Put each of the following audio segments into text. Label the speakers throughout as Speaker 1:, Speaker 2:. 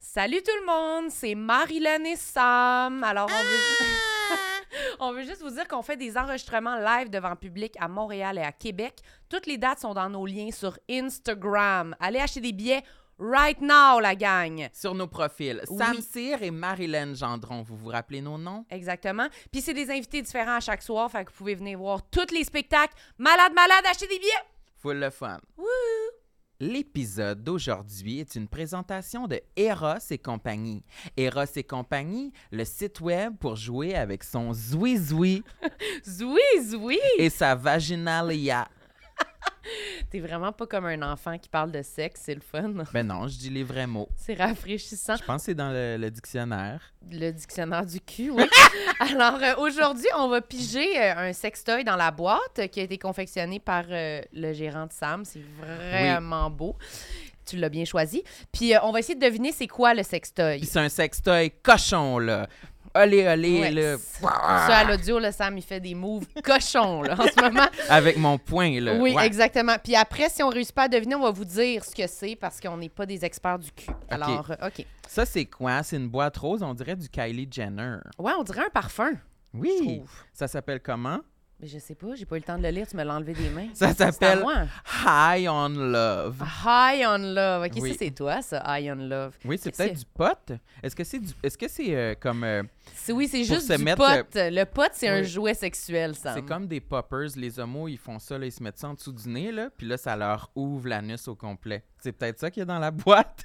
Speaker 1: Salut tout le monde, c'est Marilyn et Sam. Alors, on veut, on veut juste vous dire qu'on fait des enregistrements live devant public à Montréal et à Québec. Toutes les dates sont dans nos liens sur Instagram. Allez acheter des billets right now, la gang.
Speaker 2: Sur nos profils,
Speaker 1: Oui.
Speaker 2: Sam Cyr et Marilyn Gendron, vous vous rappelez nos noms?
Speaker 1: Exactement. Puis c'est des invités différents à chaque soir, fait que vous pouvez venir voir tous les spectacles. Malade, malade, achetez des billets!
Speaker 2: Full le fun.
Speaker 1: Wouhou!
Speaker 2: L'épisode d'aujourd'hui est une présentation de Eros et compagnie. Eros et compagnie, le site web pour jouer avec son zouizoui
Speaker 1: Zoui, zoui!
Speaker 2: et sa vaginalia.
Speaker 1: T'es vraiment pas comme un enfant qui parle de sexe, c'est le fun.
Speaker 2: Ben non, je dis les vrais mots.
Speaker 1: C'est rafraîchissant.
Speaker 2: Je pense que c'est dans le, le dictionnaire.
Speaker 1: Le dictionnaire du cul, oui. Alors, euh, aujourd'hui, on va piger euh, un sextoy dans la boîte euh, qui a été confectionné par euh, le gérant de Sam. C'est vraiment beau. Tu l'as bien choisi. Puis, euh, on va essayer de deviner c'est quoi le sextoy.
Speaker 2: Puis c'est un sextoy cochon, là. Olé, olé,
Speaker 1: Ouais,
Speaker 2: là.
Speaker 1: c'est- Ça, à
Speaker 2: Ah.
Speaker 1: l'audio, là, Sam, il fait des moves cochons, là, en ce moment.
Speaker 2: Avec mon poing, là.
Speaker 1: oui,
Speaker 2: Ouais.
Speaker 1: exactement. Puis après, si on réussit pas à deviner, on va vous dire ce que c'est parce qu'on n'est pas des experts du cul. Alors, euh, OK.
Speaker 2: Ça, c'est quoi? C'est une boîte rose, on dirait du Kylie Jenner.
Speaker 1: Ouais, on dirait un parfum, je
Speaker 2: Oui.
Speaker 1: trouve.
Speaker 2: Ça s'appelle comment?
Speaker 1: Mais je sais pas, j'ai pas eu le temps de le lire, tu me l'as enlevé des mains.
Speaker 2: Ça
Speaker 1: C'est à
Speaker 2: s'appelle
Speaker 1: moi.
Speaker 2: High on Love.
Speaker 1: Ah, High on Love. OK,
Speaker 2: Oui.
Speaker 1: ça, c'est toi, ça, High on Love.
Speaker 2: Oui, c'est
Speaker 1: c'est-
Speaker 2: peut-être du pot. Est-ce que c'est du... est-ce que c'est euh, comme euh,
Speaker 1: C'est- Oui, c'est
Speaker 2: Pour
Speaker 1: juste
Speaker 2: se
Speaker 1: du
Speaker 2: mettre, euh,
Speaker 1: pot. Le pot, c'est un
Speaker 2: oui.
Speaker 1: jouet sexuel, ça.
Speaker 2: c'est comme des poppers, les homos, ils font ça là, ils se mettent ça en dessous du nez là, puis là ça leur ouvre l'anus au complet. C'est peut-être ça qui est dans la boîte.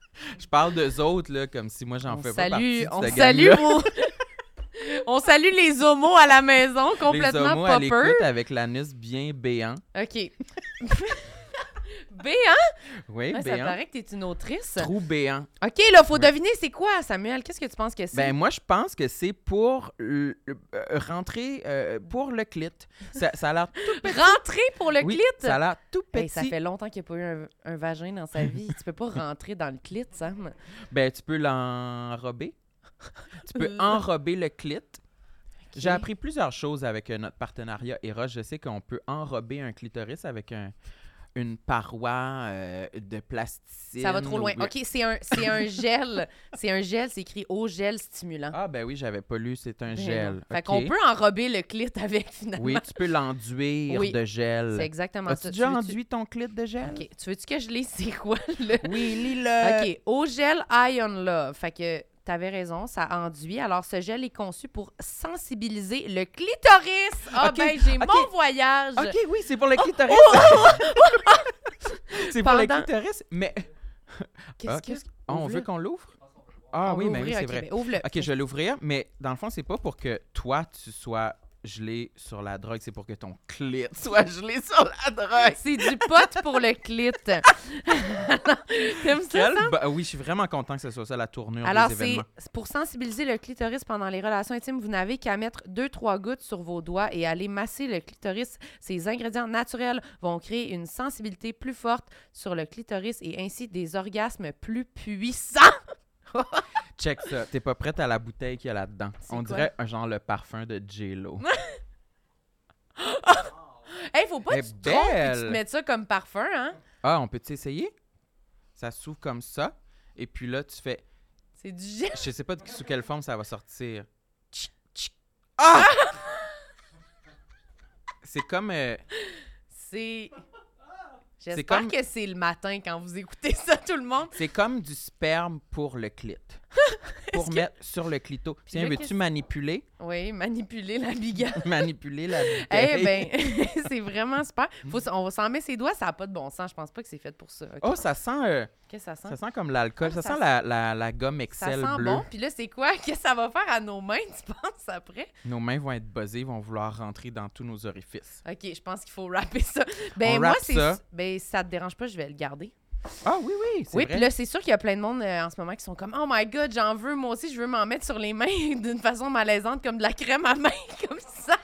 Speaker 2: Je parle d'eux autres là comme si moi j'en
Speaker 1: on
Speaker 2: fais
Speaker 1: salue,
Speaker 2: pas
Speaker 1: on
Speaker 2: partie de cette
Speaker 1: salue,
Speaker 2: gang-là.
Speaker 1: au- on salue les homos à la maison,
Speaker 2: les
Speaker 1: complètement
Speaker 2: homos à
Speaker 1: popper.
Speaker 2: l'écoute avec l'anus bien béant.
Speaker 1: OK. Béant?
Speaker 2: Oui,
Speaker 1: Ouais, ça
Speaker 2: béant.
Speaker 1: paraît que t'es une autrice.
Speaker 2: hein? Trou béant.
Speaker 1: OK, là, faut
Speaker 2: Ouais.
Speaker 1: deviner c'est quoi, Samuel. Qu'est-ce que tu penses que c'est?
Speaker 2: Ben moi je pense que c'est pour le- le- euh, rentrer euh, pour le clit. Ça, ça a l'air
Speaker 1: Rentrer pour le
Speaker 2: oui,
Speaker 1: clit?
Speaker 2: ça a l'air tout petit.
Speaker 1: Hey, ça fait longtemps qu'il n'y a pas eu un, un vagin dans sa vie. tu peux pas rentrer dans le clit, Sam.
Speaker 2: Ben, tu peux l'enrober. tu peux enrober le clit. J'ai
Speaker 1: Ok.
Speaker 2: appris plusieurs choses avec euh, notre partenariat Eros. Je sais qu'on peut enrober un clitoris avec un- une paroi euh, de plastique.
Speaker 1: Ça va trop loin. OK, c'est un, c'est un gel. C'est un gel, c'est écrit eau gel stimulant.
Speaker 2: Ah, ben oui, j'avais pas lu. C'est un
Speaker 1: Ben
Speaker 2: gel.
Speaker 1: non. Fait
Speaker 2: OK.
Speaker 1: qu'on peut enrober le clit avec, finalement.
Speaker 2: Oui, tu peux l'enduire
Speaker 1: Oui,
Speaker 2: de
Speaker 1: C'est
Speaker 2: gel.
Speaker 1: exactement
Speaker 2: As-tu
Speaker 1: ça.
Speaker 2: déjà
Speaker 1: Tu veux-tu-
Speaker 2: enduit ton clit de gel?
Speaker 1: OK, tu veux-tu que je lise c'est quoi le...
Speaker 2: Oui, lis-le.
Speaker 1: OK, eau gel Ion Love. Fait que t'avais raison, ça enduit. Alors, ce gel est conçu pour sensibiliser le clitoris. Ah
Speaker 2: OK,
Speaker 1: ben, j'ai
Speaker 2: OK.
Speaker 1: mon voyage.
Speaker 2: OK, oui, c'est pour le
Speaker 1: Oh,
Speaker 2: clitoris. c'est pour le
Speaker 1: Pendant-
Speaker 2: clitoris, mais...
Speaker 1: Qu'est-ce
Speaker 2: Ah,
Speaker 1: que...
Speaker 2: qu'est-ce- Ah, on veut
Speaker 1: Ouvre-le.
Speaker 2: qu'on l'ouvre? Ah
Speaker 1: On
Speaker 2: oui,
Speaker 1: veut
Speaker 2: mais oui,
Speaker 1: ouvrir,
Speaker 2: c'est
Speaker 1: OK,
Speaker 2: vrai.
Speaker 1: ben, ouvre-le.
Speaker 2: Ok, je vais l'ouvrir, mais dans le fond, c'est pas pour que toi, tu sois gelé sur la drogue, c'est pour que ton clit soit gelé sur la drogue.
Speaker 1: C'est du pot pour le clit. T'aimes ça,
Speaker 2: Quel ba- Oui, je suis vraiment content que ce soit ça, la tournure
Speaker 1: Alors,
Speaker 2: des
Speaker 1: c'est
Speaker 2: événements.
Speaker 1: c'est pour sensibiliser le clitoris pendant les relations intimes, vous n'avez qu'à mettre deux, trois gouttes sur vos doigts et aller masser le clitoris. Ces ingrédients naturels vont créer une sensibilité plus forte sur le clitoris et ainsi des orgasmes plus puissants.
Speaker 2: Check ça, t'es pas prête à la bouteille qu'il y a là-dedans.
Speaker 1: C'est
Speaker 2: On
Speaker 1: quoi?
Speaker 2: dirait un genre le parfum de J-Lo.
Speaker 1: Hey, faut pas
Speaker 2: Elle
Speaker 1: que tu
Speaker 2: est
Speaker 1: te trompes et que tu
Speaker 2: Eh belle.
Speaker 1: te mettes ça comme parfum, hein?
Speaker 2: ah, on peut-tu essayer? Ça s'ouvre comme ça, et puis là, tu fais...
Speaker 1: C'est du gel.
Speaker 2: Je sais pas de- sous quelle forme ça va sortir. Tchic, tchic. Ah! c'est comme... euh,
Speaker 1: C'est...
Speaker 2: C'est
Speaker 1: J'espère
Speaker 2: comme-
Speaker 1: que c'est le matin quand vous écoutez ça, tout le monde.
Speaker 2: C'est comme du sperme pour le clit. pour mettre sur le clito. Tiens,
Speaker 1: là,
Speaker 2: veux-tu
Speaker 1: qu'est-ce-
Speaker 2: manipuler?
Speaker 1: Oui, manipuler la biga.
Speaker 2: manipuler la bouteille.
Speaker 1: Eh ben, c'est vraiment super. Faut, s- on s'en met ses doigts, ça n'a pas de bon sens. Je pense pas que c'est fait pour ça. Ok.
Speaker 2: Oh, ça sent, euh,
Speaker 1: Qu'est-ce que ça
Speaker 2: ça
Speaker 1: sent?
Speaker 2: sent comme l'alcool.
Speaker 1: Ah,
Speaker 2: ça,
Speaker 1: ça
Speaker 2: sent la, la- la gomme
Speaker 1: Ça
Speaker 2: Excel
Speaker 1: sent
Speaker 2: bleue.
Speaker 1: bon. Puis là, c'est quoi? Qu'est-ce que ça va faire à nos mains, tu penses, après?
Speaker 2: Nos mains vont être buzzées, vont vouloir rentrer dans tous nos orifices.
Speaker 1: OK, je pense qu'il faut rapper ça. Ben,
Speaker 2: On
Speaker 1: moi,
Speaker 2: rappe
Speaker 1: c'est...
Speaker 2: ça.
Speaker 1: Ben, ça te dérange pas, je vais le garder.
Speaker 2: Ah oui, oui, c'est
Speaker 1: Oui,
Speaker 2: vrai.
Speaker 1: puis là, c'est sûr qu'il y a plein de monde euh, en ce moment qui sont comme « Oh my God, j'en veux, moi aussi, je veux m'en mettre sur les mains d'une façon malaisante, comme de la crème à main, comme ça. »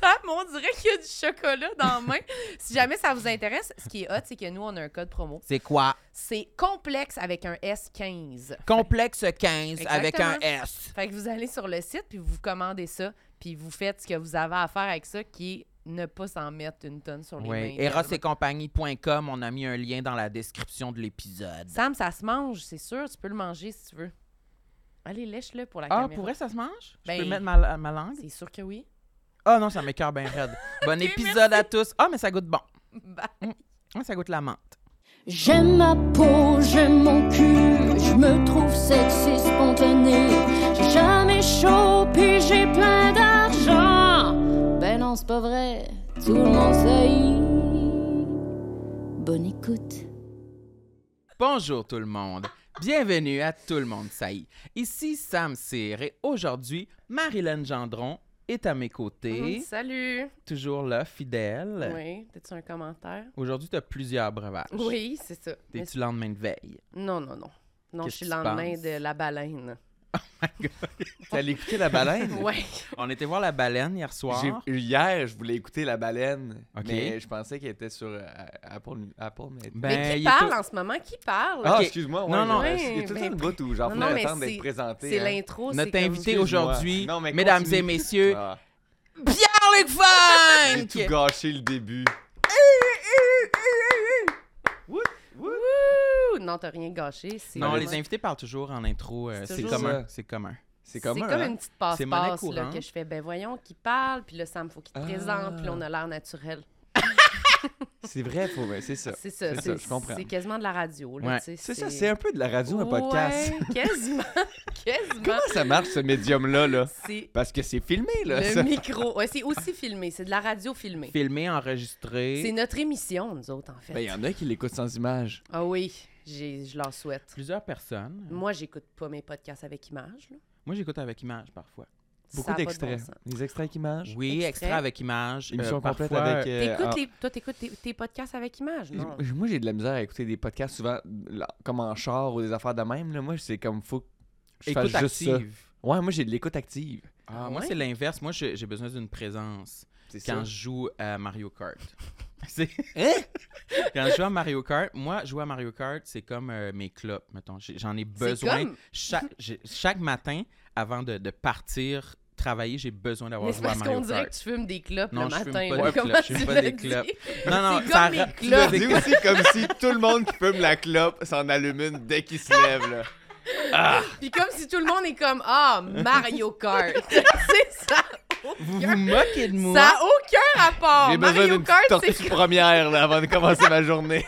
Speaker 1: Ça, mais on dirait qu'il y a du chocolat dans la main. si jamais ça vous intéresse, ce qui est hot, c'est que nous, on a un code promo.
Speaker 2: C'est quoi?
Speaker 1: C'est complexe avec un S15.
Speaker 2: Complexe 15 avec un S.
Speaker 1: Fait que vous allez sur le site, puis vous commandez ça, puis vous faites ce que vous avez à faire avec ça, qui est ne pas s'en mettre une tonne sur les
Speaker 2: Oui.
Speaker 1: mains.
Speaker 2: Erosetcompagnie.com, on a mis un lien dans la description de l'épisode.
Speaker 1: Sam, ça se mange, c'est sûr. Tu peux le manger si tu veux. Allez, lèche-le pour la
Speaker 2: Ah,
Speaker 1: caméra.
Speaker 2: pour vrai, ça se mange? Je
Speaker 1: Ben-
Speaker 2: peux mettre ma, ma langue?
Speaker 1: C'est sûr que oui.
Speaker 2: Ah non, ça m'écœure bien raide. Bon épisode à tous. Ah, mais ça goûte bon.
Speaker 1: Bye.
Speaker 2: Ah, Ça goûte la menthe.
Speaker 3: J'aime ma peau, j'aime mon cul, je me trouve sexy spontané. J'ai jamais chaud, puis j'ai plein d'argent. Ben non, c'est pas vrai, tout le monde sait. Bonne écoute.
Speaker 2: Bonjour tout le monde. Bienvenue à Tout le monde saillit. Ici Sam Cyr et aujourd'hui, Marilyn Gendron est à mes côtés.
Speaker 1: Mm, Salut.
Speaker 2: Toujours là, fidèle.
Speaker 1: Oui, t'as-tu un commentaire?
Speaker 2: Aujourd'hui, tu as plusieurs breuvages.
Speaker 1: Oui, c'est ça. Mais-
Speaker 2: T'es-tu lendemain de veille?
Speaker 1: Non, non, non. Non, je
Speaker 2: Qu'est-ce
Speaker 1: suis
Speaker 2: que
Speaker 1: le
Speaker 2: tu
Speaker 1: lendemain
Speaker 2: penses?
Speaker 1: de la baleine.
Speaker 2: T'allais écouter la baleine?
Speaker 1: Ouais.
Speaker 2: On était voir la baleine hier soir.
Speaker 4: J'ai- Hier, je voulais écouter La Baleine,
Speaker 2: Ok.
Speaker 4: mais je pensais qu'elle était sur euh, Apple, Mu- Apple mais...
Speaker 2: Ben,
Speaker 1: mais qui
Speaker 2: il est
Speaker 1: parle
Speaker 2: au-
Speaker 1: en ce moment? Qui parle?
Speaker 4: Ah,
Speaker 2: ok.
Speaker 4: excuse-moi, ouais,
Speaker 2: Non, non.
Speaker 4: j'aurais- il y a tout le
Speaker 1: Ouais,
Speaker 4: temps le bout où j'en
Speaker 1: Non, non,
Speaker 4: voulais
Speaker 1: mais
Speaker 4: attendre
Speaker 1: c'est-
Speaker 4: d'être présenté.
Speaker 1: C'est
Speaker 4: hein.
Speaker 1: l'intro. c'est
Speaker 2: Notre
Speaker 1: comme-
Speaker 2: invité
Speaker 4: Excuse-moi.
Speaker 2: aujourd'hui,
Speaker 4: Non, mais
Speaker 2: mesdames et
Speaker 4: continue.
Speaker 2: messieurs,
Speaker 4: Ah,
Speaker 2: Pierre-Luc
Speaker 4: J'ai tout
Speaker 2: Funk!
Speaker 4: gâché le début.
Speaker 1: Wouh! Non, t'as rien gâché. c'est
Speaker 2: Non,
Speaker 1: vraiment-
Speaker 2: les invités parlent toujours en intro. euh,
Speaker 1: C'est
Speaker 2: c'est
Speaker 1: toujours
Speaker 2: commun.
Speaker 4: ça.
Speaker 2: C'est commun.
Speaker 4: C'est comme un, hein.
Speaker 1: une petite passe-passe
Speaker 2: C'est monnaie
Speaker 1: là,
Speaker 2: courante.
Speaker 1: que je fais. Ben voyons, qui parle, puis là, Sam, faut qu'il te
Speaker 4: Ah.
Speaker 1: présente, puis là, on a l'air naturel.
Speaker 4: C'est vrai, faut... ouais, c'est ça.
Speaker 1: C'est ça,
Speaker 4: Euh, C'est
Speaker 1: c'est
Speaker 4: ça, je comprends.
Speaker 1: C'est quasiment de la radio. Là,
Speaker 2: Ouais.
Speaker 1: tu sais,
Speaker 4: C'est ça, c'est un peu de la radio, un
Speaker 1: Ouais,
Speaker 4: podcast.
Speaker 1: quasiment. quasiment.
Speaker 4: Comment ça marche, ce médium-là, là?
Speaker 1: C'est
Speaker 4: Parce que c'est filmé, là.
Speaker 1: le
Speaker 4: ça.
Speaker 1: micro. Ouais, c'est aussi filmé. C'est de la radio filmée.
Speaker 2: Filmé, enregistré.
Speaker 1: C'est notre émission, nous autres, en fait.
Speaker 4: Ben, il y en a qui l'écoutent sans image.
Speaker 1: Ah oui, j'ai- je leur souhaite.
Speaker 2: Plusieurs personnes.
Speaker 1: Moi, j'écoute pas mes podcasts avec images. là.
Speaker 2: Moi, j'écoute avec image parfois.
Speaker 1: Ça
Speaker 4: Beaucoup
Speaker 1: a pas de
Speaker 4: d'extraits.
Speaker 1: bon sens.
Speaker 4: Les extraits qui marchent.
Speaker 2: Oui,
Speaker 1: Ah, Extrait.
Speaker 2: extra avec image. euh,
Speaker 4: Émission complète
Speaker 2: parfois,
Speaker 4: avec...
Speaker 2: euh,
Speaker 4: euh,
Speaker 1: T'écoutes
Speaker 4: en-
Speaker 1: les... Toi, t'écoutes tes, tes podcasts avec images, non?
Speaker 4: J- Moi, j'ai de la misère à écouter des podcasts souvent là, comme en char ou des affaires de même. Là. Moi, c'est comme faut que je fasse
Speaker 2: écoute
Speaker 4: juste ça.
Speaker 2: active.
Speaker 4: Ouais, moi, j'ai de l'écoute active.
Speaker 2: Ah,
Speaker 1: Ah
Speaker 2: Moi,
Speaker 1: ouais?
Speaker 2: c'est l'inverse. Moi, j'ai j'ai besoin d'une présence
Speaker 4: C'est
Speaker 2: quand
Speaker 4: ça. Hein?
Speaker 2: je joue à Mario Kart. C'est- quand je joue à Mario Kart, moi, jouer à Mario Kart, c'est comme euh, mes clubs, mettons. J'ai- J'en ai
Speaker 1: C'est
Speaker 2: besoin.
Speaker 1: comme-
Speaker 2: Chaque, j'ai- chaque matin, avant de, de partir travailler, j'ai besoin d'avoir
Speaker 1: Mais c'est
Speaker 2: joué à
Speaker 1: parce qu'on
Speaker 2: Mario
Speaker 1: dirait
Speaker 2: Kart.
Speaker 1: que tu fumes des clopes
Speaker 2: Non,
Speaker 1: le
Speaker 2: je fume
Speaker 1: matin.
Speaker 2: pas
Speaker 1: là.
Speaker 2: des
Speaker 1: Comment
Speaker 2: clopes, je fume
Speaker 1: tu
Speaker 2: pas
Speaker 1: l'as
Speaker 2: des
Speaker 1: dit?
Speaker 2: clopes. Non, non,
Speaker 1: C'est
Speaker 2: ça
Speaker 1: comme
Speaker 2: ra-
Speaker 1: des
Speaker 4: Tu
Speaker 1: clopes.
Speaker 4: l'as dit aussi comme si tout le monde qui fume la clope s'en allume une dès qu'il se lève. Là.
Speaker 1: Puis comme si tout le monde est comme Ah, Mario Kart. c'est ça.
Speaker 2: Vous vous moquez de moi?
Speaker 1: Ça a aucun rapport.
Speaker 4: J'ai besoin
Speaker 1: Mario
Speaker 4: d'une
Speaker 1: Kart,
Speaker 4: petite
Speaker 1: c'est
Speaker 4: tortue première là, avant de commencer ma journée.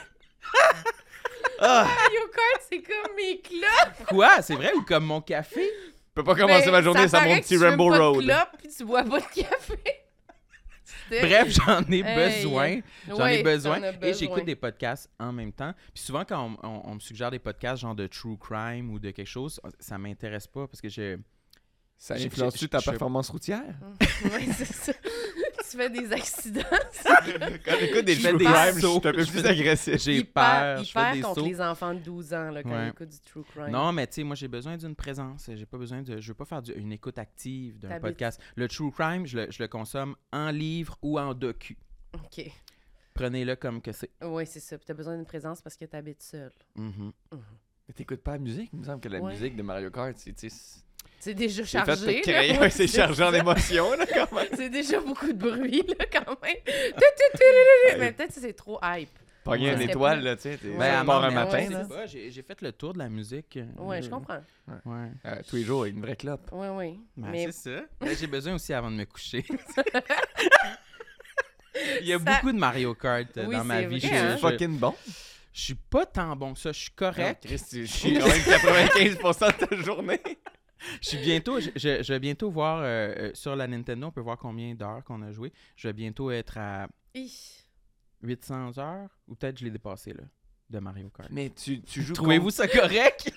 Speaker 4: Ah,
Speaker 1: Mario Kart, c'est comme mes clopes.
Speaker 2: Quoi? C'est vrai? Ou comme mon café?
Speaker 4: je peux pas commencer
Speaker 1: Ben,
Speaker 4: ma journée sans
Speaker 1: paraît
Speaker 4: mon
Speaker 1: que
Speaker 4: petit
Speaker 1: tu fumes
Speaker 4: Rainbow
Speaker 1: pas de
Speaker 4: Road.
Speaker 1: clopes, puis tu bois pas de café. C'était-
Speaker 2: Bref, j'en ai
Speaker 1: Hey.
Speaker 2: besoin. J'en
Speaker 1: Ouais,
Speaker 2: ai besoin.
Speaker 1: t'en as
Speaker 2: Et
Speaker 1: besoin.
Speaker 2: j'écoute des podcasts en même temps. Puis souvent, quand on, on- on me suggère des podcasts genre de true crime ou de quelque chose, ça m'intéresse pas parce que je.
Speaker 4: Ça
Speaker 2: J'ai- j'ai-
Speaker 4: influence-tu ta
Speaker 2: j'ai-
Speaker 4: performance routière?
Speaker 1: Ouais, c'est ça. tu fais des accidents.
Speaker 4: Quand j'écoute des
Speaker 2: Je fais
Speaker 4: true
Speaker 2: des
Speaker 4: crime, je suis
Speaker 2: sauts,
Speaker 4: un peu
Speaker 2: je fais
Speaker 4: plus
Speaker 2: des-
Speaker 4: agressif.
Speaker 2: J'ai
Speaker 1: Hyper,
Speaker 2: peur. Je fais
Speaker 1: hyper
Speaker 2: des
Speaker 1: contre
Speaker 2: sauts.
Speaker 1: les enfants de 12 ans là, quand
Speaker 2: Ouais.
Speaker 1: ils écoutent du true crime.
Speaker 2: Non, mais tu sais, moi, j'ai besoin d'une présence. J'ai pas besoin de. Je veux pas faire du- une écoute active d'un
Speaker 1: T'habites.
Speaker 2: podcast. Le true crime, je le, je le consomme en livre ou en docu.
Speaker 1: OK.
Speaker 2: Prenez-le comme que c'est.
Speaker 1: Oui, c'est ça. Puis t'as besoin d'une présence parce que t'habites seul.
Speaker 4: Mm-hmm.
Speaker 2: Mhm.
Speaker 4: Mais t'écoutes pas la musique? Il me semble que la
Speaker 1: Ouais.
Speaker 4: musique de Mario Kart, c'est tu sais, c'est-
Speaker 1: C'est déjà
Speaker 4: c'est fait
Speaker 1: chargé.
Speaker 4: pour
Speaker 1: là.
Speaker 4: créer,
Speaker 1: Ouais,
Speaker 4: ouais, c'est chargé en
Speaker 1: ça.
Speaker 4: émotion, là, quand même.
Speaker 1: C'est déjà beaucoup de bruit, là, quand même. Tu, tu, tu, tu, tu. Mais peut-être que c'est trop hype.
Speaker 4: Pogner
Speaker 2: Ça
Speaker 4: une
Speaker 1: serait
Speaker 4: étoile,
Speaker 1: plus-
Speaker 4: là, tu sais, t'es
Speaker 1: Ouais.
Speaker 4: ça
Speaker 2: ah
Speaker 4: part
Speaker 2: non,
Speaker 4: un
Speaker 2: mais
Speaker 4: matin,
Speaker 2: on sait
Speaker 4: là.
Speaker 2: pas, J'ai j'ai fait le tour de la musique. euh,
Speaker 1: Ouais, je comprends.
Speaker 2: Ouais.
Speaker 4: Euh, tous les jours, une vraie clope.
Speaker 1: Oui, oui.
Speaker 2: Ben,
Speaker 1: mais
Speaker 2: C'est ça. Ben, j'ai besoin aussi avant de me coucher. Il y a
Speaker 1: Ça-
Speaker 2: beaucoup de Mario Kart euh,
Speaker 1: Oui,
Speaker 2: dans ma
Speaker 1: c'est
Speaker 2: vie.
Speaker 1: vrai,
Speaker 2: je,
Speaker 1: hein?
Speaker 2: je-
Speaker 4: fucking bon.
Speaker 2: je suis pas tant bon que ça. Je suis correct.
Speaker 4: Ah, Chris, tu chies quand même 95% de ta journée.
Speaker 2: Je suis bientôt. Je, je- je vais bientôt voir euh, euh, sur la Nintendo. On peut voir combien d'heures qu'on a joué. Je vais bientôt être à
Speaker 1: Hi.
Speaker 2: 800 heures ou peut-être je l'ai dépassé là de Mario Kart.
Speaker 4: Mais tu, tu joues
Speaker 2: Trouvez-vous ça correct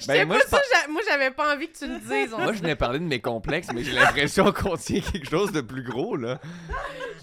Speaker 1: J'étais
Speaker 4: Ben, moi,
Speaker 1: pas
Speaker 4: je
Speaker 1: sûre, j'a- moi, j'avais pas envie que tu le dises. on
Speaker 4: Moi, je venais parler de mes complexes, mais j'ai l'impression qu'on tient quelque chose de plus gros, là.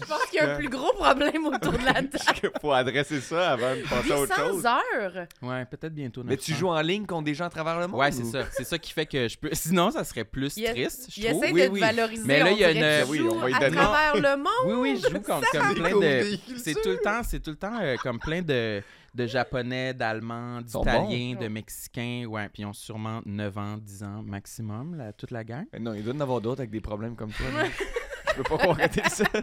Speaker 1: Je pense qu'il y a un plus gros problème autour de la table.
Speaker 4: Faut adresser ça avant de passer à autre
Speaker 1: 800
Speaker 4: chose.
Speaker 1: heures?
Speaker 2: Ouais, peut-être bientôt.
Speaker 4: Mais tu
Speaker 2: 900.
Speaker 4: joues en ligne contre des gens à travers le monde?
Speaker 2: Ouais, c'est
Speaker 4: ou-
Speaker 2: ça. C'est ça qui fait que je peux. Sinon, ça serait plus
Speaker 1: Il y a-
Speaker 2: triste. Je
Speaker 1: Il
Speaker 2: trouve.
Speaker 1: essaie
Speaker 2: Oui,
Speaker 1: de te
Speaker 2: oui.
Speaker 1: valoriser.
Speaker 2: Mais là,
Speaker 1: on
Speaker 2: il y a
Speaker 1: dirait
Speaker 2: une-
Speaker 1: que
Speaker 4: Oui,
Speaker 1: tu
Speaker 4: on va y
Speaker 1: joues à
Speaker 4: donner.
Speaker 1: travers le monde.
Speaker 2: Oui, oui, je joue contre comme
Speaker 4: Des
Speaker 2: plein
Speaker 4: cours
Speaker 2: de.
Speaker 4: des
Speaker 2: C'est
Speaker 4: cultures.
Speaker 2: tout le temps, c'est tout le temps euh, comme plein de, de japonais, d'allemands,
Speaker 4: sont
Speaker 2: d'italiens, de
Speaker 1: Ouais.
Speaker 2: mexicains, ouais, puis ils ont sûrement 9 ans, 10 ans maximum, là, toute la gang.
Speaker 4: Mais non, il doit y en avoir d'autres avec des problèmes comme toi. là. Je peux pas croire que t'es le seul.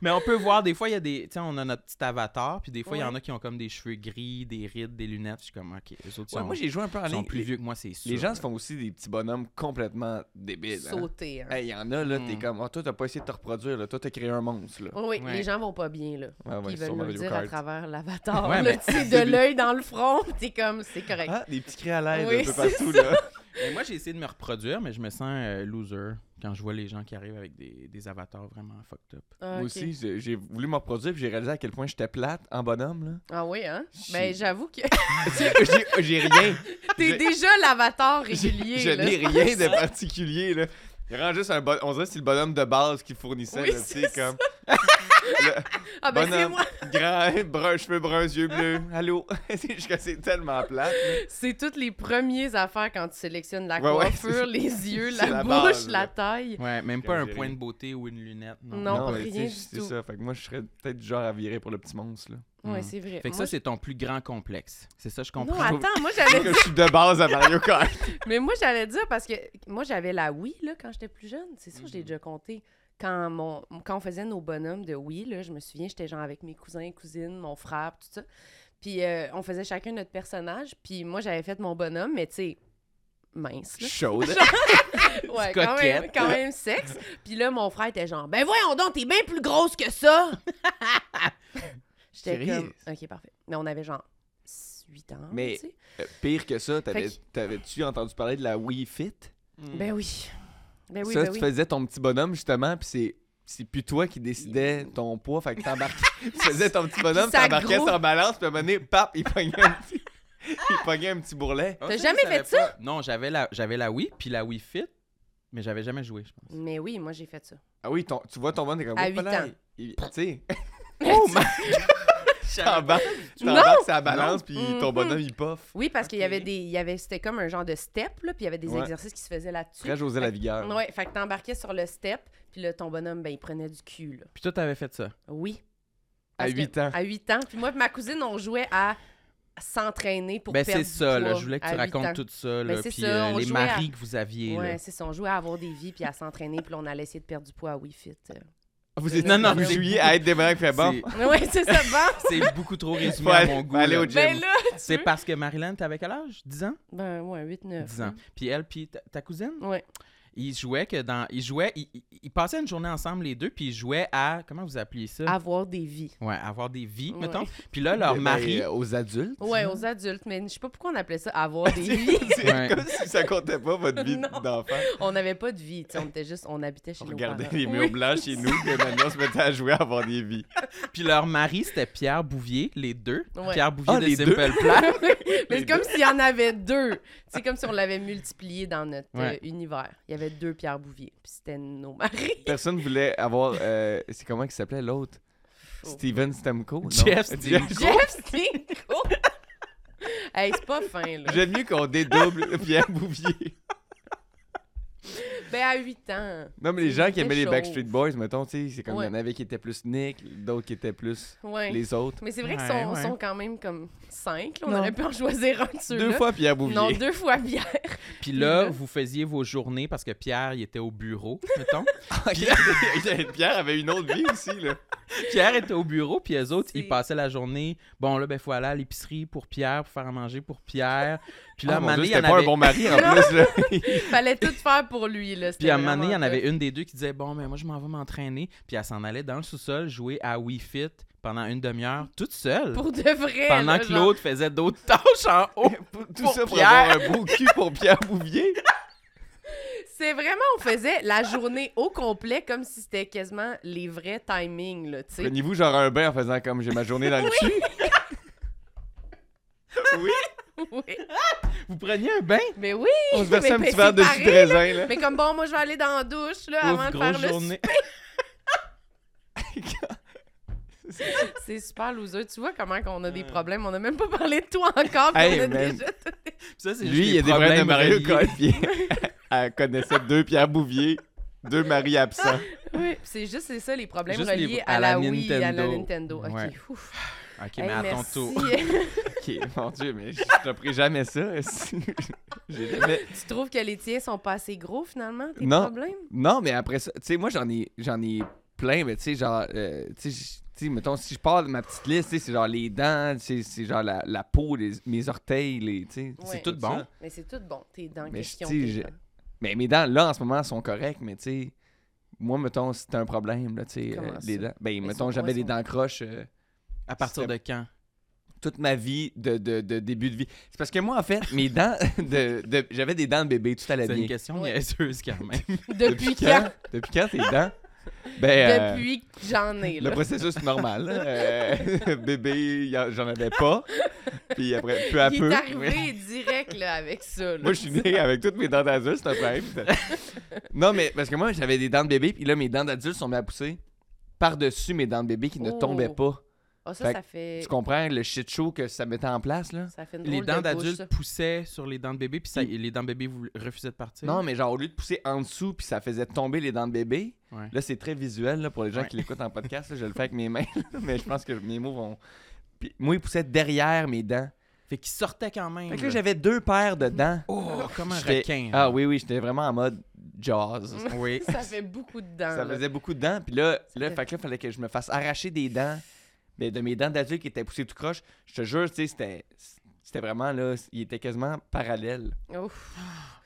Speaker 2: Mais on peut voir, des fois, il y a des. Tu sais, on a notre petit avatar, puis des fois, il y en
Speaker 1: Ouais.
Speaker 2: a qui ont comme des cheveux gris, des rides, des lunettes. Je suis comme, OK, les autres ils
Speaker 4: Ouais,
Speaker 2: sont,
Speaker 4: moi, j'ai joué un peu en
Speaker 2: ils sont
Speaker 4: ligne.
Speaker 2: plus vieux que moi, c'est sûr.
Speaker 4: Les gens se font aussi des petits bonhommes complètement débiles. hein.
Speaker 1: Sauter. hein.
Speaker 4: Hey, y en a, là, t'es
Speaker 2: Hmm.
Speaker 4: comme, oh, toi, t'as pas essayé de te reproduire, là. Toi, t'as créé un monstre, là. Ah,
Speaker 1: Oh oui,
Speaker 2: Ouais.
Speaker 1: les gens vont pas bien, là.
Speaker 4: Ouais, ouais,
Speaker 1: Puis ils veulent
Speaker 4: sur
Speaker 1: nous le
Speaker 4: Mario
Speaker 1: dire à
Speaker 4: Kart.
Speaker 1: travers l'avatar,
Speaker 2: Ouais,
Speaker 1: là,
Speaker 2: mais-
Speaker 1: tu sais, de l'œil dans le front, t'es comme, c'est correct.
Speaker 4: Ah, des petits cris à l'aide
Speaker 1: Oui,
Speaker 4: un peu
Speaker 1: c'est
Speaker 4: partout, là.
Speaker 2: Mais moi, j'ai essayé de me reproduire, mais je me sens euh, loser quand je vois les gens qui arrivent avec des, des avatars vraiment fucked up.
Speaker 1: Ah,
Speaker 4: Moi
Speaker 1: ok.
Speaker 4: aussi, j'ai j'ai voulu me reproduire, puis j'ai réalisé à quel point j'étais plate en bonhomme, là.
Speaker 1: Ah oui, hein?
Speaker 4: J'ai-
Speaker 1: Ben, j'avoue que
Speaker 4: J'ai- j'ai- j'ai rien.
Speaker 1: t'es
Speaker 4: J'ai-
Speaker 1: déjà l'avatar
Speaker 4: j'ai-
Speaker 1: régulier,
Speaker 4: Je
Speaker 1: là.
Speaker 4: n'ai rien de particulier, là. Il rend juste un bon... On dirait que c'est le bonhomme de base qui fournissait,
Speaker 1: Oui,
Speaker 4: là, tu sais,
Speaker 1: c'est
Speaker 4: comme...
Speaker 1: Ah ben, c'est
Speaker 4: bonhomme.
Speaker 1: moi!
Speaker 4: Grand, brun, cheveux bruns, yeux bleus. Allô? c'est juste que c'est tellement plate. là.
Speaker 1: C'est toutes les premières affaires quand tu sélectionnes la
Speaker 4: Ouais, ouais,
Speaker 1: coiffure, les yeux, la,
Speaker 4: c'est la
Speaker 1: bouche,
Speaker 4: base,
Speaker 1: la
Speaker 4: là.
Speaker 1: taille.
Speaker 2: Ouais, même
Speaker 4: Comme
Speaker 2: pas un
Speaker 4: j'ai
Speaker 2: point
Speaker 4: ri.
Speaker 2: de beauté ou une lunette. Non.
Speaker 1: Non.
Speaker 4: mais
Speaker 1: rien
Speaker 4: tu sais,
Speaker 1: du
Speaker 4: c'est
Speaker 1: tout.
Speaker 4: ça. Fait que moi, je serais peut-être du genre à virer pour le petit monstre, là.
Speaker 1: Ouais,
Speaker 2: Mm.
Speaker 1: c'est vrai.
Speaker 2: Fait que
Speaker 1: Moi,
Speaker 2: ça, c'est ton plus grand complexe. C'est ça, je
Speaker 1: je-
Speaker 2: comprends.
Speaker 1: Non, attends, moi
Speaker 4: Parce
Speaker 1: j'avais
Speaker 4: que je suis de base à Mario Kart.
Speaker 1: Mais moi j'allais dire parce que moi j'avais la Wii là quand j'étais plus jeune, c'est ça je
Speaker 4: Mm-hmm.
Speaker 1: l'ai
Speaker 2: Mhm.
Speaker 1: déjà compté. Quand mon quand on faisait nos bonhommes de Wii là, je me souviens, j'étais genre avec mes cousins, cousines, mon frère, tout ça. Puis euh, on faisait chacun notre personnage, puis moi j'avais fait mon bonhomme mais tu sais mince. là.
Speaker 4: Chaude.
Speaker 1: Ouais,
Speaker 2: Petite
Speaker 1: quand même,
Speaker 2: coquette.
Speaker 1: quand même sexe. Puis là, mon frère était genre, ben voyons donc, t'es bien plus grosse que ça. J'étais
Speaker 4: Sérieux?
Speaker 1: comme, ok, parfait. Mais on avait genre 8 ans.
Speaker 4: Mais-
Speaker 1: tu sais.
Speaker 4: Euh, Pire que ça, t'avais-
Speaker 1: Fait
Speaker 4: t'avais-tu entendu parler de la Wii Fit?
Speaker 2: hmm.
Speaker 1: Ben oui. Ben oui,
Speaker 4: ça,
Speaker 1: ben
Speaker 4: tu
Speaker 1: oui.
Speaker 4: faisais ton petit bonhomme, justement, puis c'est... C'est plus toi qui décidais ton poids, fait que t'embarquais... tu faisais ton petit bonhomme,
Speaker 1: ça
Speaker 4: t'embarquais
Speaker 1: gros.
Speaker 4: sur balance, puis à un moment donné, pap, il pognait un petit... il pognait un petit bourrelet.
Speaker 2: Ah,
Speaker 1: T'as
Speaker 2: je
Speaker 1: jamais
Speaker 2: savais
Speaker 1: fait ça?
Speaker 2: pas. Non, j'avais la, j'avais la Wii, puis la Wii Fit, mais j'avais jamais joué, je pense.
Speaker 1: Mais oui, moi j'ai fait ça.
Speaker 4: Ah oui, ton- tu vois ton bonhomme, t'es comme...
Speaker 1: À
Speaker 4: oh,
Speaker 1: huit
Speaker 4: là,
Speaker 1: ans.
Speaker 4: il- Tu sais,
Speaker 2: Oh my Ah,
Speaker 4: t'embarques,
Speaker 1: Non!
Speaker 4: t'embarques sa balance,
Speaker 2: Non.
Speaker 4: puis ton
Speaker 1: Mhm.
Speaker 4: bonhomme, il puff.
Speaker 1: Oui, parce qu'il y
Speaker 2: Ok.
Speaker 1: avait des. il y avait, C'était comme un genre de step, là, puis il y avait des
Speaker 4: Ouais.
Speaker 1: exercices qui se faisaient là-dessus.
Speaker 4: Très José Lavigueur.
Speaker 1: Ouais, fait que t'embarquais sur le step, puis là, ton bonhomme, ben, il prenait du cul, là.
Speaker 2: Puis toi, t'avais fait ça.
Speaker 1: Oui.
Speaker 4: À
Speaker 1: Parce que-
Speaker 4: huit ans.
Speaker 1: À 8 ans. Puis moi et ma cousine, on jouait à s'entraîner pour
Speaker 2: ben,
Speaker 1: perdre
Speaker 2: c'est
Speaker 1: du
Speaker 2: ça, là.
Speaker 1: poids
Speaker 2: Je voulais que
Speaker 1: à
Speaker 2: tu
Speaker 1: huit ans.
Speaker 2: racontes tout ça, là.
Speaker 1: Ben, c'est
Speaker 2: puis
Speaker 1: ça,
Speaker 2: euh,
Speaker 1: on
Speaker 2: les
Speaker 1: jouait à-
Speaker 2: maris que vous aviez,
Speaker 1: Ouais,
Speaker 2: là.
Speaker 1: c'est ça. On jouait à avoir des vies puis à s'entraîner, puis là, on allait essayer de perdre du poids à Wii Fit. euh.
Speaker 4: Vous
Speaker 1: Non,
Speaker 4: étiez
Speaker 2: Ah, non,
Speaker 4: vous
Speaker 2: c'est-
Speaker 4: jouiez à être des mecs, fait bon.
Speaker 2: C'est-
Speaker 1: Mais ouais, c'est ça, bon.
Speaker 2: C'est beaucoup trop résumé
Speaker 4: Faut
Speaker 2: à
Speaker 4: aller-
Speaker 2: mon
Speaker 4: faut
Speaker 2: goût.
Speaker 4: aller
Speaker 2: là.
Speaker 4: au gym.
Speaker 1: Ben là,
Speaker 2: C'est parce que Marilyn, t'avais quel âge? 10 ans?
Speaker 1: ben ouais, 8 9.
Speaker 2: 10 ans. Puis elle, puis ta, ta cousine?
Speaker 1: Ouais.
Speaker 2: Ils jouaient que dans. Ils jouaient. Ils, ils- ils passaient une journée ensemble, les deux, puis ils jouaient à. Comment vous appelez ça?
Speaker 1: Avoir des vies.
Speaker 2: Ouais, avoir des vies,
Speaker 1: Ouais.
Speaker 2: mettons. Puis là, leur
Speaker 4: Ben,
Speaker 2: mari.
Speaker 4: euh, aux adultes.
Speaker 1: Ouais, aux adultes, mais je sais pas pourquoi on appelait ça avoir des vies.
Speaker 4: C'est
Speaker 2: Ouais.
Speaker 4: comme si ça comptait pas votre vie
Speaker 1: Non.
Speaker 4: d'enfant.
Speaker 1: On n'avait pas de vie, tu sais, on était juste on habitait chez
Speaker 4: On
Speaker 1: nos
Speaker 4: regardait
Speaker 1: parents.
Speaker 4: les murs blancs chez nous, puis maintenant on se mettait à jouer à avoir des vies.
Speaker 2: Puis leur mari, c'était Pierre Bouvier, les deux.
Speaker 1: Ouais.
Speaker 2: Pierre Bouvier
Speaker 4: Ah,
Speaker 2: de
Speaker 4: les
Speaker 2: Simple
Speaker 4: deux?
Speaker 2: Plan.
Speaker 1: mais
Speaker 4: Les
Speaker 1: c'est comme s'il y en avait deux. C'est comme si on l'avait multiplié dans notre euh,
Speaker 2: Ouais.
Speaker 1: univers. Il y avait deux Pierre Bouvier, puis c'était nos maris.
Speaker 4: Personne voulait avoir. euh, c'est comment qu'il s'appelait l'autre
Speaker 1: Oh.
Speaker 4: Steven Stemco non?
Speaker 2: Jeff Stemco.
Speaker 1: Jeff Stinko. hey, c'est pas fin là.
Speaker 4: J'aime mieux qu'on dédouble Pierre Bouvier.
Speaker 1: Ben à 8 ans.
Speaker 4: Non, mais les gens qui aimaient les
Speaker 1: Chaud.
Speaker 4: Backstreet Boys, mettons, tu sais, c'est comme il y en
Speaker 1: Ouais.
Speaker 4: avait qui étaient plus Nick, d'autres qui étaient plus
Speaker 1: Ouais.
Speaker 4: les autres.
Speaker 1: Mais c'est vrai qu'ils
Speaker 2: Ouais,
Speaker 1: sont,
Speaker 2: ouais.
Speaker 1: sont quand même comme cinq. là. On
Speaker 2: Non.
Speaker 1: aurait pu en choisir un de ceux-là.
Speaker 4: Deux fois Pierre Bouvier.
Speaker 1: Non, deux fois bien.
Speaker 2: Puis là,
Speaker 1: Là.
Speaker 2: vous faisiez vos journées parce que Pierre, il était au bureau, mettons.
Speaker 4: Pierre avait une autre vie aussi, là.
Speaker 2: Pierre était au bureau, puis les autres,
Speaker 1: C'est-
Speaker 2: ils passaient la journée. Bon, là, ben, faut aller à l'épicerie pour Pierre, pour faire à manger pour Pierre. Puis là,
Speaker 4: Ah,
Speaker 2: à un
Speaker 4: mon
Speaker 2: moment
Speaker 4: Dieu,
Speaker 2: donné, il y
Speaker 4: c'était
Speaker 2: en
Speaker 4: pas un
Speaker 2: avait-
Speaker 4: bon mari en plus, là.
Speaker 1: Fallait tout faire pour lui. Là.
Speaker 2: Puis
Speaker 1: C'était
Speaker 2: à un moment donné, il y en
Speaker 1: vraiment
Speaker 2: avait une des deux qui disait Bon, ben moi, je m'en vais m'entraîner. Puis elle s'en allait dans le sous-sol jouer à Wii Fit pendant une demi-heure, toute seule.
Speaker 1: top. Pour de vrai.
Speaker 2: pendant
Speaker 1: là,
Speaker 2: que
Speaker 1: genre.
Speaker 2: l'autre faisait d'autres tâches en haut.
Speaker 4: Tout
Speaker 2: Pour
Speaker 4: ça pour
Speaker 2: Pierre.
Speaker 4: avoir un beau cul pour Pierre Bouvier.
Speaker 1: C'est vraiment, on faisait la journée au complet comme si c'était quasiment les vrais timings. Là, tu sais.
Speaker 4: Prenez-vous genre un bain en faisant comme j'ai ma journée dans le cul. oui,
Speaker 1: Oui.
Speaker 2: Vous preniez un bain
Speaker 1: Mais oui.
Speaker 4: on se versait un
Speaker 1: mais ben, c'est
Speaker 4: petit verre de jus de
Speaker 1: pareil,
Speaker 4: raisin, là.
Speaker 1: Mais comme bon, moi je vais aller dans la douche là,
Speaker 2: Pauvre
Speaker 1: avant de
Speaker 2: grosse
Speaker 1: faire le.
Speaker 2: journée.
Speaker 1: C'est super loser. Tu vois comment qu'on a des problèmes. On n'a même pas parlé de toi encore. puis
Speaker 4: Hey,
Speaker 1: on a
Speaker 4: man.
Speaker 1: déjà-
Speaker 2: Ça, c'est
Speaker 4: Lui, il y a des problèmes de Mario Kart. puis elle connaissait deux Pierre Bouvier, deux Marie absents.
Speaker 1: Oui, c'est juste c'est ça les problèmes
Speaker 2: Juste les-
Speaker 1: reliés à, la, Wii, à la
Speaker 2: Nintendo.
Speaker 1: Nintendo. Ok,
Speaker 2: Ouais.
Speaker 1: ouf.
Speaker 2: Ok,
Speaker 1: Hey,
Speaker 2: mais à ton
Speaker 1: merci.
Speaker 2: tour.
Speaker 4: Ok, mon Dieu, mais je je pris jamais ça. J'ai jamais-
Speaker 1: tu trouves que les tiens sont pas assez gros finalement, tes
Speaker 4: Non.
Speaker 1: problèmes?
Speaker 4: Non, mais après ça, tu sais, moi, j'en ai, j'en ai plein, mais tu sais, genre, euh, tu sais, j- tu sais, mettons, si je parle de ma petite liste, tu sais, c'est genre les dents, tu sais, c'est genre la, la peau, les- mes orteils, les, tu sais,
Speaker 1: Ouais.
Speaker 2: tout bon.
Speaker 4: ça.
Speaker 1: Mais c'est tout bon, tes dents.
Speaker 4: Mais
Speaker 1: qu'est-ce
Speaker 4: je-
Speaker 1: qu'ils ont,
Speaker 4: tu sais,
Speaker 1: tes dents?
Speaker 4: Mais mes dents, là, en ce moment, sont correctes, mais tu sais, moi, mettons, c'était un problème, là, tu sais,
Speaker 1: Comment
Speaker 4: euh, les
Speaker 1: ça?
Speaker 4: dents. Ben,
Speaker 1: Mais
Speaker 4: mettons,
Speaker 1: sont-
Speaker 4: j'avais
Speaker 1: ouais,
Speaker 4: les
Speaker 1: sont-
Speaker 4: dents croches. euh,
Speaker 2: À partir de quand?
Speaker 4: toute ma vie de, de- de début de vie. C'est parce que moi, en fait, mes dents, de, de- j'avais des dents de bébé, tout allait
Speaker 2: C'est une
Speaker 4: bien.
Speaker 2: question
Speaker 1: Ouais.
Speaker 2: niaiseuse quand même.
Speaker 1: Depuis quand?
Speaker 4: Depuis quand tes dents? Ben, euh,
Speaker 1: Depuis que j'en ai, là.
Speaker 4: le processus normal. là. Euh, bébé, y en- j'en avais pas. Puis après, peu à
Speaker 1: Il
Speaker 4: peu.
Speaker 1: est arrivé direct, là, avec ça. là.
Speaker 4: Moi, je suis né avec toutes mes dents d'adulte, c'est un problème. non, mais parce que moi, j'avais des dents de bébé, puis là, mes dents d'adulte sont mises à pousser par-dessus mes dents de bébé qui ne
Speaker 1: Oh.
Speaker 4: tombaient pas.
Speaker 1: Ah, ça,
Speaker 4: Fait
Speaker 1: ça fait...
Speaker 4: Tu comprends le shit show que ça mettait en place, là?
Speaker 1: Ça fait une drôle
Speaker 2: les
Speaker 1: de
Speaker 2: dents
Speaker 1: bouche,
Speaker 2: d'adultes
Speaker 1: ça.
Speaker 2: poussaient sur les dents de bébé, puis ça-
Speaker 4: Mm.
Speaker 2: les dents de bébé voulaient- refusaient de partir.
Speaker 4: Non, mais genre, au lieu de pousser en dessous, puis ça faisait tomber les dents de bébé,
Speaker 2: Ouais.
Speaker 4: là, c'est très visuel là, pour les gens
Speaker 2: Ouais.
Speaker 4: qui l'écoutent en podcast. là, je le fais avec mes mains, là, mais je pense que mes mots vont. Puis moi, il poussait derrière mes dents.
Speaker 2: Fait qu'ils sortaient quand même.
Speaker 4: Fait que là,
Speaker 2: là.
Speaker 4: j'avais deux paires de dents.
Speaker 2: Oh, comme un
Speaker 4: J'étais-
Speaker 2: requin. là.
Speaker 4: Ah oui, oui, j'étais vraiment en mode Jaws.
Speaker 2: Oui.
Speaker 1: Ça fait beaucoup de dents,
Speaker 4: Ça
Speaker 1: là.
Speaker 4: faisait beaucoup de dents, puis là, là
Speaker 1: fait-
Speaker 4: fait que là, fallait que je me fasse arracher des dents. Mais de mes dents d'adulte qui étaient poussées tout croche, je te jure, tu sais, c'était. C'était vraiment là, il était quasiment parallèle.
Speaker 1: Ouf.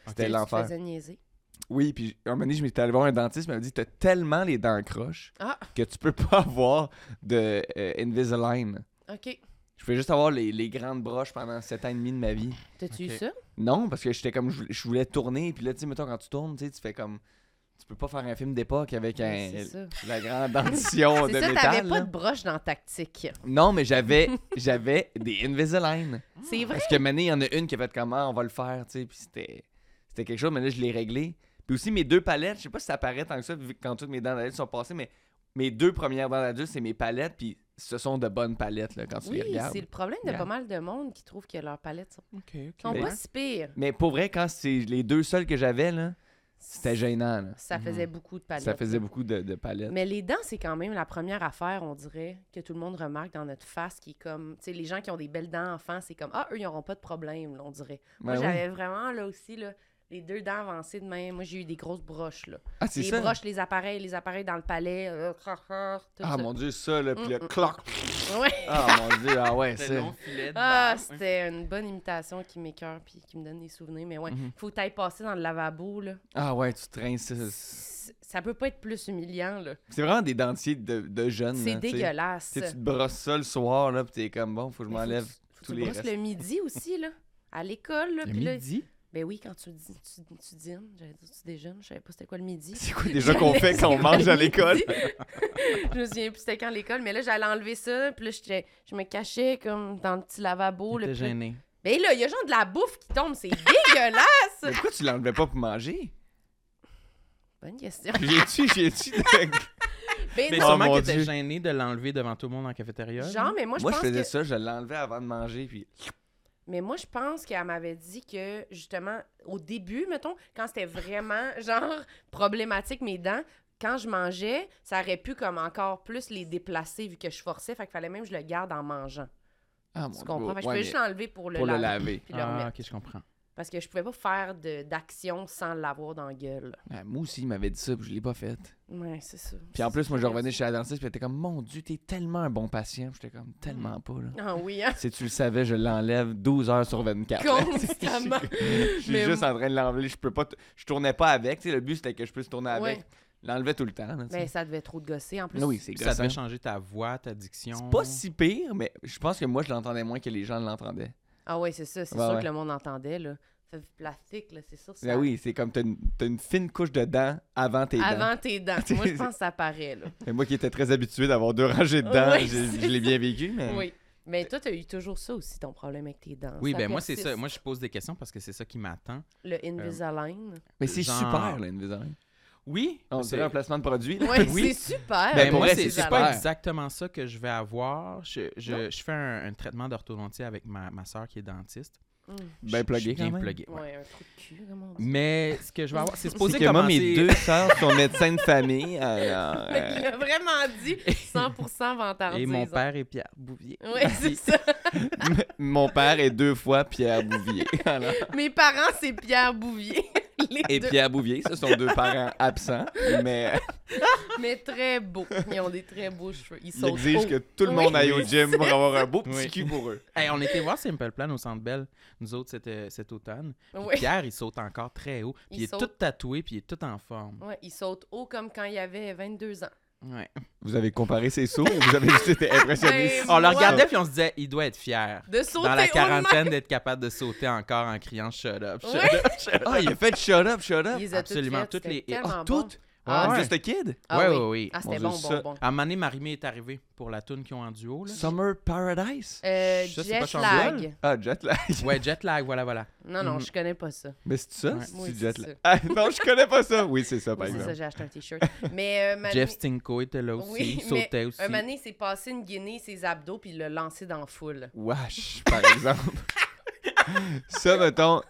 Speaker 4: C'était
Speaker 1: Tu te
Speaker 4: l'enfer.
Speaker 1: faisais niaiser.
Speaker 4: Oui, puis un moment donné, je m'étais allé voir un dentiste, il m'a dit T'as tellement les dents croches
Speaker 1: Ah.
Speaker 4: que tu peux pas avoir de euh, Invisalign.
Speaker 1: OK.
Speaker 4: Je pouvais juste avoir les, les grandes broches pendant 7 ans et demi de ma vie.
Speaker 1: T'as-tu
Speaker 2: Ok.
Speaker 1: eu ça?
Speaker 4: Non, parce que j'étais comme, je voulais- je voulais tourner, puis là, tu sais, mettons, quand tu tournes, tu sais, tu fais comme. Tu peux pas faire un film d'époque avec
Speaker 1: Ouais,
Speaker 4: un-
Speaker 1: C'est ça.
Speaker 4: la grande dentition Ben, de
Speaker 1: C'est ça,
Speaker 4: métal.
Speaker 1: t'avais pas
Speaker 4: là.
Speaker 1: de broche dans tactique.
Speaker 4: Non, mais j'avais j'avais des Invisalign.
Speaker 1: C'est vrai.
Speaker 4: Parce que Mané, il y en a une qui a fait comment on va le faire, tu sais, puis c'était c'était quelque chose, mais là, je l'ai réglé. Puis aussi, mes deux palettes, je sais pas si ça paraît tant que ça, vu que quand toutes mes dents d'adulte sont passées, mais mes deux premières dents d'adulte, c'est mes palettes, puis ce sont de bonnes palettes, là, quand tu les
Speaker 1: Oui,
Speaker 4: regardes.
Speaker 1: c'est le problème de
Speaker 4: Ah, Regarde.
Speaker 1: pas mal de monde qui trouvent que leurs palettes sont,
Speaker 2: Ok, ok.
Speaker 1: sont
Speaker 4: Mais-
Speaker 1: pas si pires.
Speaker 4: Mais pour vrai, quand c'est les deux seuls que j'avais, là, c'était gênant, là.
Speaker 1: Ça faisait beaucoup de palettes.
Speaker 4: Ça faisait beaucoup de, de palettes.
Speaker 1: Mais les dents, c'est quand même la première affaire, on dirait, que tout le monde remarque dans notre face, qui est comme, tu sais, les gens qui ont des belles dents enfants, c'est comme, ah, eux, ils n'auront pas de problème, là, on dirait. Moi,
Speaker 4: Ben oui.
Speaker 1: j'avais vraiment, là aussi, là, les deux dents avancées de même. Moi, j'ai eu des grosses broches, là.
Speaker 4: Ah, c'est
Speaker 1: Les
Speaker 4: ça?
Speaker 1: broches, les appareils, les appareils dans le palais, euh, crrr, crrr, tout ça.
Speaker 4: Ah, mon Dieu, ça, là, puis le cloc.
Speaker 1: Ouais.
Speaker 4: Ah, mon Dieu, ah ouais, ça.
Speaker 2: C'était long filet de
Speaker 1: Ah,
Speaker 2: barbe.
Speaker 1: c'était une bonne imitation qui m'écœure puis qui me donne des souvenirs. Mais ouais,
Speaker 4: Mhm.
Speaker 1: faut que t'ailles passer dans le lavabo, là.
Speaker 4: Ah ouais, tu traînes ça.
Speaker 1: C- Ça peut pas être plus humiliant, là.
Speaker 4: C'est vraiment des dentiers de, de jeunes,
Speaker 1: C'est
Speaker 4: là, tu sais.
Speaker 1: dégueulasse.
Speaker 4: Tu sais, tu te brosses ça le soir, là, pis t'es comme, bon, faut que je
Speaker 1: Mais faut
Speaker 4: m'enlève.
Speaker 1: que tu- Faut que
Speaker 4: tous
Speaker 1: tu
Speaker 4: les
Speaker 1: brosses le midi aussi, là. À l'école, là.
Speaker 2: Le
Speaker 1: puis là,
Speaker 2: midi?
Speaker 1: ben oui, quand tu, dis- tu, tu dînes, j'allais dire tu déjeunes, je savais pas c'était quoi le midi.
Speaker 4: C'est quoi déjà qu'on fait quand on mange à l'école?
Speaker 1: je me souviens plus c'était quand l'école, mais là, j'allais enlever ça, puis là, j'étais- je me cachais comme dans le petit lavabo.
Speaker 2: Il
Speaker 1: Là,
Speaker 2: était
Speaker 1: puis là-
Speaker 2: gêné.
Speaker 1: Ben là, il y a genre de la bouffe qui tombe, c'est dégueulasse!
Speaker 4: Mais pourquoi tu l'enlevais pas pour manger?
Speaker 1: Bonne question.
Speaker 4: J'ai-tu, j'ai-tu...
Speaker 1: Ben
Speaker 2: Mais
Speaker 1: non,
Speaker 4: Oh
Speaker 2: sûrement
Speaker 4: mon
Speaker 2: qu'il était
Speaker 4: Dieu.
Speaker 2: gêné de l'enlever devant tout le monde en cafétéria.
Speaker 1: genre, mais moi, je
Speaker 4: Moi, je
Speaker 1: pense
Speaker 4: faisais
Speaker 1: que...
Speaker 4: ça, je l'enlevais avant de manger, puis...
Speaker 1: Mais moi, je pense qu'elle m'avait dit que, justement, au début, mettons, quand c'était vraiment, genre, problématique, mes dents, quand je mangeais, ça aurait pu, comme, encore plus les déplacer vu que je forçais. Fait qu'il fallait même que je le garde en mangeant.
Speaker 4: Ah,
Speaker 1: Tu comprends? Fait que je
Speaker 4: Ouais,
Speaker 1: pouvais
Speaker 4: mais
Speaker 1: juste l'enlever pour le
Speaker 4: pour le
Speaker 1: laver.
Speaker 4: laver.
Speaker 1: Puis le
Speaker 2: Ah,
Speaker 1: remettre.
Speaker 2: ok, je comprends.
Speaker 1: Parce que je pouvais pas faire de- d'action sans l'avoir dans la gueule.
Speaker 4: Ah, moi aussi, il m'avait dit ça, puis je l'ai pas fait.
Speaker 1: Ouais, c'est ça.
Speaker 4: Puis en plus, moi, je revenais chez la dentiste, puis elle était comme, mon Dieu, t'es tellement un bon patient. Puis J'étais comme, tellement pas, là.
Speaker 1: Ah oui, hein?
Speaker 4: Si tu le savais, je l'enlève 12 heures sur 24.
Speaker 1: Constamment.
Speaker 4: Je suis
Speaker 1: Mais
Speaker 4: juste en train de l'enlever. Je peux pas. t- Je tournais pas avec. tu sais, le but, c'était que je puisse tourner avec.
Speaker 1: Ouais.
Speaker 4: L'enlevais tout le temps. là, tu sais.
Speaker 1: Mais ça devait trop te gosser, en plus.
Speaker 4: Ah oui, c'est
Speaker 2: Puis Ça
Speaker 4: gossant.
Speaker 2: devait changer ta voix, ta diction.
Speaker 4: C'est pas si pire, mais je pense que moi, je l'entendais moins que les gens l'entendaient.
Speaker 1: Ah ouais, c'est ça. C'est
Speaker 4: Ouais,
Speaker 1: sûr
Speaker 4: ouais.
Speaker 1: que le monde entendait, là. Fait du plastique, là, c'est sûr. ça-
Speaker 4: Ben oui, c'est comme t'as une, t'as une fine couche de dents avant tes dents.
Speaker 1: Avant tes dents. Moi, je pense que ça paraît, là.
Speaker 4: Et moi qui étais très habitué d'avoir deux rangées de dents,
Speaker 1: Ouais,
Speaker 4: j'ai-
Speaker 1: c'est
Speaker 4: je l'ai bien vécu, mais.
Speaker 1: Oui. Mais toi, t'as eu toujours ça aussi, ton problème avec tes dents.
Speaker 2: Oui,
Speaker 1: Ça
Speaker 2: ben moi, c'est ça.
Speaker 1: persiste.
Speaker 2: Moi, euh, je pose des questions parce que c'est ça qui m'attend.
Speaker 1: Le Invisalign.
Speaker 4: Mais c'est
Speaker 2: Genre-
Speaker 4: super, là, Invisalign.
Speaker 2: Oui,
Speaker 4: On
Speaker 2: c'est-
Speaker 4: dirait un placement de produit. là.
Speaker 1: Ouais,
Speaker 2: oui.
Speaker 1: c'est super.
Speaker 4: Ben,
Speaker 2: Ben,
Speaker 4: pour
Speaker 2: moi,
Speaker 4: vrai,
Speaker 2: c'est
Speaker 4: c'est
Speaker 2: c'est
Speaker 4: super.
Speaker 2: pas exactement ça que je vais avoir. Je, je- je fais un, un traitement d'orthodontie avec ma, ma soeur qui est dentiste.
Speaker 4: Bien
Speaker 2: Je-
Speaker 4: plugué,
Speaker 2: je suis bien
Speaker 4: quand même.
Speaker 2: plugué, ouais.
Speaker 1: Ouais, un trou de cul, comme on dit.
Speaker 2: Mais ce que je vais avoir, c'est
Speaker 4: C'est
Speaker 2: supposé
Speaker 4: que moi,
Speaker 2: commencer...
Speaker 4: mes deux sœurs sont médecins de famille. Alors,
Speaker 1: Fait
Speaker 4: euh,
Speaker 1: qu'il a vraiment dit 100% vantardise.
Speaker 2: Et mon père est Pierre Bouvier.
Speaker 1: Oui, c'est ça.
Speaker 4: mon père est deux fois Pierre Bouvier. Alors,
Speaker 1: Mes parents, c'est Pierre Bouvier. les
Speaker 4: Et
Speaker 1: deux.
Speaker 4: Pierre Bouvier, ce sont deux parents absents, mais
Speaker 1: Mais très beaux. Ils ont des très beaux cheveux. Ils
Speaker 4: ils
Speaker 1: sont
Speaker 4: exigent que tout le monde
Speaker 1: Oui,
Speaker 4: aille au gym pour avoir un beau petit
Speaker 2: Oui.
Speaker 4: cul pour eux.
Speaker 2: Hey, on était voir Simple Plan au Centre Bell, nous autres, c'était cet automne. Puis
Speaker 1: Oui.
Speaker 2: Pierre, il saute encore très haut. Puis
Speaker 1: Il
Speaker 2: il, est
Speaker 1: saute.
Speaker 2: tout tatoué, puis il est tout en forme.
Speaker 1: Ouais, ils sautent haut comme quand il avait 22 ans.
Speaker 2: Ouais.
Speaker 4: Vous avez comparé ses sauts ou vous avez juste été impressionné?
Speaker 1: Ben,
Speaker 2: On le
Speaker 1: Ouais.
Speaker 2: regardait, puis on se disait, il doit être fier.
Speaker 1: De sauter
Speaker 2: Dans la
Speaker 1: haut
Speaker 2: quarantaine, d'être capable de sauter encore en criant Shut up, shut
Speaker 1: Ouais.
Speaker 2: up, shut up.
Speaker 4: Ah, il a fait shut up, shut
Speaker 1: de
Speaker 4: up.
Speaker 1: même. Ils les ont
Speaker 2: Absolument,
Speaker 1: toutes,
Speaker 2: toutes
Speaker 1: faites,
Speaker 2: les-
Speaker 1: c'était tellement
Speaker 4: Ah,
Speaker 1: bon.
Speaker 4: toutes?
Speaker 1: Ah,
Speaker 4: I'm
Speaker 1: ouais.
Speaker 4: Just a kid?
Speaker 1: Ah
Speaker 2: Ouais,
Speaker 1: oui.
Speaker 2: ouais, oui.
Speaker 1: Ah, c'était
Speaker 4: Mon
Speaker 1: bon,
Speaker 4: Dieu,
Speaker 1: bon,
Speaker 4: ça-
Speaker 1: bon.
Speaker 2: À un moment donné, Marimé est arrivée pour la tune qu'ils ont en duo. Là.
Speaker 4: Summer Paradise?
Speaker 1: Ah, Euh,
Speaker 2: Ça, c'est
Speaker 1: jet
Speaker 2: pas Sean
Speaker 1: lag.
Speaker 2: Bell?
Speaker 4: Ah, jet lag.
Speaker 2: Ouais, jet lag, voilà, voilà.
Speaker 1: Non, non,
Speaker 2: Mhm.
Speaker 1: je connais pas ça.
Speaker 4: Mais c'est ça?
Speaker 2: Ouais.
Speaker 4: C'est
Speaker 1: Oui, c'est
Speaker 4: jet lag.
Speaker 1: ça.
Speaker 4: Ah, non, je connais pas ça. Oui, c'est ça, par
Speaker 1: Oui, c'est ça,
Speaker 4: exemple.
Speaker 1: j'ai acheté un t-shirt. Mais euh, Mané-
Speaker 2: Jeff Stinko était là aussi,
Speaker 1: Oui,
Speaker 2: il sautait
Speaker 1: mais
Speaker 2: aussi.
Speaker 1: Un mané, il s'est passé une guinée, ses abdos, puis il l'a lancé dans la foule.
Speaker 4: Wesh, par exemple. ça, mettons,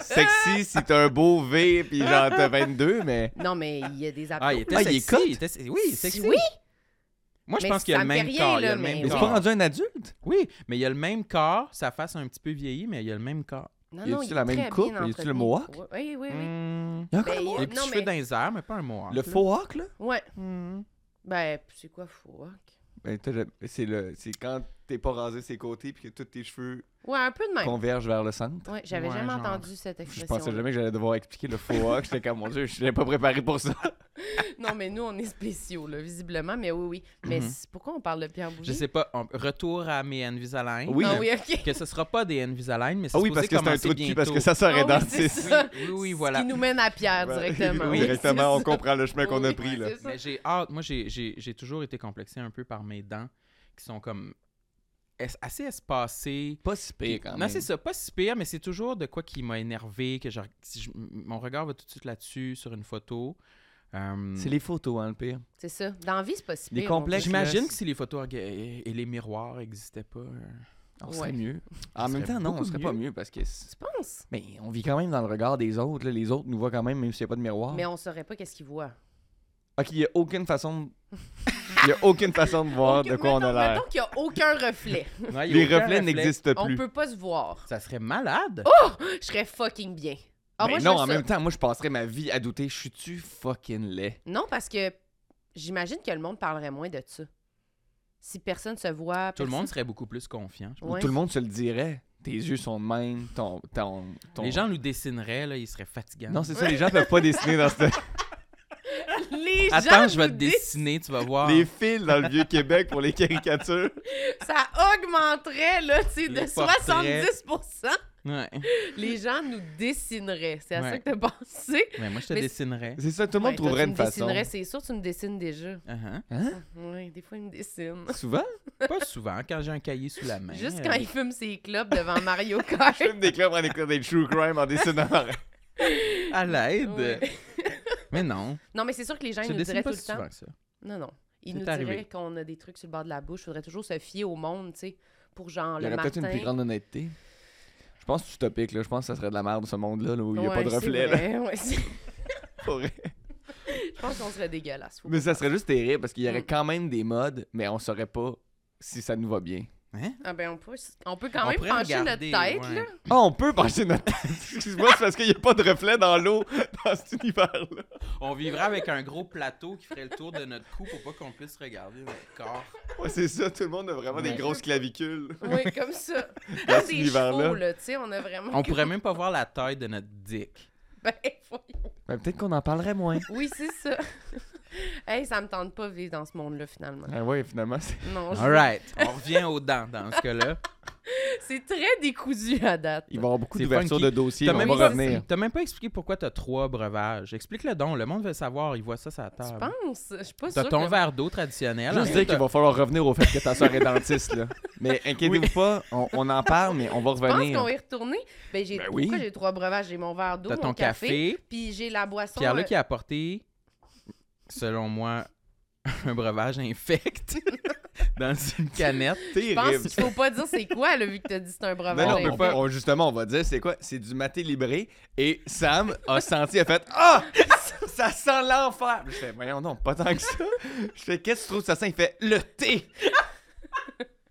Speaker 4: sexy si t'as un beau V puis genre t'as 22, mais.
Speaker 1: Non, mais il y a des abdos.
Speaker 2: Ah, il était
Speaker 4: Ah, il est
Speaker 2: sexy.
Speaker 4: cut?
Speaker 2: il était se- Oui, il est sexy.
Speaker 1: Oui,
Speaker 2: Moi, je
Speaker 1: Mais
Speaker 2: pense qu'il a
Speaker 1: ça
Speaker 2: le
Speaker 1: me fait
Speaker 2: même
Speaker 1: rien,
Speaker 2: corps. il a
Speaker 1: là,
Speaker 2: le
Speaker 1: mais-
Speaker 2: même
Speaker 4: Mais
Speaker 1: Non.
Speaker 4: c'est pas
Speaker 2: corps.
Speaker 4: rendu un adulte?
Speaker 2: Oui, mais il a le même corps, sa face a un petit peu vieillie, mais il a le même corps.
Speaker 1: non,
Speaker 4: y
Speaker 1: non,
Speaker 4: a-tu
Speaker 1: il est
Speaker 4: la même
Speaker 1: très bien
Speaker 4: coupe? Y a-tu le
Speaker 1: entretenu.
Speaker 4: mohawk?
Speaker 1: Oui, oui, oui. oui.
Speaker 2: Mmh.
Speaker 4: Il y a
Speaker 1: Ben,
Speaker 4: encore le
Speaker 1: il-
Speaker 4: mohawk?
Speaker 2: Les petits
Speaker 1: non,
Speaker 2: cheveux
Speaker 1: mais-
Speaker 2: dans les airs, mais pas un mohawk.
Speaker 4: Oh, Le
Speaker 2: là.
Speaker 4: faux hawk, là?
Speaker 1: Ouais.
Speaker 2: Mmh.
Speaker 1: Ben, c'est quoi Fouac?
Speaker 4: Ben, t'as le- c'est le... c'est quand t'es pas rasé ses côtés puis que tous tes cheveux
Speaker 1: Ouais, un peu de même.
Speaker 4: convergent vers le centre.
Speaker 1: Ouais, j'avais
Speaker 2: Ouais,
Speaker 1: jamais
Speaker 2: genre.
Speaker 1: entendu cette
Speaker 4: Je
Speaker 1: expression.
Speaker 4: pensais jamais que j'allais devoir expliquer le faux hawk. J'étais comme, mon Dieu, je suis pas préparé pour ça.
Speaker 1: Non, mais nous, on est spéciaux, là, visiblement. Mais oui, oui. Mais
Speaker 2: Mhm.
Speaker 1: c'est- pourquoi on parle de Pierre Bouvier?
Speaker 2: Je sais pas. hein. on- Retour à mes Invisalign.
Speaker 4: Oui.
Speaker 1: Ah oui, OK.
Speaker 2: Que ce sera pas des Invisalign, mais c'est
Speaker 4: Ah oui,
Speaker 2: supposé
Speaker 4: parce que c'est un
Speaker 2: commencer
Speaker 4: trou de cul,
Speaker 2: bientôt.
Speaker 4: parce que ça serait
Speaker 1: Ah oui,
Speaker 4: dentiste.
Speaker 1: c'est ça.
Speaker 2: Oui, oui, voilà.
Speaker 1: Ce qui nous mène à Pierre
Speaker 4: Ouais.
Speaker 1: directement.
Speaker 4: Oui,
Speaker 1: Oui,
Speaker 4: directement, on
Speaker 1: c'est ça.
Speaker 4: comprend le chemin qu'on a
Speaker 1: Oui,
Speaker 4: pris, là.
Speaker 1: c'est ça.
Speaker 2: Mais j'ai hâte. Moi, j'ai- j'ai j'ai toujours été complexé un peu par mes dents qui sont comme es- assez espacées.
Speaker 4: Pas si
Speaker 2: Puis- Non, c'est ça, pas si pire, mais c'est toujours de quoi qui m'a énervé, que genre, si je- mon regard va tout de suite là-dessus, sur une photo. Euh,
Speaker 4: C'est les photos, hein, le pire.
Speaker 1: C'est ça. Dans la vie, c'est pas si
Speaker 4: Les
Speaker 1: pire, on
Speaker 4: complexes,
Speaker 1: dit.
Speaker 2: J'imagine
Speaker 4: là,
Speaker 2: que si les photos orga- et et les miroirs n'existaient pas. euh,
Speaker 4: On serait
Speaker 1: Ouais.
Speaker 4: mieux. Ah, En même
Speaker 2: serait
Speaker 4: temps, non, on
Speaker 2: beaucoup
Speaker 4: serait pas mieux parce que. c'est-
Speaker 1: Tu penses?
Speaker 4: Mais on vit quand même dans le regard des autres. là. Les autres nous voient quand même, même s'il n'y a pas de
Speaker 2: Ah.
Speaker 4: miroir.
Speaker 1: Mais on saurait pas qu'est-ce qu'il voit.
Speaker 4: Ok, il n'y a aucune façon. Il n'y a aucune façon de voir
Speaker 1: Aucun-
Speaker 4: Ah, de quoi on a
Speaker 1: mettons-
Speaker 4: l'air.
Speaker 1: mettons qu'il y a aucun reflet.
Speaker 2: ouais, y a
Speaker 4: Les
Speaker 2: aucun
Speaker 4: reflets
Speaker 2: reflet.
Speaker 4: n'existent
Speaker 1: on
Speaker 4: plus.
Speaker 1: peut pas se voir.
Speaker 2: Ça serait
Speaker 1: Oh,
Speaker 2: malade.
Speaker 1: Je serais fucking bien. Ah,
Speaker 4: Mais
Speaker 1: moi, je
Speaker 4: non,
Speaker 1: veux
Speaker 4: en
Speaker 1: ça.
Speaker 4: même temps, moi, je passerais ma vie à douter. Je suis-tu fucking laid?
Speaker 1: Non, parce que j'imagine que le monde parlerait moins de ça. Si personne se voit.
Speaker 2: Tout le
Speaker 1: personne-
Speaker 2: monde serait beaucoup plus confiant.
Speaker 4: Ou
Speaker 1: Ouais.
Speaker 4: Tout le monde se le dirait. Tes yeux sont de même. Ton, ton, ton-
Speaker 2: Les gens nous dessineraient, là, ils seraient fatigants.
Speaker 4: Non, c'est ça, les gens peuvent pas dessiner dans ce.
Speaker 1: Les gens
Speaker 2: Attends, je vais te
Speaker 1: nous disent-
Speaker 2: dessiner, tu vas voir.
Speaker 4: Les fils dans le vieux Québec pour les caricatures.
Speaker 1: Ça augmenterait, là, tu sais, de
Speaker 2: Les
Speaker 1: 70
Speaker 2: Ouais.
Speaker 1: Les gens nous dessineraient. C'est à ça
Speaker 2: Ouais.
Speaker 1: que t'as pensé.
Speaker 2: Mais moi, je te
Speaker 1: Mais-
Speaker 2: dessinerais.
Speaker 4: C'est ça, tout le monde
Speaker 1: Ouais, toi,
Speaker 4: trouverait
Speaker 1: tu
Speaker 4: une
Speaker 1: me
Speaker 4: façon. Hein?
Speaker 1: dessinerais, C'est sûr, tu me dessines déjà.
Speaker 2: Uh-huh.
Speaker 1: Oui, des fois, il me dessine.
Speaker 4: Souvent,
Speaker 2: Pas souvent, quand j'ai un cahier sous la main.
Speaker 1: Juste
Speaker 2: euh,
Speaker 1: quand il fume ses clopes devant Mario Kart.
Speaker 4: je fume des clubs en écoutant des true crime en dessinant.
Speaker 1: Oh,
Speaker 2: À l'aide.
Speaker 1: Ouais.
Speaker 2: Mais non,
Speaker 1: Non, mais c'est sûr que les gens,
Speaker 2: je
Speaker 1: ils
Speaker 2: te
Speaker 1: nous
Speaker 2: dessine
Speaker 1: diraient tout
Speaker 2: pas
Speaker 1: le
Speaker 2: si
Speaker 1: temps.
Speaker 2: souvent que ça.
Speaker 1: Non, non. Ils
Speaker 2: C'est
Speaker 1: nous
Speaker 2: arrivé.
Speaker 1: diraient qu'on a des trucs sur le bord de la bouche. Faudrait toujours se fier au monde, tu sais, pour genre
Speaker 4: Il y
Speaker 1: le
Speaker 4: aurait peut-être une
Speaker 1: matin.
Speaker 4: plus grande honnêteté. Je pense que c'est utopique, là. Je pense que ça serait de la merde, ce monde-là, là, où il n'y a pas
Speaker 1: Ouais,
Speaker 4: de
Speaker 1: c'est
Speaker 4: reflet, là.
Speaker 1: vrai, ouais, c'est-
Speaker 4: Pour vrai.
Speaker 1: Je pense qu'on serait dégueulasse. faut
Speaker 4: Mais
Speaker 1: pas.
Speaker 4: ça serait juste terrible, parce qu'il y aurait
Speaker 1: Mm.
Speaker 4: quand même des modes, mais on saurait pas si ça nous va bien.
Speaker 1: Ah ben, on peut, on peut quand
Speaker 2: On
Speaker 1: même
Speaker 2: pourrait
Speaker 1: pencher
Speaker 2: regarder,
Speaker 1: notre tête,
Speaker 2: ouais.
Speaker 1: là.
Speaker 4: Ah, on peut pencher notre tête. Excuse-moi, c'est parce qu'il n'y a pas de reflet dans l'eau dans cet univers-là.
Speaker 2: On vivrait avec un gros plateau qui ferait le tour de notre cou pour pas qu'on puisse regarder notre corps.
Speaker 4: Ouais, c'est ça, tout le monde a vraiment des
Speaker 1: Ouais.
Speaker 4: grosses clavicules.
Speaker 1: Oui, comme ça. Comme
Speaker 4: cet
Speaker 1: des
Speaker 4: univers-là.
Speaker 1: chevaux, là, tu sais, on a vraiment...
Speaker 2: On pourrait même pas voir la taille de notre dick.
Speaker 1: Ben, voyons.
Speaker 4: Mais peut-être qu'on en parlerait moins.
Speaker 1: Oui, c'est ça. hey, ça me tente pas de vivre dans ce monde-là, finalement.
Speaker 4: Ah ouais, finalement, c'est...
Speaker 1: Non, je-
Speaker 2: All right. On revient aux dents dans ce cas-là.
Speaker 1: c'est très décousu à date.
Speaker 4: Il va y avoir beaucoup
Speaker 2: C'est
Speaker 4: d'ouvertures
Speaker 2: funky.
Speaker 4: de dossiers,
Speaker 2: T'as
Speaker 4: mais
Speaker 2: même,
Speaker 4: on va
Speaker 2: pas-
Speaker 4: revenir.
Speaker 2: t'as même pas expliqué pourquoi t'as trois breuvages. Explique-le donc. Le monde veut savoir. Il voit ça sur la
Speaker 1: Tu
Speaker 2: table.
Speaker 1: penses? Je suis pas
Speaker 2: T'as
Speaker 1: sûre
Speaker 2: ton
Speaker 1: que-
Speaker 2: verre d'eau traditionnel. hein?
Speaker 4: Juste dire qu'il va falloir revenir au fait que ta soeur est dentiste, là. Mais inquiétez-vous pas, on, on en parle, mais on va
Speaker 1: Je pense qu'on
Speaker 4: revenir.
Speaker 1: va y retourner. Ben, j'ai...
Speaker 4: Ben oui.
Speaker 1: Pourquoi j'ai trois breuvages? J'ai mon verre d'eau,
Speaker 2: T'as
Speaker 1: mon
Speaker 2: ton café.
Speaker 1: puis j'ai la boisson...
Speaker 2: Pierre-Luc
Speaker 1: euh,
Speaker 2: qui a apporté, selon moi, un breuvage infect dans une canette.
Speaker 1: Je pense qu'il faut pas dire c'est quoi, là, vu que t'as dit c'est un breuvage.
Speaker 4: Mais non, on peut
Speaker 1: infect.
Speaker 4: pas. on- justement, on va dire c'est quoi C'est du maté libré. Et Sam a senti, a fait Ah Ça sent l'enfer Je fais Voyons, non, pas tant que ça. Je fais Qu'est-ce que tu trouves que ça sent Il fait Le thé Je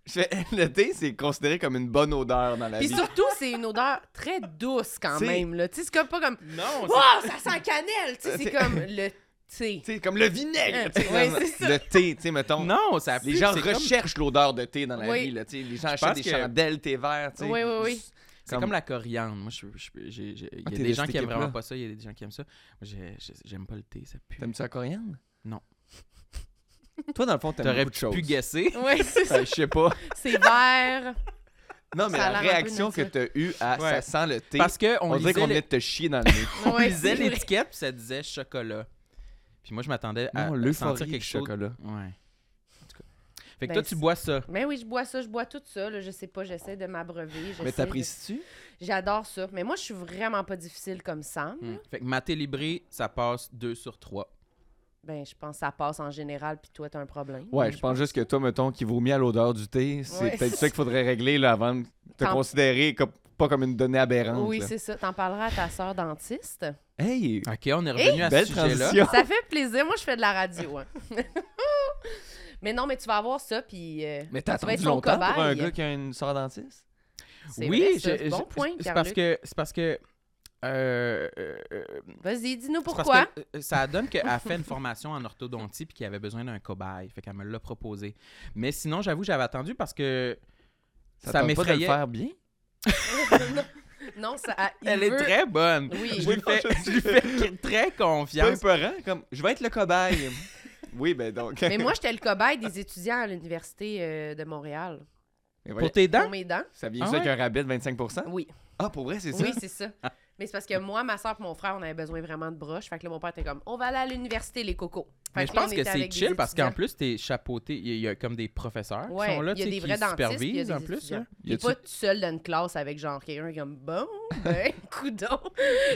Speaker 4: Je fais, le thé, c'est considéré comme une bonne odeur dans la
Speaker 1: Puis
Speaker 4: vie.
Speaker 1: surtout, c'est une odeur très douce quand
Speaker 4: C'est-
Speaker 1: même. là. Tu sais, c'est comme pas comme
Speaker 2: Non,
Speaker 1: Wow, ça sent la cannelle! Tu sais, c'est
Speaker 4: C'est-
Speaker 1: comme le thé.
Speaker 4: Tu sais, comme le vinaigre. tu sais,
Speaker 1: Ouais,
Speaker 4: dans-
Speaker 1: c'est ça.
Speaker 4: Le thé, tu sais, mettons.
Speaker 2: non, ça
Speaker 4: Les
Speaker 2: pue,
Speaker 4: gens
Speaker 2: c'est comme-
Speaker 4: recherchent l'odeur de thé dans la
Speaker 1: Oui.
Speaker 4: vie. Là, tu sais, les gens
Speaker 2: pense
Speaker 4: achètent
Speaker 2: que-
Speaker 4: des chandelles, thé vert. tu sais.
Speaker 1: Oui, oui, oui.
Speaker 2: C'est comme la coriandre. Moi, je, je- j'ai- j'ai- il
Speaker 4: Ah,
Speaker 2: y a
Speaker 4: t'es
Speaker 2: des
Speaker 4: de
Speaker 2: gens
Speaker 4: cette
Speaker 2: qui aiment vraiment
Speaker 4: équipe-là.
Speaker 2: pas ça, il y a des gens qui aiment ça. Moi, j'ai- j'ai- j'aime pas le thé, ça pue.
Speaker 4: T'aimes-tu la coriandre?
Speaker 2: Non.
Speaker 4: Toi, dans le fond, t'aimes
Speaker 2: T'aurais
Speaker 4: beaucoup de choses.
Speaker 2: pu guesser.
Speaker 1: Oui, c'est ça.
Speaker 4: Euh, Je sais pas.
Speaker 1: C'est vert.
Speaker 4: Non, mais
Speaker 1: Ça a
Speaker 4: la
Speaker 1: l'air un peu
Speaker 4: réaction que t'as eue à
Speaker 2: Ouais.
Speaker 4: ça sent le thé,
Speaker 2: Parce qu'on
Speaker 4: on, dirait qu'on venait
Speaker 2: lisait
Speaker 4: de te chier dans le nez.
Speaker 2: on
Speaker 1: Ouais, c'est
Speaker 2: lisait
Speaker 1: vrai.
Speaker 2: l'étiquette, puis ça disait chocolat. Puis moi, je m'attendais à
Speaker 4: Non,
Speaker 2: à sentir
Speaker 4: l'euphorie
Speaker 2: quelque
Speaker 4: du
Speaker 2: chose.
Speaker 4: chocolat.
Speaker 2: Ouais. En tout cas. Fait que
Speaker 1: Ben,
Speaker 2: toi, tu
Speaker 1: c'est-
Speaker 2: bois ça.
Speaker 1: Mais oui, je bois ça, je bois tout ça. Là, je sais pas, j'essaie de m'abreuver.
Speaker 4: Mais
Speaker 1: j'essaie
Speaker 4: t'apprécies-tu?
Speaker 1: de- J'adore ça. Mais moi, je suis vraiment pas difficile comme ça.
Speaker 2: Hmm. Fait que maté libré, ça passe 2 sur 3.
Speaker 1: Ben, je pense que ça passe en général, puis toi, t'as un problème.
Speaker 4: Ouais, je pense juste que toi, mettons, qui vomit à l'odeur du thé, c'est
Speaker 1: Ouais.
Speaker 4: peut-être ça qu'il faudrait régler là, avant de te
Speaker 1: Quand-
Speaker 4: considérer comme, pas comme une donnée
Speaker 2: hein,
Speaker 4: aberrante.
Speaker 1: Oui,
Speaker 4: là.
Speaker 1: c'est ça. T'en parleras à ta soeur dentiste.
Speaker 4: Hey,
Speaker 2: OK, on est
Speaker 1: Eh!
Speaker 2: revenu à ce
Speaker 4: belle
Speaker 2: sujet-là.
Speaker 4: transition.
Speaker 1: Ça fait plaisir. Moi, je fais de la radio. hein. mais non, mais tu vas avoir ça, puis. euh,
Speaker 4: Mais t'as
Speaker 1: Tu vas être
Speaker 4: attendu
Speaker 1: son
Speaker 4: longtemps pour un
Speaker 1: cobaye.
Speaker 4: gars qui a une soeur dentiste?
Speaker 1: c'est
Speaker 2: oui,
Speaker 1: vrai, ça.
Speaker 2: je-
Speaker 1: C'est bon
Speaker 2: je-
Speaker 1: point,
Speaker 2: c'est parce
Speaker 1: Pierre-Luc.
Speaker 2: que c'est parce que euh, euh, euh,
Speaker 1: Vas-y, dis-nous
Speaker 2: c'est parce
Speaker 1: pourquoi.
Speaker 2: que, euh, ça donne qu'elle a fait une formation en orthodontie puis qu'elle avait besoin d'un cobaye, fait qu'elle me l'a proposé. Mais sinon, j'avoue, j'avais attendu parce que ça,
Speaker 4: tente pas de le
Speaker 2: m'effrayait.
Speaker 4: faire bien?
Speaker 1: Non, ça. ah, il
Speaker 2: Elle
Speaker 1: veut-
Speaker 2: est très bonne.
Speaker 1: Oui.
Speaker 2: Je lui
Speaker 4: Oui, non,
Speaker 2: fais, je
Speaker 4: je
Speaker 2: lui
Speaker 4: sais.
Speaker 2: fais très
Speaker 4: Peu
Speaker 2: confiance.
Speaker 4: épeurant, comme je vais être le cobaye. oui, ben donc.
Speaker 1: Mais moi, j'étais le cobaye des étudiants à l'Université euh, de Montréal.
Speaker 4: Mais voyons,
Speaker 2: Pour tes
Speaker 1: Pour
Speaker 2: dents,
Speaker 1: mes dents.
Speaker 4: ça vient
Speaker 2: Ah
Speaker 4: ça avec
Speaker 2: ouais?
Speaker 4: un rabais de 25
Speaker 1: Oui.
Speaker 4: Ah, pour vrai, c'est
Speaker 1: Oui,
Speaker 4: ça?
Speaker 1: c'est ça. Mais c'est parce que moi, ma soeur et mon frère, on avait besoin vraiment de broches. Fait que là, mon père était comme, on va aller à l'université, les cocos. Fait
Speaker 2: mais
Speaker 1: là,
Speaker 2: je
Speaker 1: on
Speaker 2: pense que
Speaker 1: était
Speaker 2: c'est
Speaker 1: avec des
Speaker 2: chill parce qu'en
Speaker 1: étudiants.
Speaker 2: plus, t'es chapeauté. Il y a- il y, a comme des professeurs qui
Speaker 1: Ouais,
Speaker 2: sont là,
Speaker 1: il y a
Speaker 2: tu sais,
Speaker 1: des
Speaker 2: qui
Speaker 1: vrais dentistes, puis il y a
Speaker 2: supervisent
Speaker 1: des
Speaker 2: en plus.
Speaker 1: étudiants. T'es
Speaker 2: là.
Speaker 1: pas tout seul dans une classe avec genre quelqu'un comme bon, ben, coudon.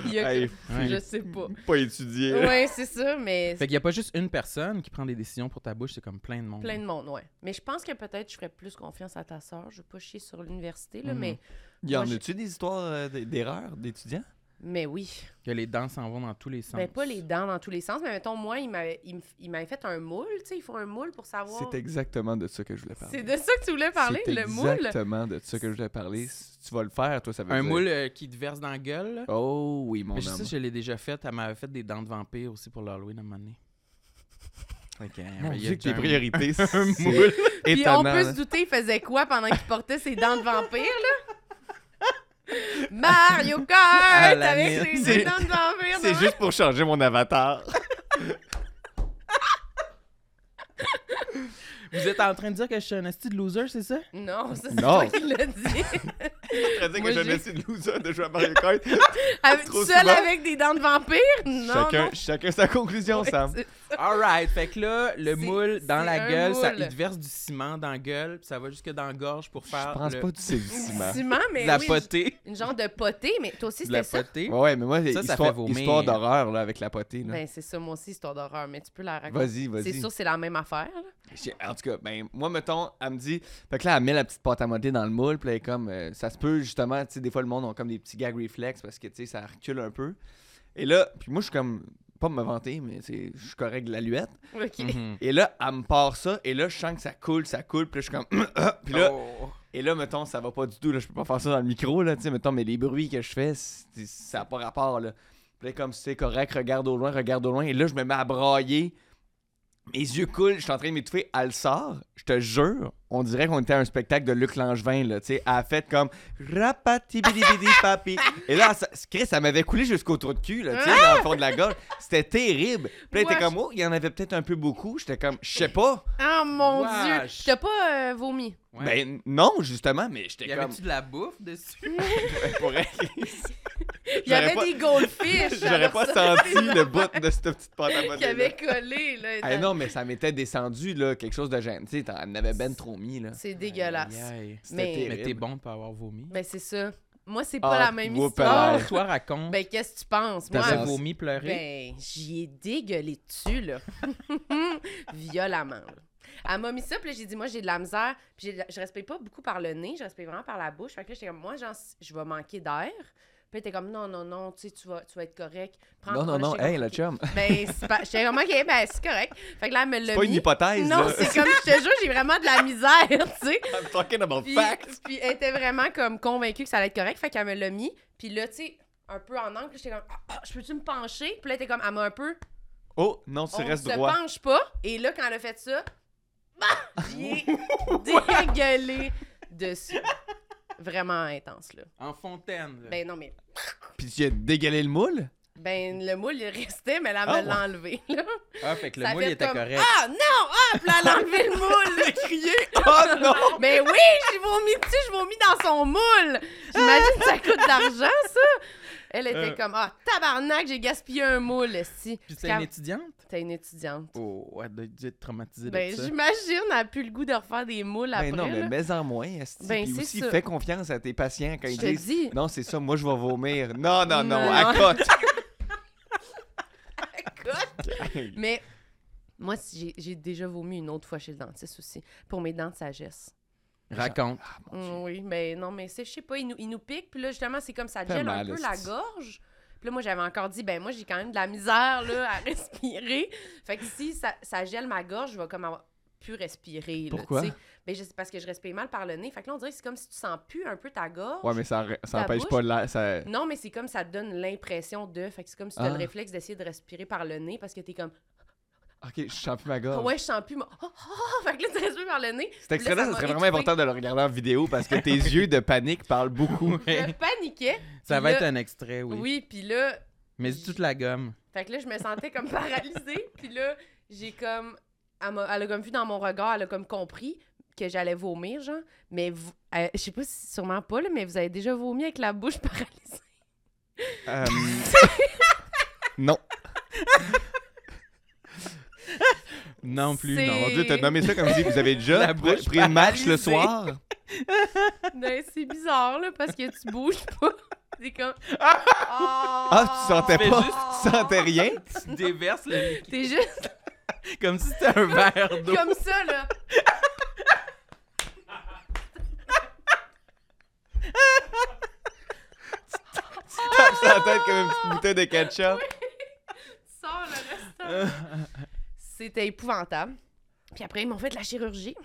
Speaker 1: Il y a
Speaker 4: Hey,
Speaker 1: que... Je sais pas.
Speaker 4: pas étudié. là.
Speaker 1: Ouais, c'est ça, mais
Speaker 2: Fait qu'il y a pas juste une personne qui prend des décisions pour ta bouche, c'est comme plein de monde.
Speaker 1: plein de monde, ouais. Mais je pense que peut-être je ferais plus confiance à ta sœur. Je veux pas chier sur l'université, là,
Speaker 4: Mm-hmm.
Speaker 2: Mhm.
Speaker 1: mais,
Speaker 4: Y en
Speaker 1: Moi,
Speaker 4: a-tu des histoires euh, d- d'erreurs d'étudiants?
Speaker 1: mais oui.
Speaker 2: Que les dents s'en vont dans tous les sens.
Speaker 1: Ben, pas les dents dans tous les sens, mais mettons, moi, il m'avait il me- il m'avait fait un moule, tu sais, il faut un moule pour savoir.
Speaker 4: C'est exactement de ça que je voulais
Speaker 1: Ah, C'est
Speaker 4: parler.
Speaker 1: de ça que tu voulais parler,
Speaker 4: C'est
Speaker 1: le moule?
Speaker 4: exactement de ça que je voulais parler. Si tu vas le faire, toi, ça veut
Speaker 2: Un
Speaker 4: dire-
Speaker 2: moule euh, qui te verse dans la gueule. là.
Speaker 4: Oh oui, mon
Speaker 2: Mais je
Speaker 4: homme.
Speaker 2: sais, je l'ai déjà fait. Elle m'avait fait des dents de vampire aussi pour l'Halloween à un moment donné. Ok,
Speaker 4: Mon
Speaker 2: mais il y a déjà
Speaker 4: Dieu, que tes
Speaker 2: un-
Speaker 4: priorités, c'est
Speaker 2: moule.
Speaker 1: Puis
Speaker 4: étonnant.
Speaker 1: on peut
Speaker 4: là.
Speaker 1: se douter, il faisait quoi pendant qu'il portait ses dents de vampire, là? Mario Kart
Speaker 2: la
Speaker 1: avec ses
Speaker 2: mine.
Speaker 1: ses
Speaker 4: Ah, C'est-
Speaker 1: dents de vampire.
Speaker 4: C'est
Speaker 1: non?
Speaker 4: juste pour changer mon avatar.
Speaker 2: Vous êtes en train de dire que je suis un esti de loser, c'est ça?
Speaker 1: Non, ça, c'est
Speaker 4: Non.
Speaker 1: toi qui l'as dit.
Speaker 4: Je dire
Speaker 1: Moi,
Speaker 4: que je
Speaker 1: j'ai-
Speaker 4: laissais de loser de jouer à Mario Kart.
Speaker 1: Avec,
Speaker 4: Trop
Speaker 1: seul
Speaker 4: souvent.
Speaker 1: avec des dents de vampire? Non,
Speaker 4: chacun,
Speaker 1: non.
Speaker 4: chacun sa conclusion,
Speaker 1: Ouais,
Speaker 4: Sam.
Speaker 1: c'est-
Speaker 2: Alright, fait que là, le
Speaker 1: C'est-
Speaker 2: moule dans
Speaker 1: c'est
Speaker 2: la
Speaker 1: un
Speaker 2: gueule, ça,
Speaker 1: moule.
Speaker 2: il te verse du ciment dans la gueule, puis ça va jusque dans la gorge pour faire
Speaker 4: Je pense
Speaker 2: le-
Speaker 4: pas du séduciment.
Speaker 1: Ciment, mais
Speaker 2: la
Speaker 1: Ben oui,
Speaker 2: potée. Oh.
Speaker 1: une genre de potée, mais toi aussi,
Speaker 2: De la
Speaker 1: c'était ça.
Speaker 2: potée.
Speaker 4: Ouais, mais moi,
Speaker 2: ça fait
Speaker 4: histoire,
Speaker 2: vomir.
Speaker 4: histoire d'horreur là, avec la potée. là.
Speaker 1: Ben, c'est ça, moi aussi, histoire d'horreur, mais tu peux la raconter.
Speaker 4: vas-y, vas-y.
Speaker 1: C'est sûr, c'est la même affaire. là.
Speaker 4: J'ai- En tout cas, ben, moi, mettons, elle me dit. Fait que là, elle met la petite pâte à modeler dans le moule. Puis là, elle est comme. euh, ça se peut, justement, tu sais, des fois, le monde ont comme des petits gags réflexes parce que, tu sais, ça recule un peu. Et là, puis moi, je suis comme. Pas me vanter, mais c'est- je suis correct de la luette.
Speaker 1: OK.
Speaker 2: Mhm.
Speaker 4: Et là, elle me part ça. Et là, je sens que ça coule, ça coule. Puis là, je suis comme. Ah! puis là,
Speaker 2: Oh.
Speaker 4: et là, mettons, ça va pas du tout. Là, je peux pas faire ça dans le micro, là, tu sais, mettons, mais les bruits que je fais, c'est- ça n'a pas rapport, là. Puis là, comme c'est correct, regarde au loin, regarde au loin. Et là, je me mets à brailler. Mes yeux coulent, je suis en train de m'étouffer. Elle sort, je te jure, on dirait qu'on était à un spectacle de Luc Langevin, là, tu sais. Elle a fait comme rapatibidibidi papi. Et là, ça, Chris, ça m'avait coulé jusqu'au trou de cul, là, tu sais, dans le fond de la gorge. C'était terrible. Puis là, elle était
Speaker 1: Wesh.
Speaker 4: comme, oh, il y en avait peut-être un peu beaucoup. J'étais comme, je sais pas.
Speaker 1: Ah, mon Dieu!
Speaker 2: Wesh.
Speaker 1: Je t'ai pas euh, vomi.
Speaker 2: Ouais.
Speaker 4: Ben non, justement, mais j'étais
Speaker 2: y
Speaker 4: comme.
Speaker 2: avait-tu de la bouffe dessus?
Speaker 4: Pour elle,
Speaker 1: Il y avait
Speaker 4: J'aurais pas-
Speaker 1: des goldfish.
Speaker 4: J'aurais
Speaker 1: alors
Speaker 4: pas
Speaker 1: ça,
Speaker 4: senti
Speaker 1: c'est
Speaker 4: le bout de cette petite pâte à
Speaker 1: Qui
Speaker 4: modeler.
Speaker 1: avait collé, là.
Speaker 4: Ah non, mais ça m'était descendu, là, quelque chose de gênant. Tu sais, t'en- elle m'avait ben trop mis, là.
Speaker 1: C'est dégueulasse.
Speaker 2: Aïe, aïe.
Speaker 4: C'était
Speaker 1: Mais-
Speaker 4: terrible.
Speaker 2: Mais t'es bon de pas avoir vomi.
Speaker 1: Ben, c'est ça. Moi, c'est pas
Speaker 4: Ah,
Speaker 1: la même
Speaker 4: whoop,
Speaker 1: histoire.
Speaker 4: alors.
Speaker 2: Toi, raconte.
Speaker 1: Ben, qu'est-ce que tu penses? Moi,
Speaker 2: T'avais
Speaker 4: Ouais.
Speaker 2: vomi, pleuré.
Speaker 1: ben, j'y ai dégueulé dessus, là. Violemment, là. Elle m'a mis ça, puis là, j'ai dit, moi, j'ai de la misère. Puis j'ai de la- je respecte pas beaucoup par le nez, je respecte vraiment par la bouche. Fait que là, j'étais comme, moi, genre, je vais manquer d'air. Puis Puis t'es comme, non, non, non, tu sais, tu vas, tu vas être correct. Prends-
Speaker 4: Non, non,
Speaker 1: là,
Speaker 4: non,
Speaker 1: j'étais
Speaker 4: hey,
Speaker 1: comme,
Speaker 4: le
Speaker 1: OK.
Speaker 4: chum.
Speaker 1: Ben, c'est pas. J'étais comme, ok, ben, c'est correct. Fait que là, elle me l'a
Speaker 4: C'est pas une
Speaker 1: mis.
Speaker 4: hypothèse,
Speaker 1: Non,
Speaker 4: là.
Speaker 1: c'est comme, je te jure, j'ai vraiment de la misère, tu sais.
Speaker 4: I'm talking about
Speaker 1: Puis,
Speaker 4: facts.
Speaker 1: puis elle était vraiment comme convaincue que ça allait être correct. Fait qu'elle me l'a mis. Puis là, tu sais, un peu en angle, j'étais comme, Ah, ah, je peux-tu me pencher? Puis là, elle était comme, elle m'a un peu.
Speaker 4: Oh, non, tu
Speaker 1: on
Speaker 4: restes
Speaker 1: se
Speaker 4: droit.
Speaker 1: penche pas. Et là, quand elle a fait ça, bah, j'ai dégueulé dessus. Vraiment intense, là.
Speaker 2: En fontaine. là.
Speaker 1: Ben non, mais.
Speaker 4: Puis tu as dégueulé le moule?
Speaker 1: Ben, le moule, il restait, mais elle
Speaker 4: Ah,
Speaker 1: elle me
Speaker 4: ouais.
Speaker 1: l'a enlevé. Là.
Speaker 2: ah, fait que le
Speaker 1: Ça
Speaker 2: moule,
Speaker 1: fait
Speaker 2: il était
Speaker 1: comme,
Speaker 2: correct.
Speaker 1: Ah non! Ah! Puis là, elle a enlevé le moule! J'ai crié!
Speaker 4: Oh non!
Speaker 1: Mais oui, j'ai vomi dessus, j'ai vomi dans son moule. J'imagine que ça coûte de l'argent, ça. Elle était
Speaker 2: Euh.
Speaker 1: comme ah tabarnak, j'ai gaspillé un moule, si.
Speaker 2: Puis c'était une étudiante?
Speaker 1: T'es une étudiante.
Speaker 2: Oh, elle doit être traumatisée
Speaker 1: Ben
Speaker 2: de ça.
Speaker 1: j'imagine, elle a plus le goût de refaire des moules après.
Speaker 4: Ben non, mais
Speaker 1: là.
Speaker 4: mets en moins, esti.
Speaker 1: Ben,
Speaker 4: Puis
Speaker 1: c'est
Speaker 4: aussi,
Speaker 1: ça.
Speaker 4: fais confiance à tes patients quand
Speaker 1: Je
Speaker 4: ils
Speaker 1: te
Speaker 4: disent...
Speaker 1: dis.
Speaker 4: Non, c'est ça, moi, je vais vomir. Non, non, non,
Speaker 1: Non.
Speaker 4: à cote.
Speaker 1: Mais moi, si j'ai- j'ai déjà vomi une autre fois chez le dentiste aussi pour mes dents de sagesse.
Speaker 2: Raconte.
Speaker 4: Ah,
Speaker 1: Mm, oui, mais non, mais c'est, je sais pas, il nous, il nous pique, puis là, justement, c'est comme ça
Speaker 4: Fait
Speaker 1: gèle
Speaker 4: mal,
Speaker 1: un peu
Speaker 4: esti.
Speaker 1: la gorge. Puis là, moi, j'avais encore dit, ben moi, j'ai quand même de la misère, là, à respirer. Fait que si ça, ça gèle ma gorge, je vais comme avoir pu respirer, là,
Speaker 4: Pourquoi?
Speaker 1: tu sais. Ben, je- c'est parce que je respire mal par le nez. Fait que là, on dirait que c'est comme si tu sens plus un peu ta gorge.
Speaker 4: Ouais, mais ça, ça
Speaker 1: Ta
Speaker 4: empêche
Speaker 1: bouche?
Speaker 4: pas l'air. Ça...
Speaker 1: Non, mais c'est comme ça te donne l'impression de... Fait que c'est comme si tu as
Speaker 4: Ah.
Speaker 1: le réflexe d'essayer de respirer par le nez parce que t'es comme... Ah
Speaker 4: Ok, je sens plus ma gorge.
Speaker 1: Ouais, je sens plus... mon- Oh, oh, oh. Fait que là, tu respires par le nez.
Speaker 4: Cet extrait-là,
Speaker 1: Puis
Speaker 4: ça
Speaker 1: là, ça
Speaker 4: serait
Speaker 1: m'a
Speaker 4: vraiment
Speaker 1: étouffée.
Speaker 4: important de le regarder en vidéo parce que tes yeux de panique parlent beaucoup.
Speaker 1: Je paniquais.
Speaker 2: Ça
Speaker 1: Puis
Speaker 2: va
Speaker 1: là-
Speaker 2: être un extrait, oui.
Speaker 1: oui puis là,
Speaker 2: Mais dis toute la gomme.
Speaker 1: Fait que là, je me sentais comme paralysée. Puis là, j'ai comme. Elle, m'a- elle a comme vu dans mon regard, elle a comme compris que j'allais vomir, genre. Mais vous- euh, je sais pas si, sûrement pas, là, mais vous avez déjà vomi avec la bouche paralysée.
Speaker 4: Euh, non.
Speaker 2: Non plus,
Speaker 1: C'est-
Speaker 2: non.
Speaker 4: Mon Dieu, t'as nommé ça comme si vous avez déjà
Speaker 2: La
Speaker 4: pr-
Speaker 2: bouche
Speaker 4: pris une marche le
Speaker 2: paralysée.
Speaker 4: soir.
Speaker 1: Ben, c'est bizarre, là, parce que tu bouges pas. C'est comme.
Speaker 4: Ah, tu sentais
Speaker 2: Mais
Speaker 4: pas,
Speaker 2: juste-
Speaker 4: tu sentais rien.
Speaker 2: Tu déverses le liquide
Speaker 1: T'es juste
Speaker 2: comme si c'était un verre d'eau.
Speaker 1: comme ça, là.
Speaker 4: Tu tapes sur la tête comme une petite bouteille de ketchup.
Speaker 1: Tu sors le restant. C'était épouvantable. Puis après, ils m'ont fait de la chirurgie.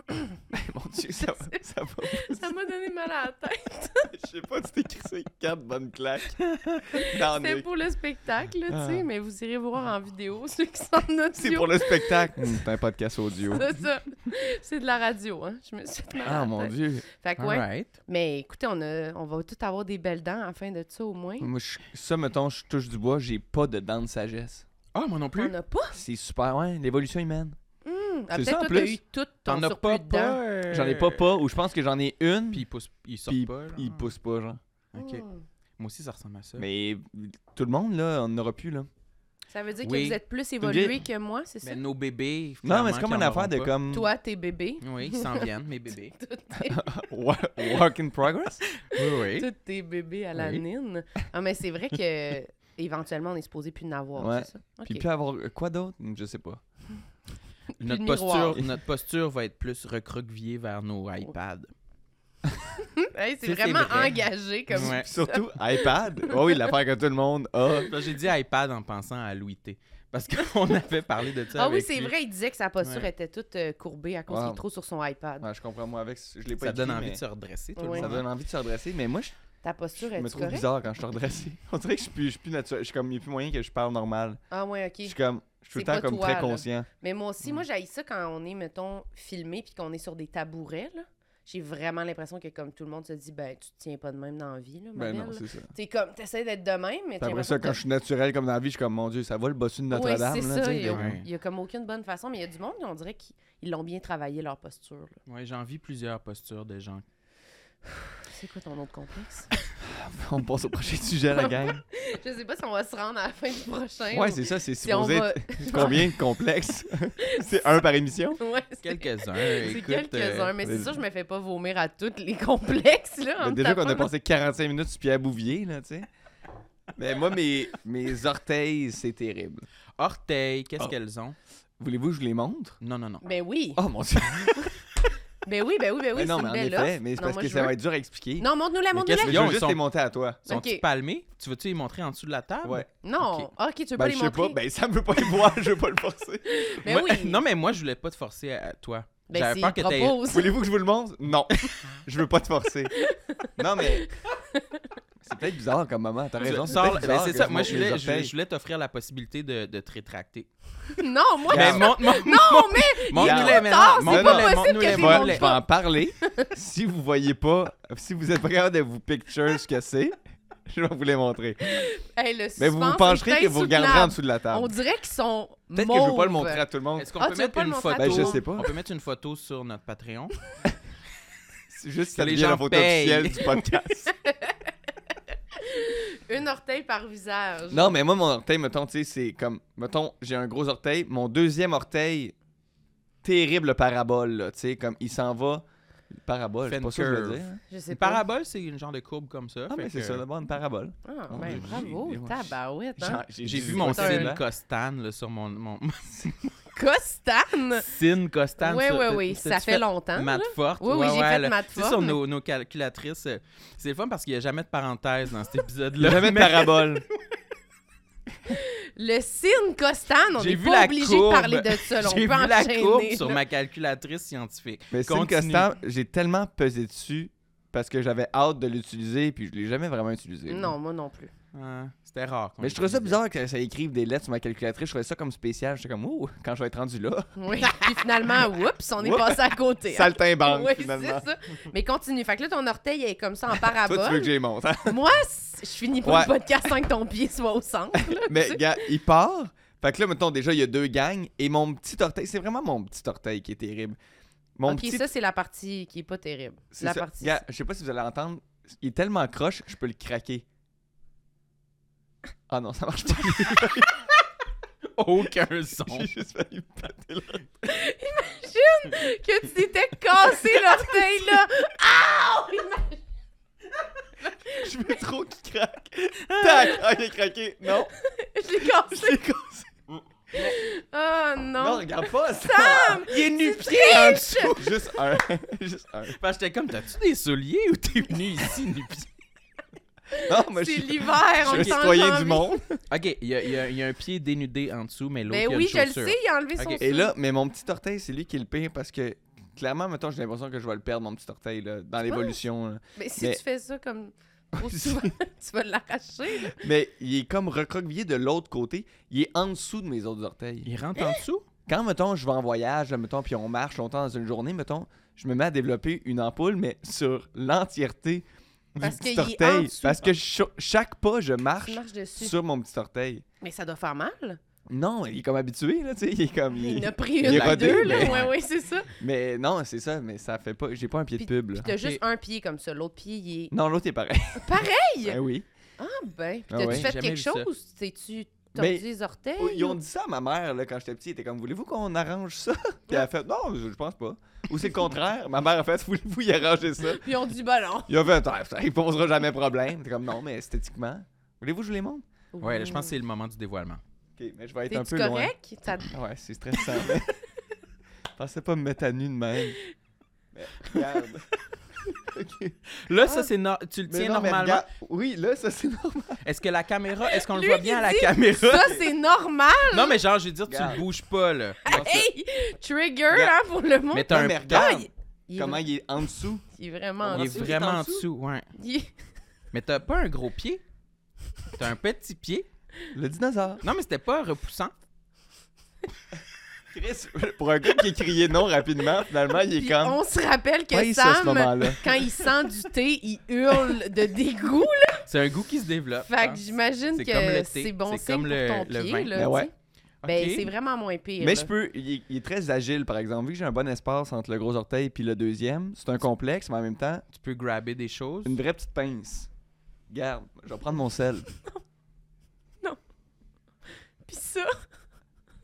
Speaker 4: Mon Dieu, ça va, ça va.
Speaker 1: Ça m'a donné mal à la tête.
Speaker 4: Je sais pas, tu t'es crissé quatre bonnes claques. Dans
Speaker 1: C'était
Speaker 4: le-
Speaker 1: pour le spectacle, là, tu sais,
Speaker 4: Ah.
Speaker 1: mais vous irez voir en vidéo ceux qui sont en audio.
Speaker 4: C'est pour le spectacle. Hmm, C'est un podcast audio.
Speaker 1: C'est ça. C'est de la radio, hein. Je me suis fait mal à
Speaker 4: Ah
Speaker 1: la
Speaker 4: mon
Speaker 1: tête.
Speaker 4: Dieu.
Speaker 1: Fait que ouais.
Speaker 2: Alright.
Speaker 1: Mais écoutez, on, a, on va tous avoir des belles dents à la fin de ça, au moins.
Speaker 4: Moi, je- ça, mettons, je touche du bois, j'ai pas de dents de sagesse.
Speaker 2: Ah, moi non plus.
Speaker 1: T'en as pas?
Speaker 4: C'est super, ouais, l'évolution humaine.
Speaker 1: Hum, ah, peut-être
Speaker 4: C'est ça, en
Speaker 1: toi, t'as
Speaker 4: plus.
Speaker 1: eu tout ton
Speaker 2: T'en as
Speaker 1: surplus
Speaker 2: pas
Speaker 1: de dents.
Speaker 2: pas. euh.
Speaker 4: J'en ai pas pas, ou je pense que j'en ai
Speaker 2: Puis
Speaker 4: une, puis
Speaker 2: il pousse, il sort
Speaker 4: puis
Speaker 2: pas. genre.
Speaker 4: il pousse pas, genre.
Speaker 2: Ok.
Speaker 1: Hum.
Speaker 2: Moi aussi, ça ressemble à ça. Mais,
Speaker 4: Mais tout le monde, là, on n'aura plus, là.
Speaker 1: Ça veut dire
Speaker 2: Oui.
Speaker 1: que vous êtes plus
Speaker 4: me
Speaker 1: évolué que moi, c'est ça?
Speaker 2: nos bébés.
Speaker 4: Non, mais
Speaker 2: clairement,
Speaker 4: c'est comme
Speaker 2: qu'ils
Speaker 4: une
Speaker 2: en
Speaker 4: affaire de
Speaker 2: auront pas.
Speaker 4: comme.
Speaker 1: Toi, t'es bébé.
Speaker 2: Oui, qui s'en viennent, mes bébés.
Speaker 4: Wa- Work in progress?
Speaker 2: Oui, oui.
Speaker 1: Tous tes bébés à la
Speaker 2: Oui.
Speaker 1: nine. Ah, mais c'est vrai que éventuellement, on est supposé plus en avoir,
Speaker 4: Ouais.
Speaker 1: c'est ça?
Speaker 4: Puis
Speaker 1: Ok.
Speaker 4: puis avoir euh, quoi d'autre? Je sais pas.
Speaker 1: de
Speaker 2: Notre
Speaker 1: miroir.
Speaker 2: posture, notre posture va être plus recroquevillée vers nos iPads.
Speaker 1: Hey,
Speaker 2: c'est
Speaker 1: c'est vraiment
Speaker 2: vrai.
Speaker 1: engagé comme
Speaker 2: Ouais.
Speaker 4: Surtout iPad. Oh oui, l'affaire que tout le monde a.
Speaker 2: Parce que J'ai dit iPad en pensant à Louis T. Parce qu'on avait parlé de ça.
Speaker 1: Ah oui,
Speaker 2: avec
Speaker 1: c'est
Speaker 2: lui.
Speaker 1: vrai, il disait que sa posture
Speaker 2: Ouais.
Speaker 1: était toute euh, courbée à cause qu'il
Speaker 4: Wow.
Speaker 1: est trop sur son iPad.
Speaker 4: Ouais, je comprends, moi, avec. Je l'ai pas
Speaker 2: Ça
Speaker 4: écrit,
Speaker 2: donne envie
Speaker 4: mais
Speaker 2: de se redresser, tout le
Speaker 1: Ouais.
Speaker 4: Ça
Speaker 2: monde.
Speaker 4: donne envie de se redresser, mais moi, je,
Speaker 1: Ta
Speaker 4: je
Speaker 1: posture est
Speaker 4: me trouve
Speaker 1: correcte?
Speaker 4: bizarre quand je suis redressé. On dirait que je suis plus, je suis plus naturel. Je suis comme, il n'y a plus moyen que je parle normal.
Speaker 1: Ah ouais,
Speaker 4: Je
Speaker 1: OK.
Speaker 4: suis comme, je
Speaker 1: C'est
Speaker 4: suis tout le temps
Speaker 1: pas
Speaker 4: comme
Speaker 1: toi,
Speaker 4: très
Speaker 1: là.
Speaker 4: conscient.
Speaker 1: Mais moi aussi,
Speaker 4: Mm.
Speaker 1: moi j'aille ça quand on est mettons filmé puis qu'on est sur des tabourets là. J'ai vraiment l'impression que comme tout le monde se dit ben tu te tiens pas de même dans la vie là, ma
Speaker 4: Ben non,
Speaker 1: belle.
Speaker 4: c'est ça.
Speaker 1: T'es comme t'essaies d'être de même mais
Speaker 4: Puis
Speaker 1: t'as
Speaker 4: après ça, quand je suis naturel comme dans la vie, je suis comme, mon Dieu, ça va le bossu de Notre-Dame,
Speaker 1: Oui, c'est
Speaker 4: là, tu
Speaker 1: ça,
Speaker 4: sais, ben
Speaker 1: il y, a,
Speaker 4: de-
Speaker 2: Ouais.
Speaker 1: il y a comme aucune bonne façon mais il y a du monde on dirait qu'ils ils l'ont bien travaillé leur posture. là.
Speaker 2: Ouais, j'en vis plusieurs postures de gens.
Speaker 1: C'est quoi ton autre complexe
Speaker 4: On passe au prochain sujet, la gang.
Speaker 1: Je sais pas si on va se rendre à la fin du prochain.
Speaker 4: Ouais,
Speaker 1: ou-
Speaker 4: c'est ça, c'est
Speaker 1: si on
Speaker 4: supposé
Speaker 1: va-
Speaker 4: être combien de complexes? c'est un par émission?
Speaker 1: Ouais, c'est-
Speaker 2: Quelques-uns.
Speaker 1: C'est
Speaker 2: écoute,
Speaker 1: quelques-uns,
Speaker 2: euh,
Speaker 1: mais
Speaker 4: euh,
Speaker 1: c'est sûr, je me fais pas vomir à tous les complexes, là. en
Speaker 4: Ben,
Speaker 1: me
Speaker 4: déjà qu'on a
Speaker 1: tapant dans-
Speaker 4: passé 45 minutes sur Pierre Bouvier, là, tu sais. Mais moi, mes, mes orteils, c'est terrible.
Speaker 2: Orteils, qu'est-ce
Speaker 4: Oh.
Speaker 2: qu'elles ont?
Speaker 4: Voulez-vous que je vous les montre?
Speaker 2: Non, non, non.
Speaker 1: Ben oui.
Speaker 4: Oh mon dieu!
Speaker 1: Ben oui, ben oui, ben oui,
Speaker 4: mais non,
Speaker 1: c'est une
Speaker 4: mais en
Speaker 1: belle
Speaker 4: effet,
Speaker 1: offre.
Speaker 4: mais c'est
Speaker 1: Non,
Speaker 4: parce
Speaker 1: moi,
Speaker 4: que
Speaker 1: je
Speaker 4: ça
Speaker 1: veux.
Speaker 4: va être dur à expliquer.
Speaker 1: Non, montre-nous-la,
Speaker 2: Mais
Speaker 4: Mais
Speaker 1: montre-nous-la.
Speaker 4: je
Speaker 2: Ils ont-
Speaker 4: veux
Speaker 2: ils
Speaker 4: juste
Speaker 2: sont-
Speaker 4: les monter à toi.
Speaker 2: Sont-ils
Speaker 1: Ok.
Speaker 2: palmés? Tu veux-tu les montrer en dessous de la table?
Speaker 4: Ouais.
Speaker 1: Non, ok, tu Ah, veux pas
Speaker 4: Ben, je
Speaker 1: les
Speaker 4: sais pas,
Speaker 1: montrer.
Speaker 4: ben, ça me veut pas les voir, je veux pas le forcer.
Speaker 1: Ben
Speaker 2: Moi-
Speaker 1: oui.
Speaker 2: non, mais moi, je voulais pas te forcer à toi.
Speaker 1: ben
Speaker 2: J'avais
Speaker 1: si,
Speaker 2: peur que t'aies-
Speaker 1: propose.
Speaker 4: Voulez-vous que je vous le montre? Non. Je veux pas te forcer. Non, mais. C'est peut-être bizarre comme maman, t'as
Speaker 2: Tu-
Speaker 4: raison.
Speaker 2: sors-
Speaker 4: peut-être
Speaker 2: ben,
Speaker 4: bizarre
Speaker 2: c'est
Speaker 4: que
Speaker 2: ça.
Speaker 4: je
Speaker 2: Moi,
Speaker 4: montre
Speaker 2: je
Speaker 4: mes
Speaker 2: voulais, je voulais-
Speaker 4: orteils.
Speaker 2: je voulais t'offrir la possibilité de, de te rétracter.
Speaker 1: Non, moi,
Speaker 2: Mais
Speaker 4: Regarde.
Speaker 2: montre moi
Speaker 1: non, mais
Speaker 2: montre-les
Speaker 1: tard,
Speaker 2: maintenant.
Speaker 1: c'est
Speaker 4: pas
Speaker 2: Montre-les,
Speaker 1: possible que
Speaker 2: montre-les,
Speaker 1: t'aies
Speaker 4: Moi,
Speaker 1: montres
Speaker 2: montre-les.
Speaker 4: je vais en parler. si vous voyez pas, si vous êtes pas capable de vous picture ce que c'est, je vais vous les montrer.
Speaker 1: hey, le
Speaker 4: Mais vous vous
Speaker 1: suspense
Speaker 4: pencherez
Speaker 1: est
Speaker 4: que vous regarderez en
Speaker 1: insoutenable.
Speaker 4: dessous de la
Speaker 1: On
Speaker 4: table.
Speaker 1: dirait qu'ils sont
Speaker 4: Peut-être que je veux pas le
Speaker 1: mauves.
Speaker 4: montrer à tout le monde.
Speaker 2: Est-ce qu'on
Speaker 1: Ah,
Speaker 2: peut
Speaker 1: tu veux
Speaker 2: mettre
Speaker 1: pas le
Speaker 2: une
Speaker 1: montrer à
Speaker 2: photo?
Speaker 4: Ben,
Speaker 1: tout
Speaker 4: je
Speaker 1: le
Speaker 4: sais
Speaker 1: monde?
Speaker 4: pas.
Speaker 2: On peut mettre une photo sur notre Patreon.
Speaker 4: C'est juste que
Speaker 2: Que
Speaker 4: ça
Speaker 2: les
Speaker 4: devient la
Speaker 2: gens
Speaker 4: photo
Speaker 2: payent.
Speaker 4: officielle du podcast.
Speaker 1: Une orteil par visage.
Speaker 4: non, mais moi, mon orteil, mettons, tu sais, c'est comme. Mettons, j'ai un gros orteil. Mon deuxième orteil, terrible parabole, là. Tu sais, comme il s'en va. Parabole, c'est pas ça que je veux
Speaker 2: Fan
Speaker 4: dire.
Speaker 1: Je sais
Speaker 2: Une
Speaker 1: pas.
Speaker 2: parabole, c'est une genre de courbe comme ça.
Speaker 4: Ah,
Speaker 2: fait
Speaker 4: mais c'est
Speaker 2: que-
Speaker 4: ça, d'abord une parabole.
Speaker 1: Ah,
Speaker 4: Oh,
Speaker 1: ben
Speaker 4: j'ai-
Speaker 1: bravo,
Speaker 4: j'ai-
Speaker 1: tabarouette, hein?
Speaker 2: J'ai vu
Speaker 4: dit-
Speaker 2: mon
Speaker 1: C'est
Speaker 2: Cine
Speaker 1: un-
Speaker 2: Costane là, sur mon. mon...
Speaker 1: Costane!
Speaker 2: Cine Costane.
Speaker 1: Oui,
Speaker 2: sur-
Speaker 1: oui, oui, ça
Speaker 2: t'as-tu
Speaker 1: fait longtemps.
Speaker 2: Matt Forte.
Speaker 1: Hein? Oui, oui,
Speaker 2: ouais,
Speaker 1: j'ai
Speaker 2: ouais,
Speaker 1: fait
Speaker 2: là.
Speaker 1: Matt
Speaker 2: Tu sais,
Speaker 1: Forte,
Speaker 2: sur
Speaker 1: mais-
Speaker 2: nos, nos calculatrices, euh, c'est le fun parce qu'il n'y a jamais de parenthèse dans cet
Speaker 4: Il y a
Speaker 2: épisode-là.
Speaker 4: Jamais de
Speaker 2: Mais-
Speaker 4: parabole.
Speaker 1: Le signe Costane, on
Speaker 2: J'ai
Speaker 1: n'est
Speaker 2: vu
Speaker 1: pas
Speaker 2: la
Speaker 1: obligé
Speaker 2: courbe.
Speaker 1: de parler de ça. là, On peut
Speaker 2: J'ai vu
Speaker 1: enchaîner.
Speaker 2: la courbe sur
Speaker 1: là.
Speaker 2: ma calculatrice scientifique.
Speaker 4: Mais Cine
Speaker 2: Continue.
Speaker 4: Costane, j'ai tellement pesé dessus parce que j'avais hâte de l'utiliser puis je l'ai jamais vraiment utilisé.
Speaker 1: Non, moi non plus.
Speaker 2: Ah, C'était rare. qu'on
Speaker 4: Mais je trouvais ça
Speaker 2: l'utilisait.
Speaker 4: bizarre que ça écrive des lettres sur ma calculatrice. Je trouvais ça comme spécial. J'étais comme, oh, quand je vais être rendu là.
Speaker 1: Oui. Puis finalement, oups, on est
Speaker 4: Oups.
Speaker 1: passé à côté. hein.
Speaker 4: Saltimbanque,
Speaker 1: Oui, c'est
Speaker 4: finalement.
Speaker 1: ça. Mais continue. Fait que là, ton orteil est comme ça en
Speaker 4: Toi, tu veux
Speaker 1: parabole.
Speaker 4: que j'y monte. hein?
Speaker 1: Moi, c- je finis pas le
Speaker 4: Ouais.
Speaker 1: podcast sans que ton pied soit au centre. là, tu
Speaker 4: Mais
Speaker 1: sais.
Speaker 4: gars, il part. Fait que là, mettons, déjà, il y a deux gangs et mon petit orteil, c'est vraiment mon petit orteil qui est terrible. Mon
Speaker 1: ok,
Speaker 4: petit.
Speaker 1: ça, c'est la partie qui est pas terrible.
Speaker 4: c'est
Speaker 1: La
Speaker 4: ça.
Speaker 1: partie.
Speaker 4: Gars, je sais pas si vous allez l'entendre. Il est tellement croche que je peux le craquer. Ah non, ça marche pas.
Speaker 2: Aucun son.
Speaker 4: J'ai juste failli me péter le
Speaker 1: Que tu t'étais cassé l'orteil, là. Ah!
Speaker 4: Je veux trop qu'il craque. Tac! Ah, il a craqué. Non.
Speaker 1: Je l'ai
Speaker 4: Je
Speaker 1: cassé.
Speaker 4: l'ai cassé.
Speaker 1: Oh non.
Speaker 4: Non, regarde pas ça.
Speaker 2: Il est nu pied
Speaker 4: En dessous. Juste un. Juste un.
Speaker 2: Parce que j'étais comme, t'as-tu des souliers ou t'es venu ici nu pied?
Speaker 4: Non, moi, je
Speaker 1: c'est
Speaker 4: suis
Speaker 1: l'hiver,
Speaker 4: je
Speaker 1: on
Speaker 4: suis un
Speaker 1: est en
Speaker 4: citoyen
Speaker 1: janvier.
Speaker 4: du monde.
Speaker 2: Ok, il y a, il y a- il y a un pied dénudé en dessous, mais l'autre, il
Speaker 1: Ben
Speaker 2: y a
Speaker 1: oui,
Speaker 2: une
Speaker 1: je le
Speaker 2: chaussure.
Speaker 1: sais, il a enlevé son
Speaker 2: Ok.
Speaker 4: Et
Speaker 1: sou.
Speaker 4: là, mais mon petit orteil, c'est lui qui est le pire parce que clairement, mettons, j'ai l'impression que je vais le perdre, mon petit orteil, là, dans l'évolution. là.
Speaker 1: Mais si
Speaker 4: mais-
Speaker 1: tu fais ça comme trop souvent, tu vas l'arracher. là.
Speaker 4: Mais il est comme recroquevillé de l'autre côté. Il est en dessous de mes autres orteils.
Speaker 2: Il rentre en dessous?
Speaker 4: Quand, mettons, je vais en voyage, là, mettons, puis on marche longtemps dans une journée, mettons, je me mets à développer une ampoule, mais sur l'entièreté du
Speaker 1: Parce
Speaker 4: petit
Speaker 1: qu'il est en
Speaker 4: orteil.
Speaker 1: dessous.
Speaker 4: Parce que cho- chaque pas, je marche
Speaker 1: Tu marches dessus.
Speaker 4: sur mon petit orteil.
Speaker 1: Mais ça doit faire mal.
Speaker 4: Non, il est comme habitué, là, tu sais, il est comme... il-
Speaker 1: Il en a pris
Speaker 4: il
Speaker 1: une
Speaker 4: est
Speaker 1: ou
Speaker 4: rodé,
Speaker 1: deux, là.
Speaker 4: mais-
Speaker 1: Ouais, ouais, c'est ça.
Speaker 4: Mais non, c'est ça, mais ça fait pas... J'ai pas un pied de pub, là.
Speaker 1: Puis t'as
Speaker 2: Ah, Ok. Hmm.
Speaker 1: juste un pied comme ça, l'autre pied, il est.
Speaker 4: Non, l'autre est pareil.
Speaker 1: Pareil!
Speaker 4: Ben oui.
Speaker 1: Ah ben, puis
Speaker 4: Ah
Speaker 1: t'as-tu
Speaker 4: ouais.
Speaker 1: fait
Speaker 2: J'ai
Speaker 1: quelque
Speaker 2: jamais vu ça.
Speaker 1: chose? T'es-tu tordu
Speaker 4: Ben,
Speaker 1: les orteils?
Speaker 4: Ils ont
Speaker 1: ou-
Speaker 4: dit ça à ma mère, là, quand j'étais petit. Elle était comme, voulez-vous qu'on arrange ça? Puis elle a fait, non, je je pense pas. Ou c'est le contraire. Ma mère a fait, voulez-vous y arranger ça?
Speaker 1: Puis ils ont dit, bah non.
Speaker 4: Il a fait, Ah, ça, il posera jamais problème. T'es comme, non, mais esthétiquement. Voulez-vous que je vous les montre?
Speaker 2: Ouais, là, je pense que c'est le moment du dévoilement.
Speaker 4: Ok, mais je vais être un
Speaker 1: T'es-tu
Speaker 4: peu loin.
Speaker 1: correct? Ça-
Speaker 4: Ah Ouais, c'est stressant. mais- Je pensais pas me mettre à nu de même. Mais regarde. Ok.
Speaker 2: Là,
Speaker 1: Ah.
Speaker 2: ça, c'est no- tu le
Speaker 4: Mais
Speaker 2: tiens
Speaker 4: non, mais
Speaker 2: normalement.
Speaker 4: regarde. Oui, là, ça c'est normal.
Speaker 2: Est-ce que la caméra, est-ce qu'on le
Speaker 1: Lui
Speaker 2: voit
Speaker 1: qui
Speaker 2: bien à la
Speaker 1: dit-
Speaker 2: caméra?
Speaker 1: Ça, c'est normal!
Speaker 2: Non, mais genre, je veux dire, tu le
Speaker 4: Regarde.
Speaker 2: bouges pas, là.
Speaker 1: Hey! Trigger, hein, pour le monde.
Speaker 2: Mais t'as
Speaker 4: Non,
Speaker 2: un
Speaker 4: mais
Speaker 1: Ah,
Speaker 4: regarde
Speaker 1: il... il est-
Speaker 4: comment il est en dessous.
Speaker 1: il est vraiment...
Speaker 2: Il est
Speaker 4: dessous, il est
Speaker 2: vraiment
Speaker 4: en
Speaker 2: en dessous, ouais.
Speaker 1: il est-
Speaker 2: Mais t'as pas un gros pied. T'as un petit pied.
Speaker 4: Le dinosaure.
Speaker 2: Non, mais c'était pas repoussant.
Speaker 4: Chris, pour un gars qui criait non rapidement, finalement, Ah, il est
Speaker 1: Puis
Speaker 4: comme.
Speaker 1: on se rappelle que
Speaker 4: Ouais, ça, ce
Speaker 1: Sam,
Speaker 4: moment-là.
Speaker 1: quand il sent du thé, il hurle de dégoût.
Speaker 2: C'est un goût qui se développe.
Speaker 1: Fait
Speaker 2: hein.
Speaker 1: que j'imagine
Speaker 2: C'est
Speaker 1: que
Speaker 2: comme le thé,
Speaker 1: c'est bon
Speaker 2: c'est
Speaker 1: signe
Speaker 2: comme le-
Speaker 1: pour ton
Speaker 2: le
Speaker 1: pied.
Speaker 2: vin.
Speaker 1: Là,
Speaker 4: Ben
Speaker 1: tu
Speaker 4: ouais.
Speaker 1: sais. Ben,
Speaker 2: Ok.
Speaker 1: c'est vraiment moins pire.
Speaker 4: Mais
Speaker 1: là.
Speaker 4: je peux, il est, il est très agile par exemple. Vu que j'ai un bon espace entre le gros orteil puis le deuxième, c'est un complexe, mais en même temps,
Speaker 2: Tu peux grabber des choses.
Speaker 4: une vraie petite pince. Garde, je vais prendre mon sel.
Speaker 1: Puis ça...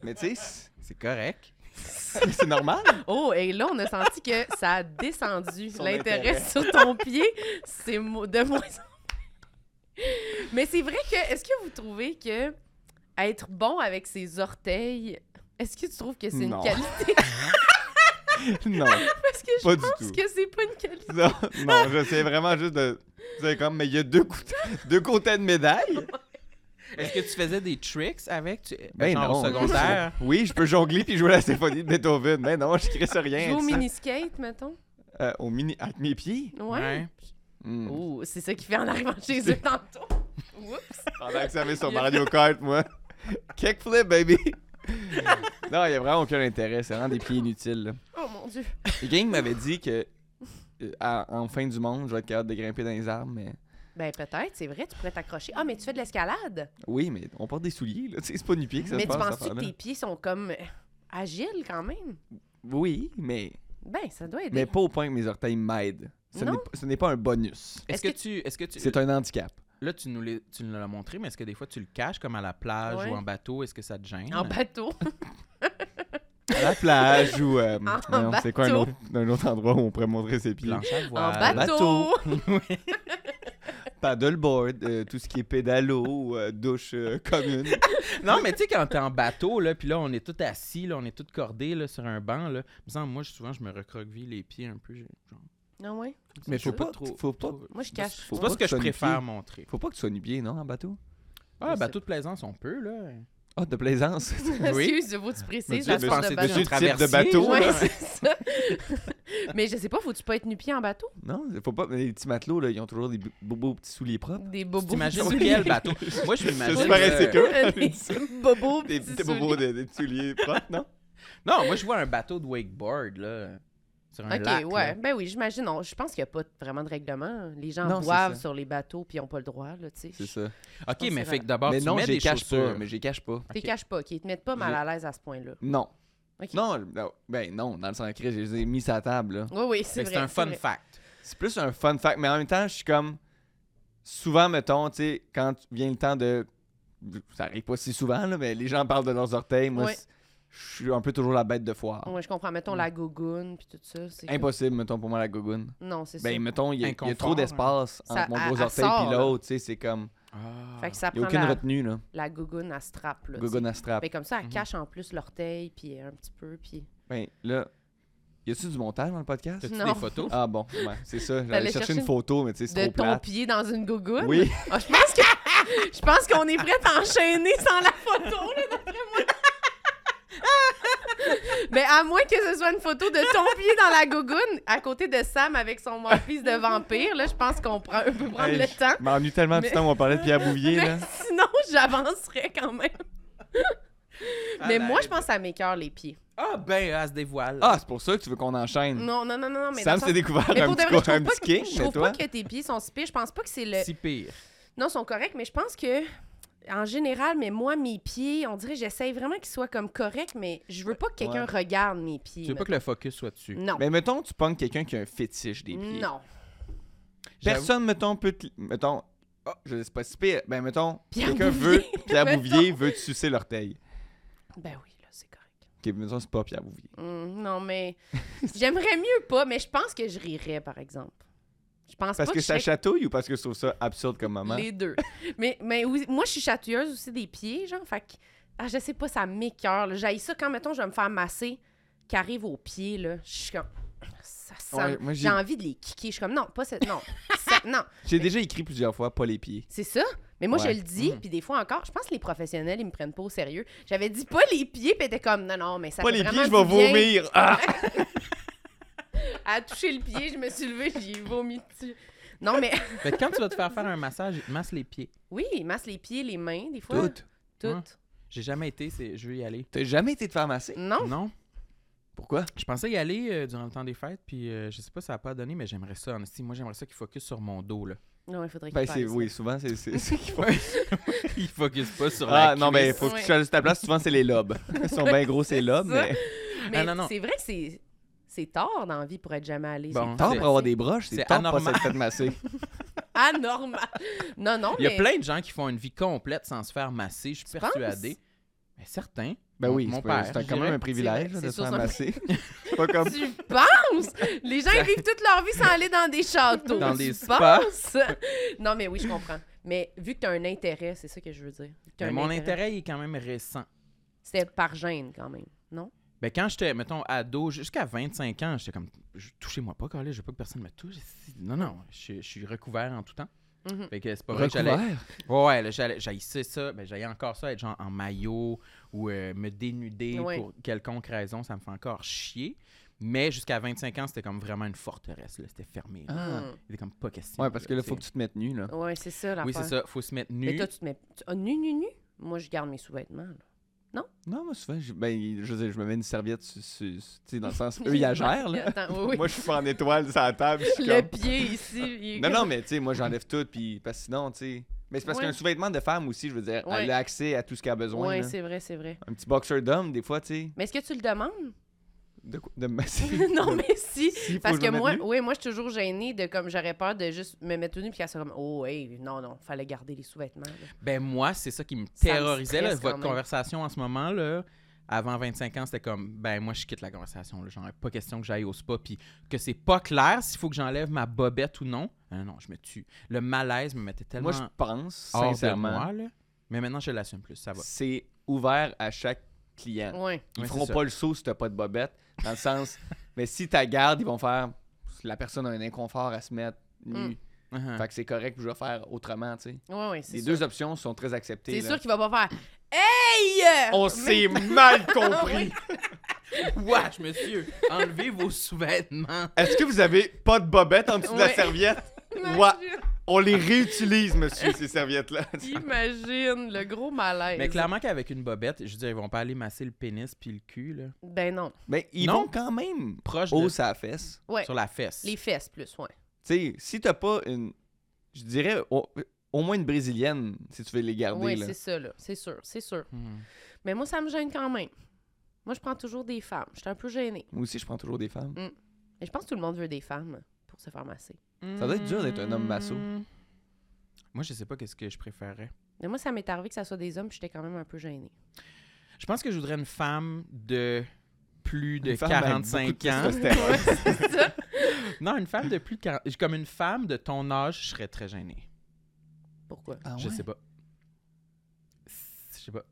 Speaker 4: Mais tu sais, c'est-
Speaker 2: C'est correct.
Speaker 4: c'est normal.
Speaker 1: Oh, et là, on a senti que ça a descendu.
Speaker 4: Son
Speaker 1: L'intérêt
Speaker 4: intérêt.
Speaker 1: sur ton pied, c'est mo- de moins en moins. Mais c'est vrai que, est-ce que vous trouvez que être bon avec ses orteils, est-ce que tu trouves que c'est une
Speaker 4: Non.
Speaker 1: qualité?
Speaker 4: non,
Speaker 1: Parce que je
Speaker 4: Pas du
Speaker 1: pense
Speaker 4: tout.
Speaker 1: que c'est pas une qualité.
Speaker 4: non, non, j'essaie vraiment juste de. C'est comme, mais il y a deux, côtés- deux côtés de médaille.
Speaker 2: Est-ce que tu faisais des tricks avec? Tu...
Speaker 4: Ben
Speaker 2: genre au
Speaker 4: non.
Speaker 2: secondaire?
Speaker 4: Oui, je peux jongler puis jouer à la symphonie de Beethoven. Mais non, je crisse rien.
Speaker 1: Jouer au
Speaker 4: avec ça.
Speaker 1: mini-skate, mettons.
Speaker 4: Euh, au mini. À mes pieds.
Speaker 1: Ouais.
Speaker 4: Hmm.
Speaker 1: Ouh, c'est ça qui fait en arrivant chez eux tantôt. Oups.
Speaker 4: Pendant que ça met sur
Speaker 1: Il y a-
Speaker 4: Mario Kart, moi. Kickflip, baby! non, il n'y a vraiment aucun intérêt. C'est vraiment des pieds inutiles. là.
Speaker 1: Oh mon Dieu.
Speaker 4: Et Gang m'avait dit que euh, à- en fin du monde, je vais être capable de grimper dans les arbres, mais.
Speaker 1: Ben peut-être, c'est vrai, tu pourrais t'accrocher. Ah, mais tu fais de l'escalade.
Speaker 4: Oui, mais on porte des souliers, là. Tu sais, c'est pas nu pied que ça
Speaker 1: Mais
Speaker 4: se
Speaker 1: tu
Speaker 4: passe.
Speaker 1: penses-tu
Speaker 4: cette
Speaker 1: que
Speaker 4: affaire-là.
Speaker 1: tes pieds sont comme euh, agiles quand même?
Speaker 4: Oui, mais,
Speaker 1: Ben, ça doit aider.
Speaker 4: mais pas au point que mes orteils m'aident. Ce
Speaker 1: Non.
Speaker 4: n'est pas- ce n'est pas un bonus.
Speaker 2: Est-ce
Speaker 1: Est-ce
Speaker 2: que,
Speaker 1: que-
Speaker 2: tu, est-ce que tu,
Speaker 4: C'est un handicap.
Speaker 2: là tu nous l'es- tu nous l'as montré, mais est-ce que des fois tu le caches comme à la plage
Speaker 1: Ouais.
Speaker 2: ou en bateau, est-ce que ça te gêne
Speaker 1: En bateau.
Speaker 4: À la plage ou. euh,
Speaker 1: En
Speaker 4: voyons, c'est quoi un
Speaker 1: bateau.
Speaker 4: autre, un autre endroit où on pourrait montrer ses pieds?
Speaker 2: Planche à
Speaker 1: En
Speaker 2: voile.
Speaker 1: bateau.
Speaker 4: Paddleboard, euh, tout ce qui est pédalo, ou, euh, douche euh, commune.
Speaker 2: Non, mais tu sais, quand t'es en bateau, là, puis là, on est tout assis, là, on est tout cordés, là, sur un banc, là. Il me semble, moi, je- souvent, je me recroqueville les pieds un peu. j'ai- genre,
Speaker 1: Non, Ah ouais.
Speaker 4: Mais
Speaker 2: je
Speaker 4: faut
Speaker 2: sais
Speaker 4: pas- faut pas-
Speaker 2: trop-
Speaker 1: Moi, je cache.
Speaker 4: Faut
Speaker 2: C'est
Speaker 4: pas
Speaker 2: pas ce que je
Speaker 4: sonner le
Speaker 2: préfère
Speaker 4: pied.
Speaker 2: montrer.
Speaker 4: Faut pas que tu sois nu-pied, non, en bateau?
Speaker 1: Je
Speaker 2: Ah,
Speaker 1: sais
Speaker 2: bateau de plaisance, on peut, là.
Speaker 4: Ah, de plaisance.
Speaker 1: Excuse, je vous tu précises.
Speaker 2: Mais
Speaker 1: la
Speaker 2: tu
Speaker 1: sorte
Speaker 2: pensais
Speaker 1: de bateau.
Speaker 2: dessus,
Speaker 4: Monsieur type de
Speaker 2: traversier,
Speaker 4: bateau,
Speaker 2: genre.
Speaker 1: Ouais, c'est ça. mais je sais pas, faut-tu pas être nu-pied en bateau?
Speaker 4: non, faut pas. Les petits matelots, là, ils ont toujours des beaux, beaux- beaux petits souliers propres.
Speaker 1: Des bobos.
Speaker 2: T'imagines
Speaker 1: petits
Speaker 2: quel bateau? Moi, je
Speaker 4: C'est
Speaker 2: m'imagine...
Speaker 4: super
Speaker 2: euh,
Speaker 4: insécure.
Speaker 1: Des bobos.
Speaker 4: Des
Speaker 1: petits
Speaker 4: petits bobos,
Speaker 1: souliers.
Speaker 4: de- des petits souliers propres, non?
Speaker 2: Non, moi, je vois un bateau de wakeboard, là, sur un
Speaker 1: Ok,
Speaker 2: lac.
Speaker 1: ouais.
Speaker 2: là.
Speaker 1: Ben oui, j'imagine. on- Je pense qu'il n'y a pas vraiment de règlement. Les gens
Speaker 4: Non, c'est
Speaker 1: boivent
Speaker 4: ça.
Speaker 1: sur les bateaux puis ils n'ont pas le droit, là, tu sais.
Speaker 4: C'est ça.
Speaker 2: OK,
Speaker 1: c'est
Speaker 2: mais
Speaker 1: vrai.
Speaker 2: fait que d'abord,
Speaker 4: mais
Speaker 2: tu
Speaker 4: non,
Speaker 2: mets
Speaker 4: je
Speaker 2: des
Speaker 4: les cache pas.
Speaker 2: chaussures.
Speaker 4: Mais je les cache pas.
Speaker 1: T'es
Speaker 2: Ok.
Speaker 1: cache pas, qu'ils te mettent pas mal
Speaker 4: J'ai-
Speaker 1: à l'aise à ce point-là.
Speaker 4: Non.
Speaker 1: Ok.
Speaker 4: Non, non, ben non, dans le sens que je les ai mis sur la table, là.
Speaker 1: Oui, oui, c'est
Speaker 2: Fait que
Speaker 1: vrai.
Speaker 2: c'est un fun
Speaker 1: vrai.
Speaker 2: fact.
Speaker 4: C'est plus un fun fact, mais en même temps, je suis comme. Souvent, mettons, tu sais, quand vient le temps de. Ça arrive pas si souvent, là, mais les gens parlent de leurs orteils. Moi,
Speaker 1: Ouais.
Speaker 4: c'est- je suis un peu toujours la bête de foire.
Speaker 1: Ouais, je comprends. Mettons la gougoune puis tout ça. c'est comme-
Speaker 4: Mm. Impossible, mettons, pour moi, la gogoune.
Speaker 1: Non, c'est
Speaker 4: Ben,
Speaker 1: ça.
Speaker 4: mettons, il y, a- il y a
Speaker 2: Inconfort,
Speaker 4: trop d'espace
Speaker 1: hein. Ça-
Speaker 4: entre mon
Speaker 1: elle-
Speaker 4: gros
Speaker 1: elle
Speaker 4: orteil
Speaker 1: sort,
Speaker 4: puis l'autre, tu sais, c'est comme.
Speaker 1: Fait que ça
Speaker 4: Il
Speaker 1: prend
Speaker 4: n'y a aucune
Speaker 1: la,
Speaker 4: retenue, là.
Speaker 1: la gougoune à strap, là. tu sais.
Speaker 4: Gogoune à strap.
Speaker 1: Mais comme ça, elle
Speaker 2: Mhm.
Speaker 1: cache en plus l'orteil puis un petit peu puis.
Speaker 4: Ben, là, y a-tu du montage dans le podcast?
Speaker 2: T'as-tu
Speaker 1: Non.
Speaker 2: des photos?
Speaker 4: Ah bon, ouais, c'est ça.
Speaker 1: T'allais
Speaker 4: J'allais chercher
Speaker 1: chercher
Speaker 4: une photo, mais tu sais, c'est
Speaker 1: De
Speaker 4: trop
Speaker 1: ton
Speaker 4: plate.
Speaker 1: pied dans une gougoune.
Speaker 4: Oui,
Speaker 1: Ah, je pense que je pense qu'on est prêt à enchaîner sans la photo là, d'après moi. Ben, à moins que ce soit une photo de ton pied dans la gougoune à côté de Sam avec son morpheus de vampire, là, je pense qu'on prend, on peut prendre
Speaker 4: Hey,
Speaker 1: le
Speaker 4: je
Speaker 1: temps.
Speaker 4: m'ennuie tellement
Speaker 1: Mais-
Speaker 4: du temps où on parlait de Pierre Bouvier,
Speaker 1: Mais
Speaker 4: là.
Speaker 1: sinon, j'avancerais quand même. Mais moi, je pense que ça m'écœure les pieds.
Speaker 2: Ah, ben, elle se dévoile.
Speaker 4: Ah, c'est pour ça que tu veux qu'on enchaîne.
Speaker 1: Non, non, non, non, non, mais
Speaker 4: Hmm. Sam
Speaker 1: dans le sens-
Speaker 4: s'est découvert
Speaker 1: Mais
Speaker 4: un
Speaker 1: pour de
Speaker 4: petit,
Speaker 1: vrai, je
Speaker 4: co- un
Speaker 1: trouve pas
Speaker 4: petit
Speaker 1: que-
Speaker 4: king,
Speaker 1: je
Speaker 4: mais
Speaker 1: trouve
Speaker 4: toi.
Speaker 1: pas que tes pieds sont si pires. Je pense pas que c'est le...
Speaker 2: Si pire.
Speaker 1: Non, ils sont corrects, mais je pense que, en général, mais moi, mes pieds, on dirait, j'essaye vraiment qu'ils soient comme corrects, mais je veux pas que quelqu'un regarde mes pieds.
Speaker 2: Tu veux pas que le focus soit dessus.
Speaker 1: Non.
Speaker 4: Mais mettons, tu pognes quelqu'un qui a un fétiche des pieds.
Speaker 1: Non.
Speaker 2: J'avoue-
Speaker 4: Personne, mettons, peut te. Mettons. Ah, je sais pas si pire. Ben, mettons,
Speaker 1: Pierre
Speaker 4: quelqu'un
Speaker 1: Bouvier.
Speaker 4: veut. Pierre
Speaker 1: Mettons.
Speaker 4: Bouvier veut te sucer l'orteil.
Speaker 1: Ben oui, là, c'est correct.
Speaker 4: Ok, mettons, c'est pas Pierre Bouvier.
Speaker 1: Hum, non, mais j'aimerais mieux pas, mais je pense que je rirais, par exemple. Je pense
Speaker 4: Parce
Speaker 1: pas
Speaker 4: que,
Speaker 1: que, je
Speaker 4: ça
Speaker 1: serais-
Speaker 4: chatouille ou parce que je trouve ça absurde comme moment?
Speaker 1: Les deux. mais mais oui, moi, je suis chatouilleuse aussi des pieds, genre. Fait que, ah, je sais pas, ça m'écœure. là. J'haïs ça quand, mettons, je vais me faire masser, qui arrive aux pieds, là. Je suis comme. Ça sent.
Speaker 4: Ouais, moi, j'ai-
Speaker 1: j'ai envie de les kicker. Je suis comme, non, pas cette. Non. Ça- non.
Speaker 4: J'ai déjà écrit plusieurs fois, pas les pieds.
Speaker 1: C'est ça. Mais moi,
Speaker 4: Ouais. Mhm.
Speaker 1: je le dis, puis des fois encore, je pense que les professionnels, ils me prennent pas au sérieux. J'avais dit pas les pieds, puis étaient comme, non, non, mais ça
Speaker 4: Pas
Speaker 1: fait
Speaker 4: les
Speaker 1: vraiment
Speaker 4: pieds, je
Speaker 1: du
Speaker 4: vais
Speaker 1: bien.
Speaker 4: vomir. Ah!
Speaker 1: À toucher le pied, je me suis levée, j'ai vomi dessus. Non, mais
Speaker 2: Fait que quand tu vas te faire faire un massage, masse les pieds.
Speaker 1: oui, ils massent les pieds, les mains, des fois.
Speaker 4: Toutes.
Speaker 1: Toutes.
Speaker 2: J'ai jamais été, c'est... je veux y aller.
Speaker 4: T'as jamais été te faire masser?
Speaker 1: Non?
Speaker 2: Non?
Speaker 4: Pourquoi?
Speaker 2: Je pensais y aller euh, durant le temps des fêtes, puis euh, je sais pas si ça a pas donné, mais j'aimerais ça. En esti. moi, j'aimerais ça qu'il focus sur mon dos, là.
Speaker 1: Non, il faudrait
Speaker 4: Ben,
Speaker 1: qu'ils
Speaker 4: c'est,
Speaker 1: pèsent.
Speaker 4: oui, souvent, c'est, c'est, c'est qu'il faut.
Speaker 2: Il focus pas sur la
Speaker 4: Ah, non, mais
Speaker 2: cuisse.
Speaker 4: il faut que
Speaker 1: Ouais.
Speaker 4: tu choisisses ta place. Souvent, c'est les lobes. Ils sont bien gros, ces lobes,
Speaker 1: ça.
Speaker 4: mais.
Speaker 1: Mais
Speaker 2: Ah, non, non.
Speaker 1: c'est vrai que c'est c'est tard dans la vie pour être jamais allé.
Speaker 2: Bon.
Speaker 1: C'est
Speaker 4: Tant
Speaker 2: C'est-
Speaker 4: pour avoir des broches, c'est
Speaker 2: c'est
Speaker 4: tant pour
Speaker 2: anormal.
Speaker 4: s'être fait masser.
Speaker 1: anormal. Ah, Non, non,
Speaker 2: Il y a
Speaker 1: mais
Speaker 2: plein de gens qui font une vie complète sans se faire masser, je suis
Speaker 1: penses?
Speaker 2: persuadée. Mais certains.
Speaker 4: Ben
Speaker 2: Mon-
Speaker 4: oui,
Speaker 2: mon
Speaker 4: c'est, pas-
Speaker 2: père,
Speaker 4: c'est un-
Speaker 2: je
Speaker 4: quand même
Speaker 2: dirais.
Speaker 4: un privilège
Speaker 1: C'est
Speaker 4: là,
Speaker 1: vrai, c'est
Speaker 4: de se faire
Speaker 1: sûr,
Speaker 4: masser. C'est pas comme.
Speaker 1: tu penses? Les gens, ils vivent toute leur vie sans aller dans des châteaux.
Speaker 2: Dans
Speaker 1: tu
Speaker 2: des spas.
Speaker 1: penses? Non, mais oui, je comprends. Mais vu que tu as un intérêt,
Speaker 2: Ben,
Speaker 1: c'est ça que je veux dire. T'as
Speaker 2: Mais
Speaker 1: un
Speaker 2: mon intérêt il est quand même récent.
Speaker 1: C'était par gêne, quand même. Non?
Speaker 2: Ben, quand j'étais, mettons, ado, jusqu'à 25 ans, j'étais comme, je- touchez-moi pas, Carlis, je veux pas que personne me touche. Non, non, je, je suis recouvert en tout temps.
Speaker 1: Mhm.
Speaker 2: Fait que c'est pas vrai que j'allais. Ouais, ouais, là, j'allais, j'haïssais ça. Ben, j'allais encore ça, être genre en maillot ou euh, me dénuder
Speaker 1: Ouais.
Speaker 2: pour quelconque raison, ça me fait encore chier. Mais jusqu'à 25 ans, c'était comme vraiment une forteresse, là. C'était fermé. là.
Speaker 4: Ah.
Speaker 2: C'était comme pas question.
Speaker 4: Ouais, parce que là,
Speaker 2: tu
Speaker 4: faut
Speaker 2: sais.
Speaker 4: que tu te mettes nu, là.
Speaker 1: Hmm. Ouais, c'est ça l'affaire.
Speaker 2: Oui, c'est ça. Faut se mettre nu.
Speaker 1: Mais toi, tu te mets tu- ah, nu, nu, nu. Moi, je garde mes sous-vêtements. là.
Speaker 4: Non, moi, souvent, je, ben, je, veux dire, je me mets une serviette, su- su- su- tu sais, dans le sens, eux, ils agèrent, là.
Speaker 1: Attends, oui, oui.
Speaker 4: Moi, je suis en étoile sur la table, je suis
Speaker 1: le
Speaker 4: comme...
Speaker 1: pied ici. il est
Speaker 4: Non,
Speaker 1: comme-
Speaker 4: non, mais tu sais, moi, j'enlève tout, puis... Parce que sinon, tu sais... Mais c'est parce
Speaker 1: Ouais.
Speaker 4: qu'un sous-vêtement de femme aussi, je veux dire,
Speaker 1: Ouais.
Speaker 4: elle a accès à tout ce qu'elle a besoin,
Speaker 1: Ouais,
Speaker 4: là.
Speaker 1: c'est vrai, c'est vrai.
Speaker 4: Un petit boxeur d'homme, des fois, tu sais...
Speaker 1: Mais est-ce que tu le demandes?
Speaker 4: De quoi... De...
Speaker 1: non, mais si.
Speaker 4: Si, faut
Speaker 1: Parce
Speaker 4: je me
Speaker 1: que
Speaker 4: mette
Speaker 1: moi,
Speaker 4: nu?
Speaker 1: oui, moi, je suis toujours gênée de comme j'aurais peur de juste me mettre tout nu puis qu'elle soit comme, oh, hey, non, non, fallait garder les sous-vêtements. là.
Speaker 2: Ben moi, c'est ça qui me
Speaker 1: Ça me
Speaker 2: terrorisait. là.
Speaker 1: stresse quand
Speaker 2: votre
Speaker 1: même.
Speaker 2: conversation en ce moment, là, avant 25 ans, c'était comme, ben moi, je quitte la conversation. Là. Genre, pas question que j'aille au spa, puis que c'est pas clair s'il faut que j'enlève ma bobette ou non. Ah non, je me tue. Le malaise me mettait tellement
Speaker 4: Moi, je pense,
Speaker 2: hors de
Speaker 4: sincèrement,
Speaker 2: moi, là. Mais maintenant, je l'assume plus, ça va.
Speaker 4: c'est ouvert à chaque client.
Speaker 1: Ouais.
Speaker 4: Ils
Speaker 2: Ouais,
Speaker 4: feront
Speaker 2: c'est
Speaker 4: pas le saut si t'as pas de bobette. Dans le sens, mais si t'as garde, ils vont faire. La personne a un inconfort à se mettre
Speaker 1: Hmm.
Speaker 4: nu.
Speaker 2: Uh-huh.
Speaker 4: Fait que c'est correct, puis je vais faire autrement, tu sais.
Speaker 1: Ouais, ouais, c'est
Speaker 4: Les
Speaker 1: sûr.
Speaker 4: deux options sont très acceptées.
Speaker 1: C'est
Speaker 4: là.
Speaker 1: sûr qu'il va pas faire, hey!
Speaker 4: On
Speaker 1: Mais-
Speaker 4: s'est mal compris.
Speaker 2: Wesh, monsieur, enlevez vos sous-vêtements.
Speaker 4: Est-ce que vous avez pas de bobette en dessous de la
Speaker 1: Ouais.
Speaker 4: serviette?
Speaker 1: Imagine,
Speaker 4: Ouais. On les réutilise, monsieur, ces serviettes-là.
Speaker 1: imagine le gros malaise.
Speaker 2: Mais clairement qu'avec une bobette, je veux dire, ils vont pas aller masser le pénis puis le cul, là.
Speaker 1: Ben non.
Speaker 4: Mais ils
Speaker 2: Non.
Speaker 4: vont quand même
Speaker 2: Proche de-
Speaker 4: haut sa fesse.
Speaker 1: Ouais.
Speaker 2: sur la fesse.
Speaker 1: Les fesses plus, ouais.
Speaker 4: tu sais, si t'as pas une. Je dirais au, au moins une brésilienne, si tu veux les garder.
Speaker 1: Oui,
Speaker 4: là.
Speaker 1: c'est ça, là. C'est sûr, c'est sûr.
Speaker 2: Hmm.
Speaker 1: Mais moi, ça me gêne quand même. Moi, je prends toujours des femmes. Je suis un peu gênée.
Speaker 4: Moi aussi, je prends toujours des femmes.
Speaker 1: Mais je pense que tout le monde veut des femmes pour se faire masser.
Speaker 4: Ça doit être dur d'être un homme masso.
Speaker 1: Hmm.
Speaker 2: Moi, je sais pas qu'est-ce que je préférais.
Speaker 1: Mais moi, ça m'est arrivé que ça soit des hommes, puis j'étais quand même un peu gênée.
Speaker 2: Je pense que je voudrais une femme de plus de
Speaker 4: Une femme avec
Speaker 2: 45
Speaker 4: beaucoup de
Speaker 2: ans.
Speaker 4: testostérone.
Speaker 2: Non, une femme de plus de 40 Comme une femme de ton âge, je serais très gênée.
Speaker 1: Pourquoi?
Speaker 2: Je sais pas. Je sais pas.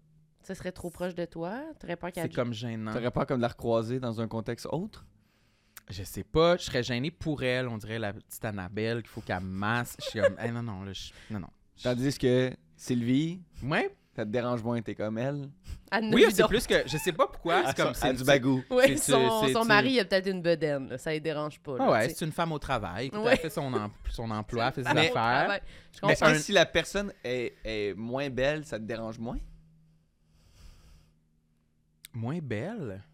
Speaker 1: Ça serait trop proche de toi? T'aurais peur
Speaker 2: C'est
Speaker 1: qu'elle...
Speaker 2: comme gênant.
Speaker 4: T'aurais pas comme de la recroiser dans un contexte autre?
Speaker 2: Je sais pas. Je serais gênée pour elle. On dirait la petite Annabelle qu'il faut qu'elle masse. Je suis comme, Hey, non, non, là, je- non, non.
Speaker 4: Tandis que Sylvie,
Speaker 2: Ouais.
Speaker 4: ça te dérange moins, t'es comme elle.
Speaker 1: Elle ne
Speaker 2: Oui, ah,
Speaker 1: lui
Speaker 2: c'est
Speaker 1: donne-
Speaker 2: plus que. Je sais pas pourquoi.
Speaker 4: Elle
Speaker 2: Ah, C'est comme.
Speaker 4: a- elle a
Speaker 2: C'est
Speaker 4: du
Speaker 2: baguette.
Speaker 4: bagou.
Speaker 1: Ouais,
Speaker 2: c'est-
Speaker 1: son,
Speaker 2: c'est-
Speaker 1: son
Speaker 2: c'est-
Speaker 1: mari, il a peut-être une bedaine, là. Ça ne dérange pas. là,
Speaker 2: Ah ouais,
Speaker 1: tu sais.
Speaker 2: c'est une femme au travail. Qui
Speaker 1: Ouais.
Speaker 2: a fait son, em- son emploi, fait ses
Speaker 1: Ça va au
Speaker 2: affaires.
Speaker 1: travail. Je
Speaker 2: Mais
Speaker 4: Est-ce
Speaker 1: comprends.
Speaker 4: que
Speaker 2: un-
Speaker 4: si la personne est, est moins belle, ça te dérange moins?
Speaker 2: Moins belle.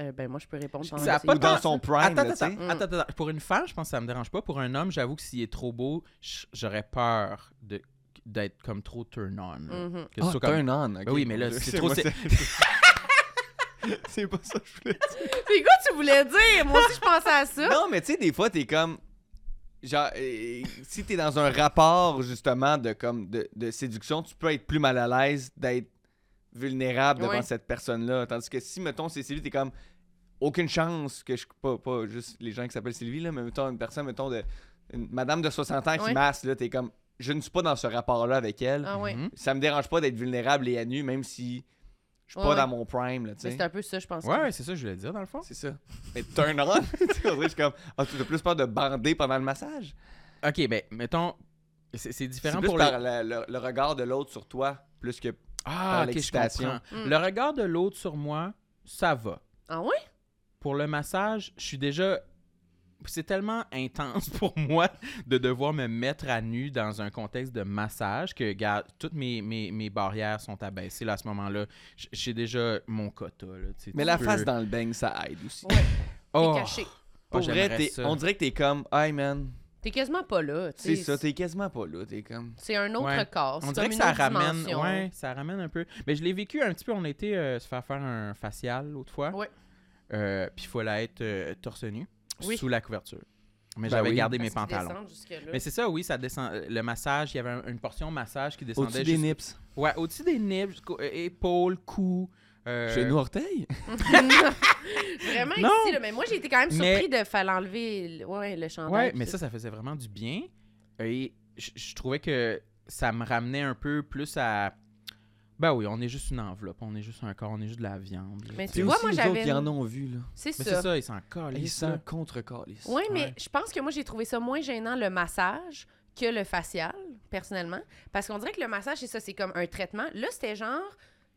Speaker 1: Euh, ben moi, je peux répondre. pendant
Speaker 2: Ça a
Speaker 1: que
Speaker 2: pas
Speaker 1: c'est-
Speaker 4: Ou dans
Speaker 2: tant-
Speaker 4: son prime,
Speaker 2: attends,
Speaker 4: là, tu sais?
Speaker 2: attends, attends, attends, attends. Pour une femme, je pense que ça me dérange pas. Pour un homme, j'avoue que s'il est trop beau, j- j'aurais peur de d'être comme trop turn on. là.
Speaker 1: Mhm.
Speaker 2: Que ce soit
Speaker 4: Ah,
Speaker 2: comme-
Speaker 4: turn on, ok.
Speaker 2: Ben oui, mais là,
Speaker 4: Mon Dieu,
Speaker 2: c'est trop-
Speaker 4: moi,
Speaker 2: c'est-
Speaker 4: c'est- C'est pas ça que je voulais
Speaker 2: Mm-hmm.
Speaker 1: C'est quoi tu voulais dire? Moi aussi, je pensais à ça.
Speaker 4: Non, mais tu sais, des fois, t'es comme. Genre, euh, si t'es dans un rapport, justement, de, comme, de, de séduction, tu peux être plus mal à l'aise d'être vulnérable devant
Speaker 1: Ouais.
Speaker 4: cette personne-là. Tandis que si, mettons, c'est Sylvie, t'es comme. Aucune chance que je. Pas, pas juste les gens qui s'appellent Sylvie, là, mais mettons, une personne, mettons, de. Une madame de 60 ans qui
Speaker 1: Ouais.
Speaker 4: masse, là, t'es comme. Je ne suis pas dans ce rapport-là avec elle.
Speaker 1: Ah ouais.
Speaker 2: Mhm.
Speaker 4: Ça me dérange pas d'être vulnérable et à nu, même si je suis
Speaker 1: Ouais,
Speaker 4: pas
Speaker 1: ouais.
Speaker 4: dans mon prime, là, tu
Speaker 1: Mais
Speaker 4: sais.
Speaker 1: c'est un peu ça, je pense.
Speaker 2: Ouais, ouais, c'est ça que je voulais dire dans le fond.
Speaker 4: C'est ça. Mais turn on! Tu sais, on dirait que je suis comme, ah, tu as plus peur de bander pendant le massage?
Speaker 2: Ok, ben, mettons. C'est c'est
Speaker 4: C'est
Speaker 2: différent
Speaker 4: plus
Speaker 2: pour le.
Speaker 4: par le... Le, le regard de l'autre sur toi, plus que...
Speaker 2: Ah,
Speaker 4: par
Speaker 2: ok, je
Speaker 4: l'excitation.
Speaker 2: comprends.
Speaker 1: Mm.
Speaker 2: Le regard de l'autre sur moi, ça va.
Speaker 1: Ah ouais?
Speaker 2: Pour le massage, je suis déjà. C'est tellement intense pour moi de devoir me mettre à nu dans un contexte de massage que, regarde, toutes mes, mes, mes barrières sont abaissées là, à ce moment-là. J- J'ai déjà mon quota. Là, tu sais,
Speaker 4: Mais
Speaker 2: tu
Speaker 4: la
Speaker 2: peux-
Speaker 4: face dans le beigne, ça aide aussi.
Speaker 1: Ouais.
Speaker 2: Oh,
Speaker 1: T'es caché.
Speaker 2: oh,
Speaker 4: Pour vrai,
Speaker 2: j'aimerais
Speaker 4: t'es-
Speaker 2: ça.
Speaker 4: on dirait que t'es comme, hey man,
Speaker 1: T'es quasiment pas là. tu
Speaker 4: c'est
Speaker 1: sais.
Speaker 4: ça, t'es quasiment pas là, t'es comme...
Speaker 1: C'est un autre
Speaker 2: Ouais.
Speaker 1: corps.
Speaker 2: On
Speaker 1: c'est
Speaker 2: dirait
Speaker 1: comme
Speaker 2: que
Speaker 1: une
Speaker 2: ça
Speaker 1: autre
Speaker 2: ramène,
Speaker 1: dimension. Ah,
Speaker 2: ouais, ça ramène un peu. Mais je l'ai vécu un petit peu. On a été euh, se faire faire un facial l'autre fois.
Speaker 1: Ouais.
Speaker 2: Euh, Puis il fallait être euh, torse nu
Speaker 1: Oui.
Speaker 2: sous la couverture. Mais
Speaker 4: Ben
Speaker 2: j'avais
Speaker 4: oui.
Speaker 2: gardé
Speaker 1: Parce
Speaker 2: mes
Speaker 1: qu'ils
Speaker 2: pantalons.
Speaker 1: descendent jusque-là.
Speaker 2: Mais c'est ça, oui, ça descend. euh, Le massage, il y avait un- une portion massage qui descendait
Speaker 4: Au-dessus des
Speaker 2: jusqu'au-
Speaker 4: nips,
Speaker 2: Ouais, au-dessus des nips, jusqu'aux euh, épaules, cou. euh,
Speaker 4: chez nous, orteil.
Speaker 1: Vraiment
Speaker 2: Non.
Speaker 1: ici, là. Mais moi, j'ai été quand même
Speaker 2: Mais-
Speaker 1: surpris de fallait enlever le, ouais, le chandail.
Speaker 2: Ouais,
Speaker 1: puis
Speaker 2: mais
Speaker 1: tout.
Speaker 2: ça, ça faisait vraiment du bien. Et je je trouvais que ça me ramenait un peu plus à. Ben oui, on est juste une enveloppe, on est juste un corps, on est juste de la viande. là.
Speaker 1: Mais
Speaker 2: Tu
Speaker 1: tu
Speaker 2: sais,
Speaker 1: vois,
Speaker 4: aussi,
Speaker 1: moi,
Speaker 4: eux
Speaker 1: j'avais
Speaker 4: autres, Ils
Speaker 1: une-
Speaker 4: en ont vu, là.
Speaker 1: C'est
Speaker 2: Mais c'est
Speaker 1: ça.
Speaker 2: ça, ils s'en hein. collent.
Speaker 4: Ils
Speaker 2: ça.
Speaker 4: sont contre-calices.
Speaker 1: Oui, mais
Speaker 2: Ouais.
Speaker 1: je pense que moi, j'ai trouvé ça moins gênant, le massage, que le facial, personnellement. Parce qu'on dirait que le massage, c'est ça, c'est comme un traitement. Là, c'était genre,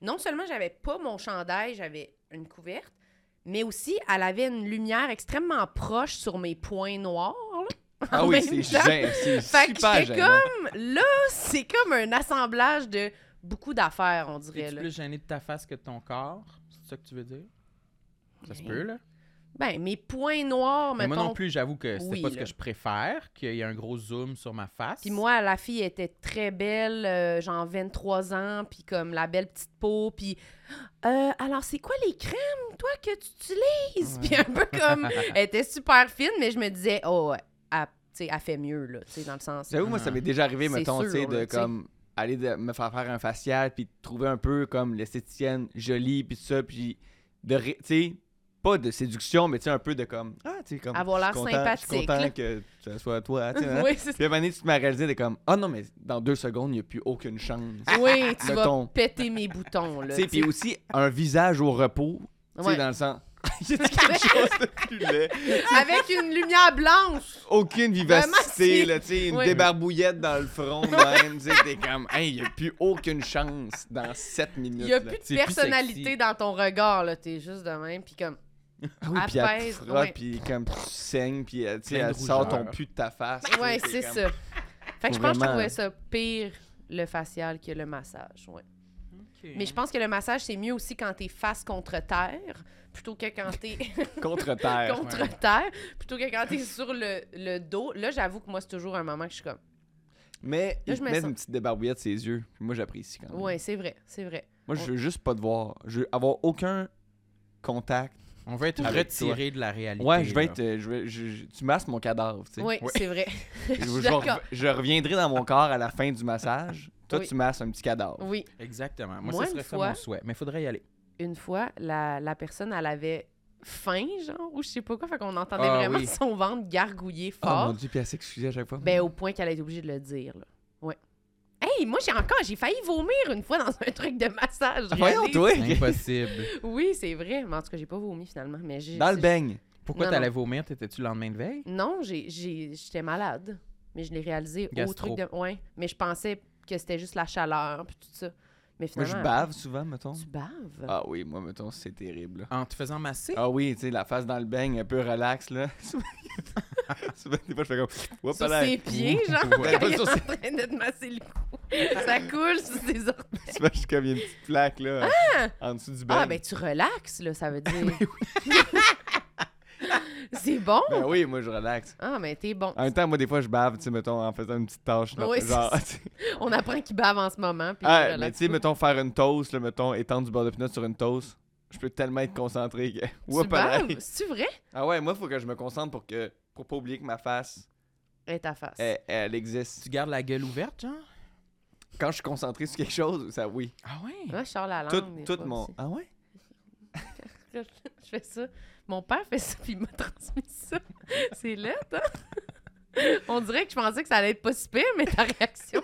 Speaker 1: non seulement j'avais pas mon chandail, j'avais une couverte, mais aussi, elle avait une lumière extrêmement proche sur mes points noirs. là,
Speaker 4: Ah
Speaker 1: en
Speaker 4: oui,
Speaker 1: même
Speaker 4: c'est
Speaker 1: temps.
Speaker 4: gênant. C'est
Speaker 1: Fait que
Speaker 4: super
Speaker 1: j'étais
Speaker 4: gênant.
Speaker 1: comme, là, c'est comme un assemblage de beaucoup d'affaires, on dirait.
Speaker 2: Es-tu
Speaker 1: là.
Speaker 2: plus gêné de ta face que de ton corps? C'est ça que tu veux dire? Ça se peut, là.
Speaker 1: Ben, mes points noirs,
Speaker 2: Mais
Speaker 1: mettons.
Speaker 2: moi non plus, j'avoue que c'était
Speaker 1: oui,
Speaker 2: pas ce
Speaker 1: là.
Speaker 2: que je préfère, qu'il y a un gros zoom sur ma face.
Speaker 1: Puis moi, la fille était très belle, euh, genre 23 ans, puis comme la belle petite peau, puis Euh, alors c'est quoi les crèmes, toi, que tu utilises? Puis un peu comme, elle était super fine, mais je me disais, oh, ouais, elle, tu sais, elle fait mieux, là, tu sais, dans le sens.
Speaker 4: Savez-vous, moi, ça m'est déjà arrivé,
Speaker 1: C'est
Speaker 4: mettons, tu sais,
Speaker 1: sûr,
Speaker 4: de
Speaker 1: là, tu sais.
Speaker 4: comme aller de me faire faire un facial, puis de trouver un peu comme l'esthéticienne jolie, puis tout ça, puis de, ré- tu sais, pas de séduction, mais tu sais, un peu de comme, ah, tu sais, comme.
Speaker 1: Avoir
Speaker 4: je suis
Speaker 1: l'air
Speaker 4: content-
Speaker 1: sympathique,
Speaker 4: Je suis content
Speaker 1: là.
Speaker 4: que ce soit toi, tu sais. hein.
Speaker 1: Ah. oui, c'est
Speaker 4: Puis à un moment donné, tu te mets à réaliser, t'es comme, ah non, mais dans deux secondes, il n'y a plus aucune chance.
Speaker 1: Oui, tu vas
Speaker 4: Mettons.
Speaker 1: péter mes boutons, Ah, là.
Speaker 4: Tu sais,
Speaker 1: tu sais.
Speaker 4: puis aussi, un visage au repos, tu sais,
Speaker 1: Ouais.
Speaker 4: dans le sens. Il y a quelque chose de plus laid.
Speaker 1: Avec une lumière blanche.
Speaker 4: aucune
Speaker 1: Vraiment, c'est-
Speaker 4: vivacité, là, tu sais, une
Speaker 1: Oui.
Speaker 4: débarbouillette dans le front, de même, tu sais, t'es comme, hey, il n'y a plus aucune chance dans 7 minutes.
Speaker 1: Il y a
Speaker 4: là.
Speaker 1: plus de
Speaker 2: C'est plus
Speaker 1: personnalité
Speaker 2: sexy.
Speaker 1: dans ton regard, là. T'es juste de même, puis comme,
Speaker 4: Ah oui, puis elle te
Speaker 1: apaise, ouais.
Speaker 4: frotte, puis comme tu saignes, puis elle, tu sais,
Speaker 2: Plein de
Speaker 4: elle sort ton
Speaker 2: rougeur.
Speaker 4: pus de ta face. tu sais,
Speaker 1: Ben ouais,
Speaker 4: t'es
Speaker 1: c'est
Speaker 4: comme-
Speaker 1: ça. Fait que je pense que je
Speaker 4: Vraiment.
Speaker 1: trouvais ça pire, le facial, que le massage, ouais. Mais je pense que le massage, c'est mieux aussi quand t'es face contre terre, plutôt que quand t'es
Speaker 4: Contre terre.
Speaker 1: contre terre, plutôt que quand t'es sur le, le dos. Là, j'avoue que moi, c'est toujours un moment que je suis comme.
Speaker 4: Mais
Speaker 1: Là,
Speaker 4: il
Speaker 1: je
Speaker 4: te
Speaker 1: me
Speaker 4: met
Speaker 1: sens-
Speaker 4: une petite débarbouillette ses yeux, puis moi, j'apprécie quand même.
Speaker 1: Ouais, c'est vrai, c'est vrai.
Speaker 4: Moi, je veux juste pas te voir. Je veux avoir aucun contact.
Speaker 2: On va être
Speaker 4: Avec
Speaker 2: retiré de la réalité.
Speaker 4: Ouais, je vais
Speaker 2: là.
Speaker 4: être. euh, Je vais- je- je- tu masses mon cadavre, tu sais.
Speaker 1: Oui,
Speaker 2: Ouais.
Speaker 1: c'est vrai. Je
Speaker 4: Je,
Speaker 1: suis
Speaker 4: je rev-
Speaker 1: d'accord.
Speaker 4: je reviendrai dans mon corps à la fin du massage. Toi,
Speaker 1: Oui.
Speaker 4: tu masses un petit cadavre.
Speaker 1: Oui,
Speaker 2: Exactement. Moi,
Speaker 1: Moi,
Speaker 2: ce
Speaker 1: une
Speaker 2: serait ça
Speaker 1: fois-
Speaker 2: mon souhait. Mais il faudrait y aller.
Speaker 1: une fois, la, la personne, elle avait faim, genre, ou je sais pas quoi, fait qu'on entendait
Speaker 2: Ah
Speaker 1: vraiment
Speaker 2: oui.
Speaker 1: son ventre gargouiller
Speaker 4: Oh
Speaker 1: fort.
Speaker 4: mon dieu, puis elle s'excusait à chaque fois.
Speaker 1: Ben, au point qu'elle a été obligée de le dire, là. Ouais. Hey, moi, j'ai encore, j'ai failli vomir une fois dans un truc de massage.
Speaker 4: Ah, voyons
Speaker 1: réalise.
Speaker 4: toi!
Speaker 2: C'est impossible.
Speaker 1: Oui, c'est vrai. Mais en tout cas, j'ai pas vomi finalement. Mais j'ai-
Speaker 4: Dans le
Speaker 1: c'est-
Speaker 4: beigne.
Speaker 2: Pourquoi
Speaker 1: Non,
Speaker 2: t'allais vomir? T'étais-tu le lendemain de veille?
Speaker 1: Non, j'ai- j'ai- j'étais malade. Mais je l'ai réalisé au
Speaker 2: Gastro.
Speaker 1: truc de. Ouais. Mais je pensais que c'était juste la chaleur puis tout ça. Mais
Speaker 4: Moi,
Speaker 1: finalement.
Speaker 4: je bave souvent, mettons.
Speaker 1: Tu baves.
Speaker 4: Ah oui, moi, mettons, c'est terrible.
Speaker 2: En te faisant masser?
Speaker 4: Ah oui, tu sais, la face dans le beigne, un peu relax, là. souvent, des fois, je fais comme. Oups,
Speaker 1: Sur
Speaker 4: là.
Speaker 1: ses pieds, genre.
Speaker 4: Ouais,
Speaker 1: quand
Speaker 4: pas
Speaker 1: il est
Speaker 4: sur
Speaker 1: en
Speaker 4: ses-
Speaker 1: train de te masser le cou. Ça coule sur ses orteils.
Speaker 4: Souvent, je suis comme, il y a une petite plaque, là, en dessous du beigne.
Speaker 1: Ah, ben tu relaxes, là, ça veut dire. c'est bon.
Speaker 4: Ben oui, moi, je relaxe.
Speaker 1: Ah, mais t'es bon.
Speaker 4: En même temps, moi, des fois, je bave, tu sais, mettons, en faisant une petite tâche.
Speaker 1: Ah Oui, c'est
Speaker 4: genre,
Speaker 1: ça.
Speaker 4: tu sais.
Speaker 1: On apprend qu'il bave en ce moment. Puis il
Speaker 4: ah,
Speaker 1: relaxe
Speaker 4: mais tu sais,
Speaker 1: pas.
Speaker 4: mettons, faire une toast, là, mettons, étendre du beurre de pinot sur une toast, je peux tellement être concentré que.
Speaker 1: Tu
Speaker 4: Oups, là.
Speaker 1: baves? C'est-tu vrai?
Speaker 4: Ah ouais, moi, faut que je me concentre pour que. Pour pas oublier que ma face,
Speaker 1: Et ta face.
Speaker 4: elle, elle existe.
Speaker 2: Tu gardes la gueule ouverte, genre?
Speaker 4: quand je suis concentré sur quelque chose, ça oui.
Speaker 2: Ah ouais?
Speaker 1: Moi, je sors la langue.
Speaker 4: Tout,
Speaker 1: des
Speaker 4: tout
Speaker 1: fois
Speaker 4: mon.
Speaker 1: aussi.
Speaker 4: Ah ouais?
Speaker 1: Je fais ça. Mon père fait ça, puis il m'a transmis ça. C'est laid, hein? On dirait que je pensais que ça allait être pas si pire, mais ta réaction...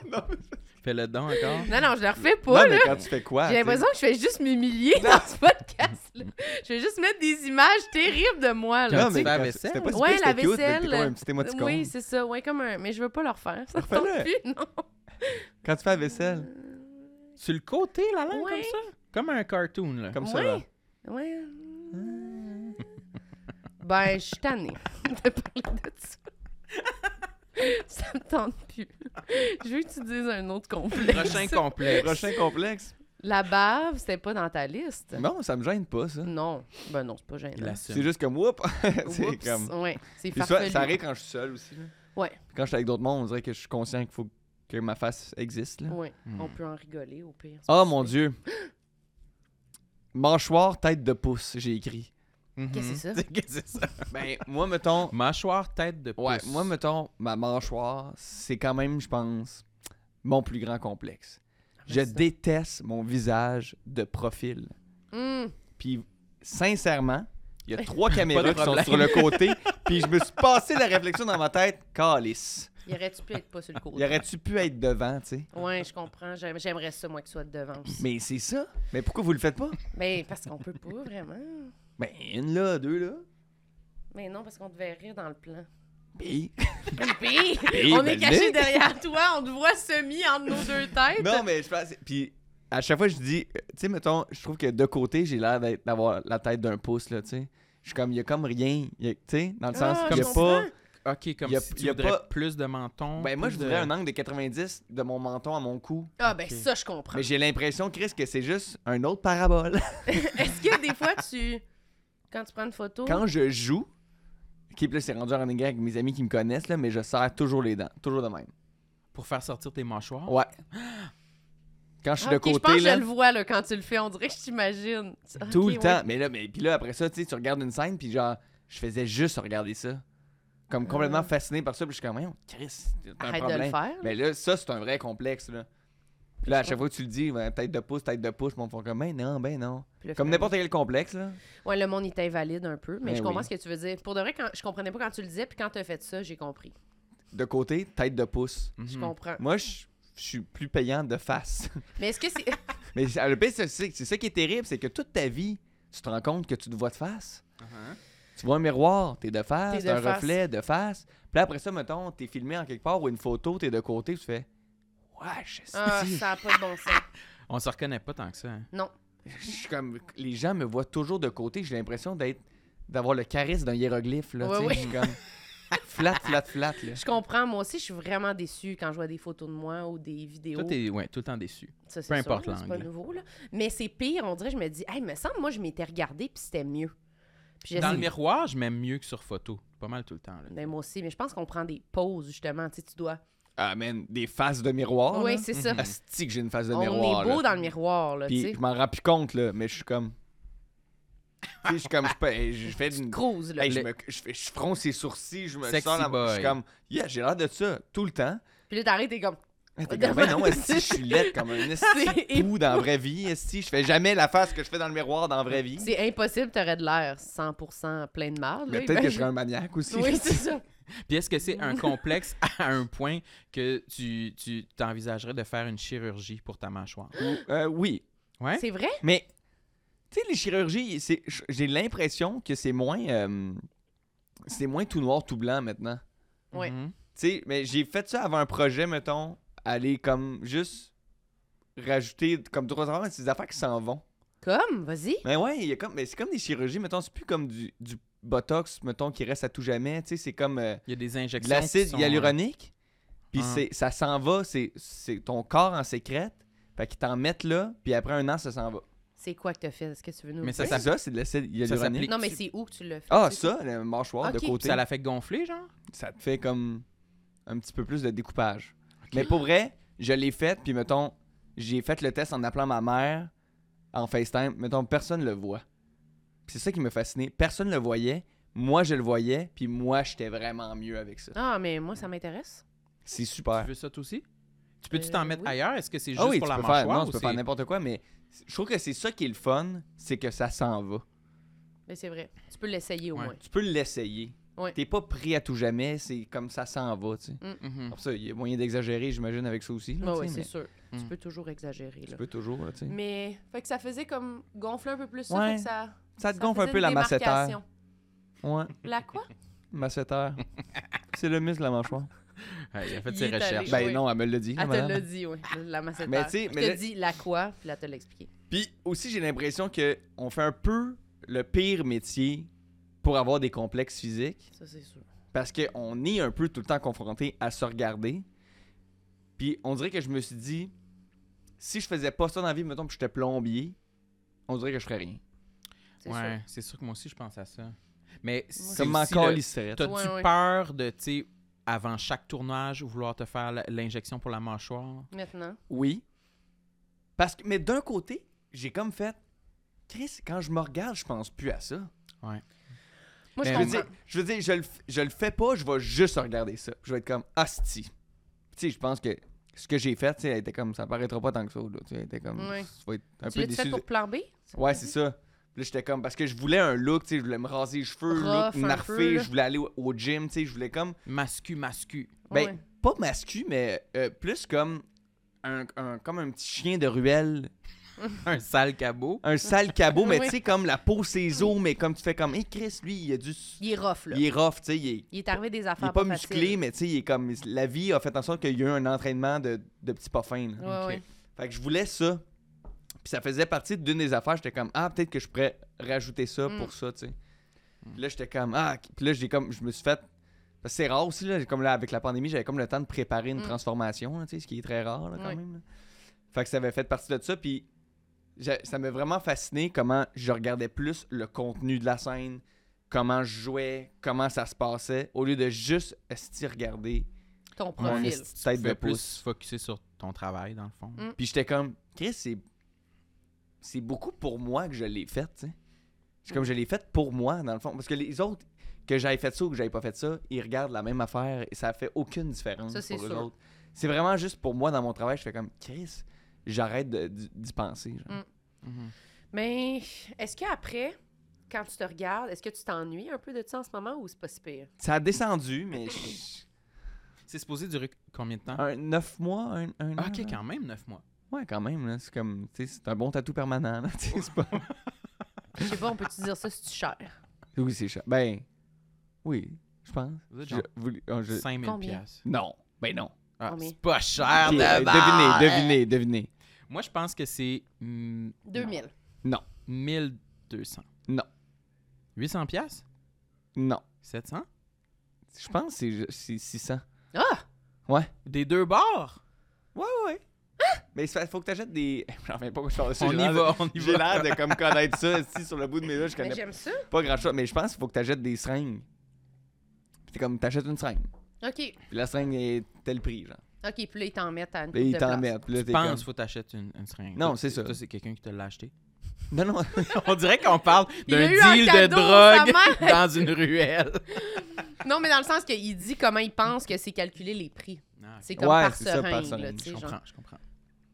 Speaker 2: Fais le don encore.
Speaker 1: Non, non, je le refais
Speaker 4: Non,
Speaker 1: pas,
Speaker 4: mais
Speaker 1: là.
Speaker 4: quand tu fais quoi?
Speaker 1: J'ai l'impression que je fais juste m'humilier dans ce podcast, là. Je vais juste mettre des images terribles de moi,
Speaker 4: que.
Speaker 1: là.
Speaker 4: Non,
Speaker 2: tu
Speaker 4: mais.
Speaker 2: fais la
Speaker 4: quand-
Speaker 2: vaisselle.
Speaker 4: c'était pas si
Speaker 1: Ouais,
Speaker 4: pire,
Speaker 1: la
Speaker 4: c'était cute, mais
Speaker 1: vaisselle,
Speaker 4: t'es comme un petit émoticône.
Speaker 1: Oui, c'est ça. Ouais, comme un... Mais je veux pas le refaire. Ça
Speaker 4: Refais-le.
Speaker 1: tombe plus, non.
Speaker 4: Quand tu fais la vaisselle,
Speaker 2: Sur le côté, la langue,
Speaker 1: Ouais.
Speaker 2: comme ça? Comme un cartoon, là.
Speaker 4: comme ça.
Speaker 1: Ouais.
Speaker 4: Là.
Speaker 1: Ouais. Ben, je suis tannée de parler de ça. Ça me tente plus. Je veux que tu dises un autre complexe.
Speaker 2: Prochain complet.
Speaker 4: Prochain complexe.
Speaker 1: La bave, c'était pas dans ta liste.
Speaker 4: Non, ça me gêne pas, ça.
Speaker 1: Non. Ben non, c'est pas
Speaker 2: Il
Speaker 1: gênant.
Speaker 2: assume.
Speaker 4: C'est juste comme whoop. c'est
Speaker 1: Oups.
Speaker 4: comme.
Speaker 1: Ouais, c'est
Speaker 4: Puis ça,
Speaker 1: farfelu.
Speaker 4: ça arrive quand je suis seul aussi. là.
Speaker 1: Ouais.
Speaker 4: Quand je suis avec d'autres mondes, on dirait que je suis conscient qu'il faut que ma face existe. Là.
Speaker 1: Ouais,
Speaker 2: Hmm.
Speaker 1: on peut en rigoler au pire.
Speaker 4: Oh mon dieu. Mâchoire, tête de pouce, j'ai écrit.
Speaker 2: Mhm.
Speaker 1: Qu'est-ce que c'est ça?
Speaker 2: Qu'est-ce que c'est ça?
Speaker 4: Ben, moi, mettons,
Speaker 2: Mâchoire, tête de pouce.
Speaker 4: Ouais, moi, mettons, ma mâchoire, c'est quand même, je pense, mon plus grand complexe.
Speaker 1: ben
Speaker 2: Ah,
Speaker 4: Je
Speaker 1: ça.
Speaker 4: déteste mon visage de profil.
Speaker 1: Hmm.
Speaker 4: Puis, sincèrement, il y a trois
Speaker 2: Pas
Speaker 4: caméras
Speaker 2: de
Speaker 4: qui sont
Speaker 2: problème.
Speaker 4: sur le côté, puis je me suis passé la réflexion dans ma tête, calice.
Speaker 1: Il aurait-tu pu être pas sur le côté?
Speaker 4: Il aurait-tu pu être devant, tu sais?
Speaker 1: Ouais, je comprends. J'aim- J'aimerais ça, moi, qu'il soit devant aussi.
Speaker 4: Mais c'est ça. Mais pourquoi vous le faites pas?
Speaker 1: Ben, parce qu'on peut pas, vraiment.
Speaker 4: Ben, une là, deux là.
Speaker 1: Mais non, parce qu'on te verrait dans le plan.
Speaker 4: Puis-
Speaker 1: Bébé!
Speaker 4: Bébé,
Speaker 1: on est
Speaker 4: ben
Speaker 1: caché
Speaker 4: mec.
Speaker 1: derrière toi, on te voit semi entre nos deux têtes.
Speaker 4: Non, mais je pense. Puis à chaque fois, je dis, euh, tu sais, mettons, je trouve que de côté, j'ai l'air d'être- d'avoir la tête d'un pouce, là, tu sais. Je suis comme, il y a comme rien, il y a- tu sais, dans le sens,
Speaker 1: Ah,
Speaker 4: il y
Speaker 2: je
Speaker 4: a pas.
Speaker 2: OK, comme
Speaker 4: Y a-
Speaker 2: si tu
Speaker 4: y a
Speaker 2: voudrais
Speaker 4: pas-
Speaker 2: plus de menton.
Speaker 4: Ben, moi,
Speaker 2: plus
Speaker 4: je
Speaker 2: de-
Speaker 4: voudrais un angle de 90 de mon menton à mon cou.
Speaker 1: Ah, ben
Speaker 2: Ok.
Speaker 1: ça, je comprends.
Speaker 4: Mais j'ai l'impression, Chris, que c'est juste un autre parabole.
Speaker 1: Est-ce que des fois, tu. Quand tu prends une photo.
Speaker 4: Quand je joue, qui là, c'est rendu en guerre avec mes amis qui me connaissent, là, mais je serre toujours les dents, toujours de même.
Speaker 2: Pour faire sortir tes mâchoires.
Speaker 4: Ouais. Quand je suis
Speaker 1: Ah,
Speaker 4: de
Speaker 1: Oh. ok,
Speaker 4: côté,
Speaker 1: je pense que
Speaker 4: là.
Speaker 1: je le vois là, quand tu le fais, on dirait que je t'imagine. Tu-
Speaker 4: Tout
Speaker 1: ok,
Speaker 4: le
Speaker 1: ouais.
Speaker 4: temps. Mais là, mais puis là, après ça, tu sais, tu regardes une scène, puis genre, je faisais juste regarder ça. Comme complètement
Speaker 1: Ah.
Speaker 4: fasciné par ça, puis je suis comme, voyons, Chris, t'as un
Speaker 1: Arrête de le
Speaker 4: problème.
Speaker 1: faire.
Speaker 4: Mais là, ça, c'est un vrai complexe, là. Puis là, à chaque fois que tu le dis, ben, tête de pouce, tête de pouce, mon font comme, ben non, ben non.
Speaker 1: Puis là,
Speaker 4: Comme
Speaker 1: finalement-
Speaker 4: n'importe quel complexe, là.
Speaker 1: Ouais, le monde était invalide un peu, mais
Speaker 4: Ben
Speaker 1: je comprends
Speaker 4: oui.
Speaker 1: ce que tu veux dire. Pour de vrai, quand... je comprenais pas quand tu le disais, puis quand t'as fait ça, j'ai compris.
Speaker 4: De côté, tête de pouce.
Speaker 2: Mhm.
Speaker 1: Je comprends.
Speaker 4: Moi, je je suis plus payant de face.
Speaker 1: Mais est-ce que c'est.
Speaker 4: Mais c'est- le pire, c'est- c'est c'est ça qui est terrible, c'est que toute ta vie, tu te rends compte que tu te vois de face.
Speaker 2: Uh-huh.
Speaker 4: Tu vois un miroir, t'es de face,
Speaker 1: T'es
Speaker 4: t'es
Speaker 1: de
Speaker 4: un
Speaker 1: face.
Speaker 4: reflet de face. Puis là, après ça, mettons, t'es filmé en quelque part ou une photo, t'es de côté, tu fais Wesh,
Speaker 1: Ah,
Speaker 4: esti.
Speaker 1: ça n'a pas de bon sens.
Speaker 2: On se reconnaît pas tant que ça. hein.
Speaker 1: Non.
Speaker 4: Je suis comme les gens me voient toujours de côté, j'ai l'impression d'être d'avoir le charisme d'un hiéroglyphe là,
Speaker 1: Ouais,
Speaker 4: tu sais,
Speaker 1: ouais.
Speaker 4: je suis comme flat flat flat là.
Speaker 1: Je comprends, moi aussi, je suis vraiment déçue quand je vois des photos de moi ou des vidéos.
Speaker 2: Toi, t'es ouais, tout le temps déçu.
Speaker 1: Ça, c'est
Speaker 2: peu
Speaker 1: sûr,
Speaker 2: importe
Speaker 1: là, C'est pas
Speaker 2: l'angle.
Speaker 1: nouveau, là. Mais c'est pire, on dirait, je me dis, hey, me semble, moi, je m'étais regardée, puis c'était mieux. Puis
Speaker 2: Dans
Speaker 1: j'essaie-
Speaker 2: le miroir, je m'aime mieux que sur photo. Pas mal tout le temps. là.
Speaker 4: Mm.
Speaker 1: Ben, moi aussi, mais je pense qu'on prend des pauses, justement. Tu sais, tu dois.
Speaker 4: Ah man, des faces de miroir.
Speaker 1: oui,
Speaker 4: là.
Speaker 1: c'est ça.
Speaker 4: Asti que j'ai une face de
Speaker 1: On
Speaker 4: miroir.
Speaker 1: est beau
Speaker 4: là.
Speaker 1: dans le miroir, là, Bah, tu
Speaker 4: Puis
Speaker 1: sais.
Speaker 4: je m'en rends plus compte là, mais je suis comme Tu sais, je suis comme je fais- je fais une
Speaker 1: Crouse, là.
Speaker 4: Hey, je,
Speaker 1: Le-
Speaker 4: me, je, fais- je fronce ses sourcils, je me
Speaker 2: Sexy
Speaker 4: sors la Je
Speaker 2: boy.
Speaker 4: suis comme, yeah, j'ai l'air de ça tout le temps.
Speaker 1: Puis là, t'arrêtes, t'es comme.
Speaker 4: Mais t'es comme, ben non, esti, je suis laide comme un
Speaker 1: C'est
Speaker 4: esti de pou dans la vraie vie, esti. Je fais jamais la face que je fais dans le miroir dans la vraie vie.
Speaker 1: C'est impossible, t'aurais de l'air 100% plein de marde, là.
Speaker 4: Mais peut-être que je
Speaker 1: imagine.
Speaker 4: serais un maniaque aussi.
Speaker 1: Oui, c'est ça.
Speaker 2: Puis est-ce que c'est un complexe à un point que tu tu- t'envisagerais de faire une chirurgie pour ta mâchoire?
Speaker 4: Euh, oui,
Speaker 2: Ouais?
Speaker 1: C'est vrai?
Speaker 4: mais tu sais, les chirurgies, c'est- j'ai l'impression que c'est moins, euh, c'est moins tout noir, tout blanc maintenant.
Speaker 1: Ouais.
Speaker 2: Mhm.
Speaker 4: Tu sais, mais j'ai fait ça avant un projet, mettons, aller comme juste rajouter comme trois affaires, mais c'est des affaires qui s'en vont.
Speaker 1: Comme, vas-y.
Speaker 4: Mais ouais, il y a comme, mais c'est comme des chirurgies, mettons, c'est plus comme du, du botox, mettons, qui reste à tout jamais. Tu sais, c'est comme euh,
Speaker 2: Il y a des
Speaker 4: de
Speaker 2: injections. qui
Speaker 4: l'acide
Speaker 2: sont, euh,
Speaker 4: hyaluronique. Puis
Speaker 2: Ah.
Speaker 4: c'est, ça s'en va, c'est, c'est ton corps en sécrète. Fait qu'ils t'en mettent là, puis après un an, ça s'en va.
Speaker 1: C'est quoi que t'as fait? Est-ce que tu veux nous.
Speaker 2: Mais
Speaker 1: le
Speaker 2: ça
Speaker 4: C'est
Speaker 1: dire?
Speaker 2: s'appelle-
Speaker 4: ça, c'est de l'acide hyaluronique.
Speaker 2: s'applique-
Speaker 1: Non, mais c'est où que tu l'as fait?
Speaker 4: Ah,
Speaker 1: c'est
Speaker 4: ça, le mâchoire
Speaker 1: Ok.
Speaker 4: de
Speaker 2: euh,
Speaker 4: côté,
Speaker 2: Ça la fait gonfler, genre?
Speaker 4: ça te fait comme un petit peu plus de découpage. Mais pour vrai, je l'ai fait, puis mettons, j'ai fait le test en appelant ma mère en FaceTime. Mettons, personne le voit. Puis c'est ça qui me fascinait. Personne le voyait. Moi, je le voyais, puis moi, j'étais vraiment mieux avec ça.
Speaker 1: Ah, mais moi, ça m'intéresse.
Speaker 4: C'est
Speaker 2: Tu
Speaker 4: super.
Speaker 2: veux ça toi aussi? Tu peux-tu
Speaker 1: Euh,
Speaker 2: t'en mettre
Speaker 1: oui.
Speaker 2: ailleurs? Est-ce que c'est juste
Speaker 4: Ah oui,
Speaker 2: pour
Speaker 4: tu
Speaker 2: la
Speaker 4: peux
Speaker 2: mâchoire?
Speaker 4: faire, non, tu
Speaker 2: ou
Speaker 4: peux
Speaker 2: c'est-
Speaker 4: faire n'importe quoi, mais c'est- je trouve que c'est ça qui est le fun, c'est que ça s'en va.
Speaker 1: Mais c'est vrai. Tu peux l'essayer au
Speaker 2: Ouais.
Speaker 1: moins.
Speaker 4: Tu peux l'essayer.
Speaker 1: Ouais.
Speaker 4: T'es pas pris à tout jamais, c'est comme ça s'en va, tu sais.
Speaker 2: Mhm.
Speaker 4: Pour ça, il y a moyen d'exagérer, j'imagine, avec ça aussi. là,
Speaker 1: Ouais,
Speaker 4: tu
Speaker 1: ouais,
Speaker 4: sais,
Speaker 1: c'est
Speaker 4: mais Hmm.
Speaker 1: sûr. Tu
Speaker 2: Mm.
Speaker 1: peux toujours exagérer.
Speaker 4: Tu
Speaker 1: Là.
Speaker 4: peux toujours, là, tu sais.
Speaker 1: Mais fait que ça faisait comme gonfler un peu plus ça,
Speaker 4: Ouais.
Speaker 1: fait que ça.
Speaker 4: Ça te
Speaker 1: ça
Speaker 4: gonfle un
Speaker 1: faisait
Speaker 4: peu
Speaker 1: une
Speaker 4: la masseter.
Speaker 1: démarcation.
Speaker 4: Ouais,
Speaker 1: La quoi?
Speaker 4: masseter. c'est le muscle, la mâchoire.
Speaker 2: Ouais, il a fait
Speaker 1: Il
Speaker 2: ses
Speaker 1: est allé.
Speaker 2: recherches.
Speaker 1: Ben,
Speaker 4: Ben
Speaker 1: oui.
Speaker 4: non, elle me l'a dit. la
Speaker 1: Elle te
Speaker 4: madame.
Speaker 1: l'a dit, oui. La masseter.
Speaker 4: Mais tu sais,
Speaker 1: Je
Speaker 4: mais
Speaker 1: te
Speaker 4: là-
Speaker 1: dis la quoi, puis là, te l'a expliqué.
Speaker 4: Puis aussi, j'ai l'impression que on fait un peu le pire métier pour avoir des complexes physiques
Speaker 1: Ça, c'est sûr.
Speaker 4: parce qu'on est un peu tout le temps confronté à se regarder. Puis on dirait que je me suis dit, si je faisais pas ça dans la vie, mettons que j'étais plombier, on dirait que je ferais rien.
Speaker 1: C'est
Speaker 2: Ouais, c'est sûr que moi aussi, je pense à ça. Mais c'est
Speaker 4: Comme m'en
Speaker 2: aussi le-
Speaker 4: calisserait.
Speaker 2: T'as-tu
Speaker 1: Ouais, ouais.
Speaker 2: peur de, tu sais, avant chaque tournage, vouloir te faire la- l'injection pour la mâchoire?
Speaker 1: sûr. Maintenant.
Speaker 4: Oui. Parce que, mais d'un côté, j'ai comme fait, Chris, quand je me regarde, je pense plus à ça.
Speaker 1: Moi, je
Speaker 2: Mais
Speaker 4: Je veux
Speaker 1: comprends.
Speaker 4: dire, je, veux dire, je, le, f- je le fais pas, je vais juste regarder ça. Je vais être comme hostie. Tu sais, je pense que ce que j'ai fait, tu sais, elle était comme ça paraîtra pas tant que ça. Là. Tu sais, elle était comme.
Speaker 1: Ouais.
Speaker 4: Tu vas être un
Speaker 1: Tu
Speaker 4: peu
Speaker 1: l'as fait
Speaker 4: déçu.
Speaker 1: pour plan B?
Speaker 4: Ouais, c'est ça. Puis là, j'étais comme. Parce que je voulais un look, tu sais, je voulais me raser les cheveux,
Speaker 1: Rough,
Speaker 4: look
Speaker 1: un peu,
Speaker 4: narfé,
Speaker 1: là.
Speaker 4: je voulais aller au, au gym, tu sais, je voulais comme.
Speaker 2: Mascu, mascu.
Speaker 4: Ben,
Speaker 1: Ouais.
Speaker 4: pas mascu, mais euh, plus comme un, un- comme un petit chien de ruelle.
Speaker 2: Un sale cabot.
Speaker 4: Un sale cabot, mais
Speaker 1: Oui.
Speaker 4: tu sais, comme la peau, ses os, mais comme tu fais comme, hé Chris, lui, il a du.
Speaker 1: Il est rough, là.
Speaker 4: Il est rough, tu sais, il est.
Speaker 1: Il est arrivé des affaires
Speaker 4: Il est pas,
Speaker 1: faciles.
Speaker 4: musclé, mais tu sais, il est comme. La vie a fait en sorte qu'il y a eu un entraînement de, de petits pas fins. là.
Speaker 1: Ouais,
Speaker 2: Ok.
Speaker 1: ouais.
Speaker 4: Fait que je voulais ça. Puis ça faisait partie d'une des affaires. J'étais comme, ah, peut-être que je pourrais rajouter ça
Speaker 1: Mm.
Speaker 4: pour ça, tu sais.
Speaker 2: Mm.
Speaker 4: Puis là, j'étais comme, ah, puis là, j'ai comme, je me suis fait. Parce que c'est rare aussi, là, j'ai comme là, avec la pandémie, j'avais comme le temps de préparer une
Speaker 1: Mm.
Speaker 4: transformation, là, tu sais, ce qui est très rare, là, quand
Speaker 1: Oui.
Speaker 4: même. là. Fait que ça avait fait partie de ça. Puis j'a- ça m'a vraiment fasciné comment je regardais plus le contenu de la scène, comment je jouais, comment ça se passait, au lieu de juste, esti, regarder
Speaker 1: Ton
Speaker 4: mon
Speaker 1: profil.
Speaker 4: esti de tête
Speaker 2: Tu
Speaker 4: de
Speaker 2: fais
Speaker 4: pouce.
Speaker 2: plus focusser sur ton travail, dans le fond.
Speaker 1: Mm.
Speaker 4: Puis j'étais comme, Chris, c'est. C'est beaucoup pour moi que je l'ai fait, tu sais. C'est comme je l'ai fait pour moi, dans le fond. Parce que les autres, que j'avais fait ça ou que j'avais pas fait ça, ils regardent la même affaire et ça fait aucune différence
Speaker 1: Ça, c'est
Speaker 4: pour eux
Speaker 1: sûr.
Speaker 4: autres. C'est vraiment juste pour moi dans mon travail, je fais comme, Chris, j'arrête de- d'y d'y penser.
Speaker 2: Mm.
Speaker 4: genre.
Speaker 2: Mm-hmm.
Speaker 1: Mais est-ce qu'après, quand tu te regardes, est-ce que tu t'ennuies un peu de ça en ce moment ou c'est pas si pire?
Speaker 4: Ça a descendu, mais. je-
Speaker 2: C'est supposé durer combien de temps? Ah,
Speaker 4: Un, neuf mois, un, un an,
Speaker 2: ok,
Speaker 4: là.
Speaker 2: quand même, neuf mois.
Speaker 4: Ouais, quand même, là. C'est comme, tu sais, c'est un bon tatou permanent, là. tu sais, c'est pas-
Speaker 1: Je sais pas, on peut-tu dire ça si tu cher?
Speaker 4: Oui, c'est cher. Ben. Oui, je pense.
Speaker 2: Vous êtes
Speaker 4: Je-
Speaker 2: genre
Speaker 4: vous- oh, je-
Speaker 2: 5000
Speaker 1: Combien?
Speaker 2: piastres.
Speaker 4: Non, ben non.
Speaker 2: Ah,
Speaker 1: Combien?
Speaker 2: c'est pas cher
Speaker 4: Ok, euh,
Speaker 2: de base.
Speaker 4: devinez, devinez, devinez.
Speaker 2: Moi, je pense que c'est hmm,
Speaker 1: 2000.
Speaker 2: 1200.
Speaker 4: Non.
Speaker 2: 800 piastres?
Speaker 4: Non.
Speaker 2: 700?
Speaker 4: Je pense que c'est ju- c'est 600.
Speaker 1: Ah!
Speaker 2: Des deux bords?
Speaker 4: Ouais, ouais. Mais il faut que t'achètes des. J'en reviens pas que je parle de ça.
Speaker 2: On
Speaker 4: j'ai
Speaker 2: y
Speaker 4: l'air de-
Speaker 2: va, on y
Speaker 4: J'ai
Speaker 2: va.
Speaker 4: l'air de comme connaître ça si sur le bout de mes doigts, je
Speaker 1: Mais
Speaker 4: connais
Speaker 1: Ben, j'aime ça.
Speaker 4: pas grand chose. Mais je pense qu'il faut que t'achètes des seringues. Puis t'es comme t'achètes une seringue.
Speaker 1: OK.
Speaker 4: Puis la seringue est tel prix, genre.
Speaker 1: OK, puis là, ils t'en mettent à une
Speaker 4: Puis
Speaker 1: coupe
Speaker 4: ils
Speaker 1: de
Speaker 4: t'en
Speaker 1: place.
Speaker 4: mettent. Puis là,
Speaker 2: Je
Speaker 4: t'es
Speaker 2: pense qu'il faut t'acheter une, une seringue.
Speaker 4: Non,
Speaker 2: Toi,
Speaker 4: c'est ça.
Speaker 2: Toi, c'est quelqu'un qui te l'a acheté.
Speaker 4: comme- Ben Non, non.
Speaker 2: On dirait qu'on parle
Speaker 1: Il y a
Speaker 2: d'un
Speaker 1: eu un
Speaker 2: deal de
Speaker 1: cadeau
Speaker 2: drogue
Speaker 1: récemment.
Speaker 2: dans une ruelle.
Speaker 1: Non, mais dans le sens qu'il dit comment il pense que c'est calculé les prix.
Speaker 2: Ah, ok.
Speaker 1: C'est comme
Speaker 4: Ouais,
Speaker 1: par
Speaker 4: c'est ça,
Speaker 1: seringue,
Speaker 4: par
Speaker 1: là,
Speaker 4: seringue,
Speaker 1: tu
Speaker 2: Je
Speaker 1: sais, genre.
Speaker 2: comprends, je comprends.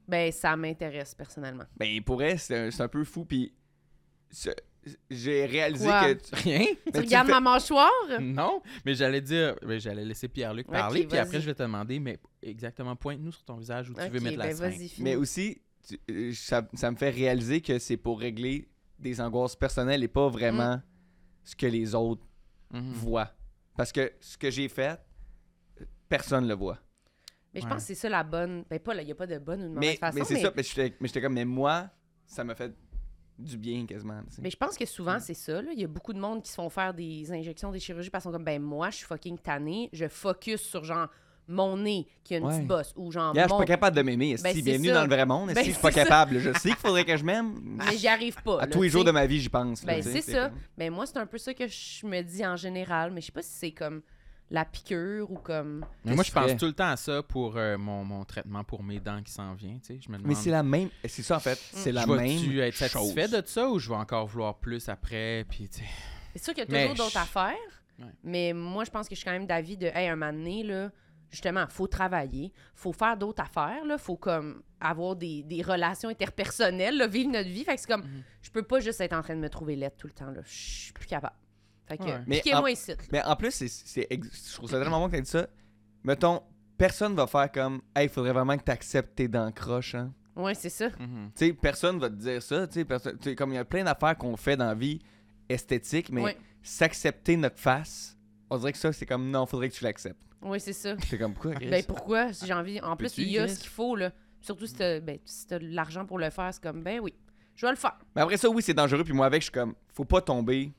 Speaker 1: Ben, ça m'intéresse personnellement.
Speaker 4: Ben pour elle, c'est un, c'est un peu fou. Puis ce- j'ai réalisé
Speaker 1: Quoi?
Speaker 4: que. tu-
Speaker 2: Rien?
Speaker 4: ben,
Speaker 1: tu
Speaker 4: le
Speaker 1: regardes
Speaker 4: fais- Hmm.
Speaker 1: ma mâchoire?
Speaker 2: Non, mais j'allais dire, ben, j'allais laisser Pierre-Luc
Speaker 1: Ok,
Speaker 2: parler, puis
Speaker 1: vas-y.
Speaker 2: après je vais te demander, mais exactement, pointe-nous sur ton visage où tu
Speaker 1: Ok,
Speaker 2: veux mettre la
Speaker 1: ben
Speaker 2: seringue.
Speaker 1: vas-y, finis.
Speaker 4: Mais aussi, tu- euh, ça, ça me fait réaliser que c'est pour régler des angoisses personnelles et pas vraiment
Speaker 1: Mm.
Speaker 4: ce que les autres
Speaker 2: Mhm.
Speaker 4: voient. Parce que ce que j'ai fait, personne le voit.
Speaker 1: Mais je
Speaker 2: Ouais.
Speaker 1: pense que c'est ça la bonne. Ben, pas là, il n'y a pas de bonne ou de mauvaise
Speaker 4: Mais,
Speaker 1: façon.
Speaker 4: mais c'est
Speaker 1: mais-
Speaker 4: ça, mais j'étais mais j'étais comme, mais moi, ça m'a fait du bien quasiment. tu sais.
Speaker 1: Mais je pense que souvent, c'est ça. là. Il y a beaucoup de monde qui se font faire des injections, des chirurgies, parce qu'ils sont comme, ben moi, je suis fucking tanné. Je focus sur, genre, mon nez qui a une
Speaker 4: Ouais.
Speaker 1: petite bosse ou, genre,
Speaker 4: Hier, je
Speaker 1: mon...
Speaker 4: suis pas capable de m'aimer.
Speaker 1: Ben,
Speaker 4: Esti,
Speaker 1: c'est
Speaker 4: bienvenue
Speaker 1: ça.
Speaker 4: dans le vrai monde. Esti,
Speaker 1: Ben,
Speaker 4: je suis pas
Speaker 1: c'est ça.
Speaker 4: capable. Je sais qu'il faudrait que je m'aime.
Speaker 1: mais j'y arrive pas.
Speaker 4: À
Speaker 1: là,
Speaker 4: tous les
Speaker 1: tu
Speaker 4: jours
Speaker 1: sais.
Speaker 4: de ma vie, j'y pense. là,
Speaker 1: Ben,
Speaker 4: tu
Speaker 1: c'est
Speaker 4: sais,
Speaker 1: ça.
Speaker 4: comme-
Speaker 1: Ben, moi, c'est un peu ça que je me dis en général, mais je sais pas si c'est comme la piqûre ou comme.
Speaker 2: Mais moi,
Speaker 4: Qu'est-ce
Speaker 2: je
Speaker 4: que tu
Speaker 2: pense
Speaker 4: fais?
Speaker 2: tout le temps à ça pour euh, mon, mon traitement pour mes dents qui s'en vient. Tu sais, je me demande,
Speaker 4: Mais c'est la même. C'est ça, en fait. C'est la
Speaker 2: je
Speaker 4: même.
Speaker 2: vais-tu être satisfait
Speaker 4: chose.
Speaker 2: de ça ou je vais encore vouloir plus après? Puis, tu sais,
Speaker 1: C'est sûr qu'il y a
Speaker 2: Mais
Speaker 1: toujours d'autres
Speaker 2: je-
Speaker 1: affaires,
Speaker 2: Ouais.
Speaker 1: mais moi, je pense que je suis quand même d'avis de, hey, un moment donné, là, justement, faut travailler, faut faire d'autres affaires, là, faut comme avoir des, des relations interpersonnelles, là, vivre notre vie. Fait que c'est comme,
Speaker 4: Mhm.
Speaker 1: je peux pas juste être en train de me trouver laide tout le temps, là. Je suis plus capable. Fait que,
Speaker 2: Ouais.
Speaker 4: Mais
Speaker 1: piquez-moi
Speaker 4: en-
Speaker 1: ici. là.
Speaker 4: Mais en plus, c'est, c'est ex- je trouve ça tellement bon que t'aies dit ça. Mettons, personne va faire comme « Hey, il faudrait vraiment que t'acceptes tes dents croches. Hein.
Speaker 1: Ouais, c'est ça.
Speaker 2: mhm. »
Speaker 4: Tu sais, personne va te dire ça. Tu sais, perso- tu sais, comme il y a plein d'affaires qu'on fait dans la vie esthétique, mais
Speaker 1: Ouais.
Speaker 4: s'accepter notre face, on dirait que ça, c'est comme « Non, faudrait que tu l'acceptes.
Speaker 1: Ouais, c'est ça. »
Speaker 4: C'est comme « Pourquoi, Chris?
Speaker 1: Ben pourquoi? Si j'ai envie. En plus,
Speaker 2: Peux-tu,
Speaker 1: il y a
Speaker 2: Chris?
Speaker 1: ce qu'il faut, là. Surtout si t'as ben, si t'as de l'argent pour le faire, c'est comme, ben oui, je vais le faire.
Speaker 4: Mais après ça, oui, c'est dangereux. Puis moi, avec, je suis comme « Faut pas tomber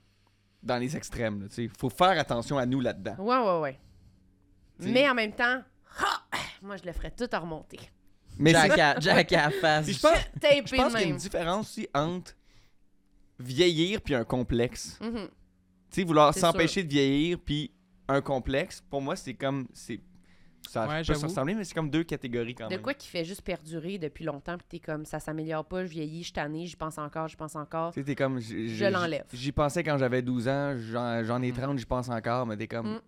Speaker 4: dans les extrêmes. là, tu sais. Faut faire attention à nous là-dedans.
Speaker 1: Ouais, ouais, ouais.
Speaker 4: T'sais.
Speaker 1: Mais en même temps, ha! moi, je le ferais tout en remonter. »
Speaker 4: Mais c'est-
Speaker 2: Jack, à, Jack à face.
Speaker 4: Puis je pense,
Speaker 1: Tapé
Speaker 4: je pense
Speaker 1: de
Speaker 4: qu'il y a une
Speaker 1: même.
Speaker 4: différence aussi entre vieillir puis un complexe.
Speaker 1: Mhm.
Speaker 4: tu sais, vouloir
Speaker 1: C'est
Speaker 4: s'empêcher de vieillir puis un complexe, pour moi, c'est comme. c'est Ça
Speaker 2: Ouais,
Speaker 4: peut se
Speaker 2: j'avoue.
Speaker 4: ressembler, mais c'est comme deux catégories quand
Speaker 1: De
Speaker 4: même.
Speaker 1: quoi qui fait juste perdurer depuis longtemps, puis t'es comme, ça s'améliore pas, je vieillis, je tannée, j'y pense encore, j'y pense encore.
Speaker 4: Tu sais, t'es comme. j- j-
Speaker 1: l'enlève.
Speaker 4: J'y pensais quand j'avais 12 ans, j'en j'en
Speaker 2: Mm.
Speaker 4: ai 30, j'y pense encore, mais t'es comme.
Speaker 1: Mm.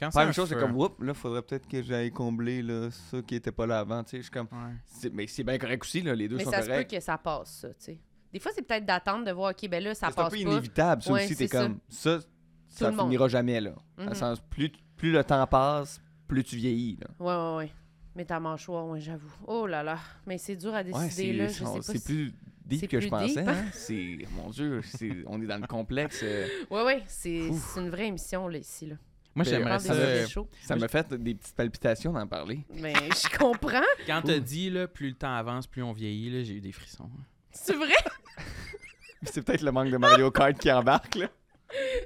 Speaker 2: Quand
Speaker 4: Pas
Speaker 2: un
Speaker 4: la même chose, c'est
Speaker 2: feu.
Speaker 4: comme, oups, là, faudrait peut-être que j'aille combler là, ça qui était pas là avant, tu sais. Je suis comme.
Speaker 2: Ouais.
Speaker 4: c'est- Mais c'est bien correct aussi, là, les deux
Speaker 1: Mais
Speaker 4: sont
Speaker 1: ça se peut
Speaker 4: corrects.
Speaker 1: que ça passe, ça, tu sais. Des fois, c'est peut-être d'attendre de voir, OK, ben là, ça
Speaker 4: C'est un
Speaker 1: passe
Speaker 4: peu
Speaker 1: pas.
Speaker 4: inévitable, ça
Speaker 1: Ouais,
Speaker 4: aussi, t'es
Speaker 1: c'est ça.
Speaker 4: comme. Ça, ça
Speaker 1: le monde.
Speaker 4: finira jamais, là. Dans le
Speaker 1: Mhm.
Speaker 4: sens, plus, plus le temps passe, plus tu vieillis. Là.
Speaker 1: Ouais, ouais, ouais. Mais ta mâchoire, ouais, j'avoue. Oh là là. Mais c'est dur à
Speaker 4: Ouais,
Speaker 1: décider,
Speaker 4: c'est,
Speaker 1: là. Je
Speaker 4: c'est-
Speaker 1: sais pas
Speaker 4: c'est
Speaker 1: si-
Speaker 4: plus
Speaker 1: c'est
Speaker 4: deep que je
Speaker 1: plus deep.
Speaker 4: pensais. hein. C'est, mon Dieu, c'est- on est dans le complexe. euh,
Speaker 1: Ouais, ouais. C'est
Speaker 4: Ouf.
Speaker 1: c'est une vraie émission, là, ici, là.
Speaker 2: Moi,
Speaker 4: Ben,
Speaker 1: On
Speaker 2: j'aimerais
Speaker 1: parle
Speaker 2: ça.
Speaker 1: des sujets chauds.
Speaker 4: Ça m'a fait des petites palpitations d'en parler.
Speaker 1: Mais je comprends.
Speaker 2: Quand t'as dit, là, plus le temps avance, plus on vieillit, là, j'ai eu des frissons.
Speaker 1: C'est vrai.
Speaker 4: C'est peut-être le manque de Mario Kart qui embarque, là.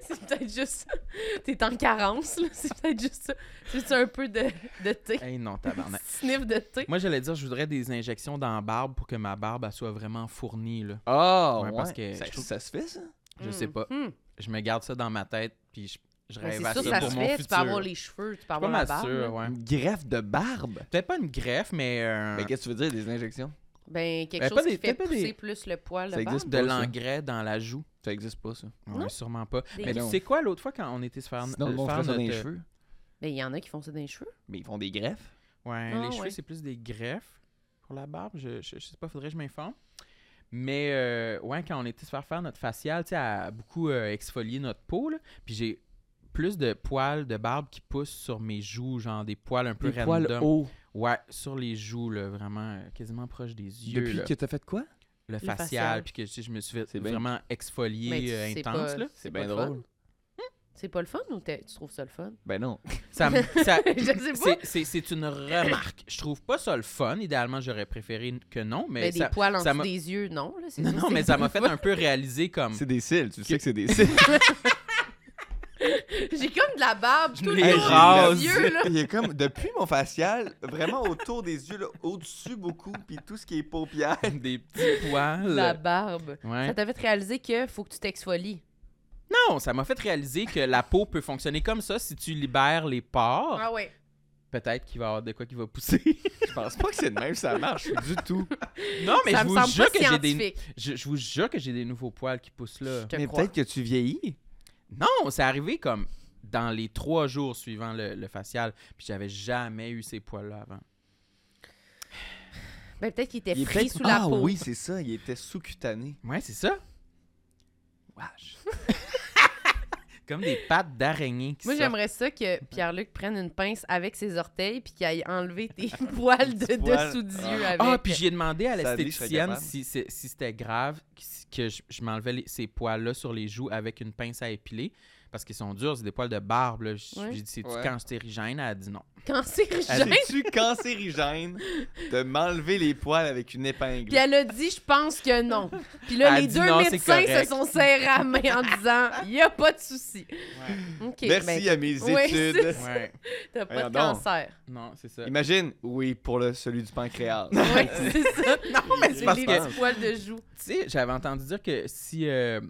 Speaker 1: C'est peut-être juste. T'es en carence, là. C'est peut-être juste ça. C'est juste un peu de, de thé.
Speaker 2: Eh non, tabarnak.
Speaker 1: Sniff de thé.
Speaker 2: Moi, j'allais dire, je voudrais des injections dans la barbe pour que ma barbe, elle soit vraiment fournie, là.
Speaker 4: Ah,
Speaker 2: Ouais,
Speaker 4: ouais,
Speaker 2: parce que
Speaker 4: ça,
Speaker 2: je trouve-
Speaker 4: ça se fait, ça?
Speaker 2: Je
Speaker 1: Hmm,
Speaker 2: sais pas.
Speaker 1: hmm.
Speaker 2: Je me garde ça dans ma tête, puis je, je
Speaker 1: Mais
Speaker 2: rêve
Speaker 1: C'est
Speaker 2: à ça,
Speaker 1: sûr, ça
Speaker 2: pour
Speaker 1: se
Speaker 2: mon
Speaker 1: fait. Tu peux
Speaker 2: futur.
Speaker 1: avoir les cheveux, tu peux
Speaker 2: Je suis pas
Speaker 1: avoir la
Speaker 2: mal
Speaker 1: barbe. là.
Speaker 2: sûr, ouais.
Speaker 4: Une greffe de barbe?
Speaker 2: Peut-être pas une greffe, mais euh,
Speaker 4: Mais qu'est-ce que tu veux dire, des injections?
Speaker 1: Ben, quelque
Speaker 2: Ben, pas
Speaker 1: chose
Speaker 2: des-
Speaker 1: qui fait
Speaker 2: peut-être pas
Speaker 1: pousser
Speaker 2: des-
Speaker 1: plus le poil de
Speaker 4: Ça
Speaker 1: barbe.
Speaker 4: existe
Speaker 2: de
Speaker 4: pas, ça.
Speaker 2: l'engrais dans la joue.
Speaker 4: Ça existe pas, ça.
Speaker 2: Ouais,
Speaker 1: Non.
Speaker 2: sûrement pas.
Speaker 1: Des-
Speaker 2: Mais tu
Speaker 4: Non.
Speaker 2: sais quoi, l'autre fois, quand on était se faire,
Speaker 4: Sinon,
Speaker 2: euh,
Speaker 4: le monde
Speaker 2: faire
Speaker 4: ferait ça dans les
Speaker 2: notre-
Speaker 4: cheveux.
Speaker 1: Ben, il y en a qui font ça dans les cheveux.
Speaker 4: Mais ils font des greffes.
Speaker 2: Ouais,
Speaker 1: Ah,
Speaker 2: les cheveux,
Speaker 1: ouais.
Speaker 2: c'est plus des greffes pour la barbe. Je, je, je sais pas, faudrait que je m'informe. Mais euh, ouais, quand on était se faire faire notre faciale, tu sais, à beaucoup euh, exfolier notre peau, là, puis j'ai plus de poils de barbe qui poussent sur mes joues, genre des poils un peu
Speaker 4: Des poils
Speaker 2: random.
Speaker 4: hauts.
Speaker 2: Ouais, sur les joues, là, vraiment, euh, quasiment proche des yeux.
Speaker 4: Depuis
Speaker 2: là.
Speaker 4: que t'as fait quoi?
Speaker 2: le
Speaker 1: facial.
Speaker 2: facial, puis que tu sais, je me suis fait
Speaker 4: C'est bien-
Speaker 2: vraiment
Speaker 1: Mais
Speaker 2: exfolier
Speaker 1: Ben, tu-
Speaker 2: euh,
Speaker 1: c'est
Speaker 2: intense,
Speaker 1: pas-
Speaker 2: là.
Speaker 4: C'est
Speaker 1: pas
Speaker 4: bien
Speaker 1: le fun.
Speaker 4: drôle.
Speaker 1: C'est pas le fun ou t'es- tu trouves ça le fun?
Speaker 4: Ben non.
Speaker 2: Ça me- ça-
Speaker 1: Je sais pas.
Speaker 2: c'est- c'est- C'est une remarque. Je trouve pas ça le fun. Idéalement, j'aurais préféré que non, mais,
Speaker 1: Ben,
Speaker 2: ça-
Speaker 1: des poils en
Speaker 2: ça
Speaker 1: dessous
Speaker 2: m'a-
Speaker 1: des yeux, non. Là, c'est
Speaker 2: Non,
Speaker 1: sûr,
Speaker 2: non,
Speaker 1: c'est
Speaker 2: mais ça
Speaker 1: pas
Speaker 2: m'a
Speaker 1: le
Speaker 2: fait
Speaker 1: fun.
Speaker 2: un peu réaliser comme.
Speaker 4: C'est des cils. Tu sais que c'est des cils.
Speaker 1: J'ai comme de la barbe, tout le
Speaker 2: les
Speaker 1: tour des
Speaker 2: rase.
Speaker 1: yeux, là.
Speaker 4: Il est comme, depuis mon facial, vraiment autour des yeux, là, au-dessus beaucoup, puis tout ce qui est paupières.
Speaker 2: des petits poils.
Speaker 1: La barbe.
Speaker 2: Ouais.
Speaker 1: Ça t'a fait réaliser que faut que tu t'exfolies.
Speaker 2: Non, ça m'a fait réaliser que la peau peut fonctionner comme ça si tu libères les pores.
Speaker 1: Ah ouais.
Speaker 2: Peut-être qu'il va y avoir de quoi qui va pousser.
Speaker 4: Je pense pas que c'est de même, ça marche du tout.
Speaker 2: non, mais
Speaker 1: ça
Speaker 2: je
Speaker 1: me
Speaker 2: vous
Speaker 1: semble
Speaker 2: jure
Speaker 1: pas
Speaker 2: que j'ai des
Speaker 1: scientifique.
Speaker 2: je, je vous jure que j'ai des nouveaux poils qui poussent là.
Speaker 1: Je te
Speaker 4: Mais
Speaker 1: crois.
Speaker 4: peut-être que tu vieillis.
Speaker 2: Non, c'est arrivé comme dans les trois jours suivant le, le facial, puis j'avais jamais eu ces poils là avant.
Speaker 1: Ben, peut-être qu'il était
Speaker 4: Il est
Speaker 1: pris
Speaker 4: peut-être-
Speaker 1: sous la
Speaker 4: ah,
Speaker 1: peau.
Speaker 4: oui, c'est ça. Il était sous-cutané.
Speaker 2: Ouais, c'est ça.
Speaker 4: Wesh.
Speaker 2: Comme des pattes d'araignée qui
Speaker 1: Moi,
Speaker 2: sortent.
Speaker 1: j'aimerais ça que Pierre-Luc prenne une pince avec ses orteils puis qu'il aille enlever tes poils de
Speaker 4: Petit poil.
Speaker 1: dessous des
Speaker 4: Ah.
Speaker 1: yeux avec.
Speaker 2: Ah, puis j'ai demandé à
Speaker 4: Ça a dit que je serais
Speaker 2: l'esthéticienne
Speaker 4: capable.
Speaker 2: si, c'est- si c'était grave que- que je, je m'enlevais les- ces poils-là sur les joues avec une pince à épiler. Parce qu'ils sont durs, c'est des poils de barbe. là. Je-
Speaker 1: Ouais.
Speaker 2: J'ai dit, c'est-tu
Speaker 4: Ouais.
Speaker 2: cancérigène? Elle a dit non.
Speaker 1: Quand c'est rigide.
Speaker 4: C'est-tu cancérigène de m'enlever les poils avec une
Speaker 1: Puis
Speaker 4: épingle?
Speaker 1: elle a dit, je pense que non. Puis là,
Speaker 2: Elle
Speaker 1: les
Speaker 2: dit
Speaker 1: deux
Speaker 2: non, c'est
Speaker 1: médecins se
Speaker 2: correct.
Speaker 1: sont serrés à la main en disant, il n'y a pas de souci. OK,
Speaker 4: Merci
Speaker 1: ben,
Speaker 4: à mes
Speaker 1: Ouais,
Speaker 4: études.
Speaker 1: c'est-
Speaker 2: Ouais.
Speaker 1: t'as pas de
Speaker 4: Voyons donc.
Speaker 1: cancer.
Speaker 2: Non, c'est ça.
Speaker 4: Imagine, oui, pour le, celui du pancréas.
Speaker 1: Oui, c'est ça.
Speaker 2: Non, mais c'est
Speaker 1: Les
Speaker 2: parce
Speaker 1: les
Speaker 2: que,
Speaker 1: petits poils de joue.
Speaker 2: tu sais, j'avais entendu dire que si euh,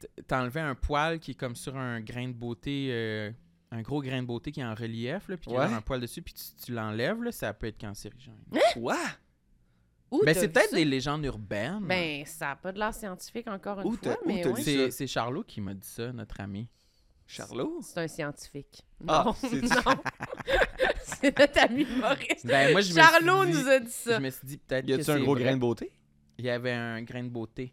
Speaker 2: t- t'enlevais un poil qui est comme sur un grain de beauté, euh, un gros grain de beauté qui est en relief, là, puis qu'il y a
Speaker 4: Ouais.
Speaker 2: un poil dessus, puis tu, tu l'enlèves, là, ça peut être cancérigène.
Speaker 4: Quoi?
Speaker 1: Où
Speaker 2: Mais
Speaker 1: t'as
Speaker 2: Ben, c'est
Speaker 1: vu
Speaker 2: peut-être
Speaker 1: ça?
Speaker 2: des légendes urbaines.
Speaker 1: Ben, ça n'a pas de l'air scientifique encore une
Speaker 4: Où t'as-
Speaker 1: fois,
Speaker 4: où
Speaker 1: mais
Speaker 4: t'as
Speaker 1: ouais.
Speaker 4: lu-
Speaker 2: C'est
Speaker 4: ça.
Speaker 2: c'est Charlot qui m'a dit ça, notre ami.
Speaker 4: Charlot?
Speaker 1: C'est un scientifique.
Speaker 4: Ah,
Speaker 1: non,
Speaker 4: c'est-
Speaker 1: non. c'est notre ami humoriste.
Speaker 2: Ben, moi, je me
Speaker 1: Charlot
Speaker 2: suis dit-
Speaker 1: nous a dit
Speaker 2: Je
Speaker 1: ça.
Speaker 2: me suis dit peut-être
Speaker 4: Y
Speaker 2: que
Speaker 4: a-tu un
Speaker 2: c'est
Speaker 4: gros
Speaker 2: vrai.
Speaker 4: grain de beauté?
Speaker 2: Il y avait un grain de beauté.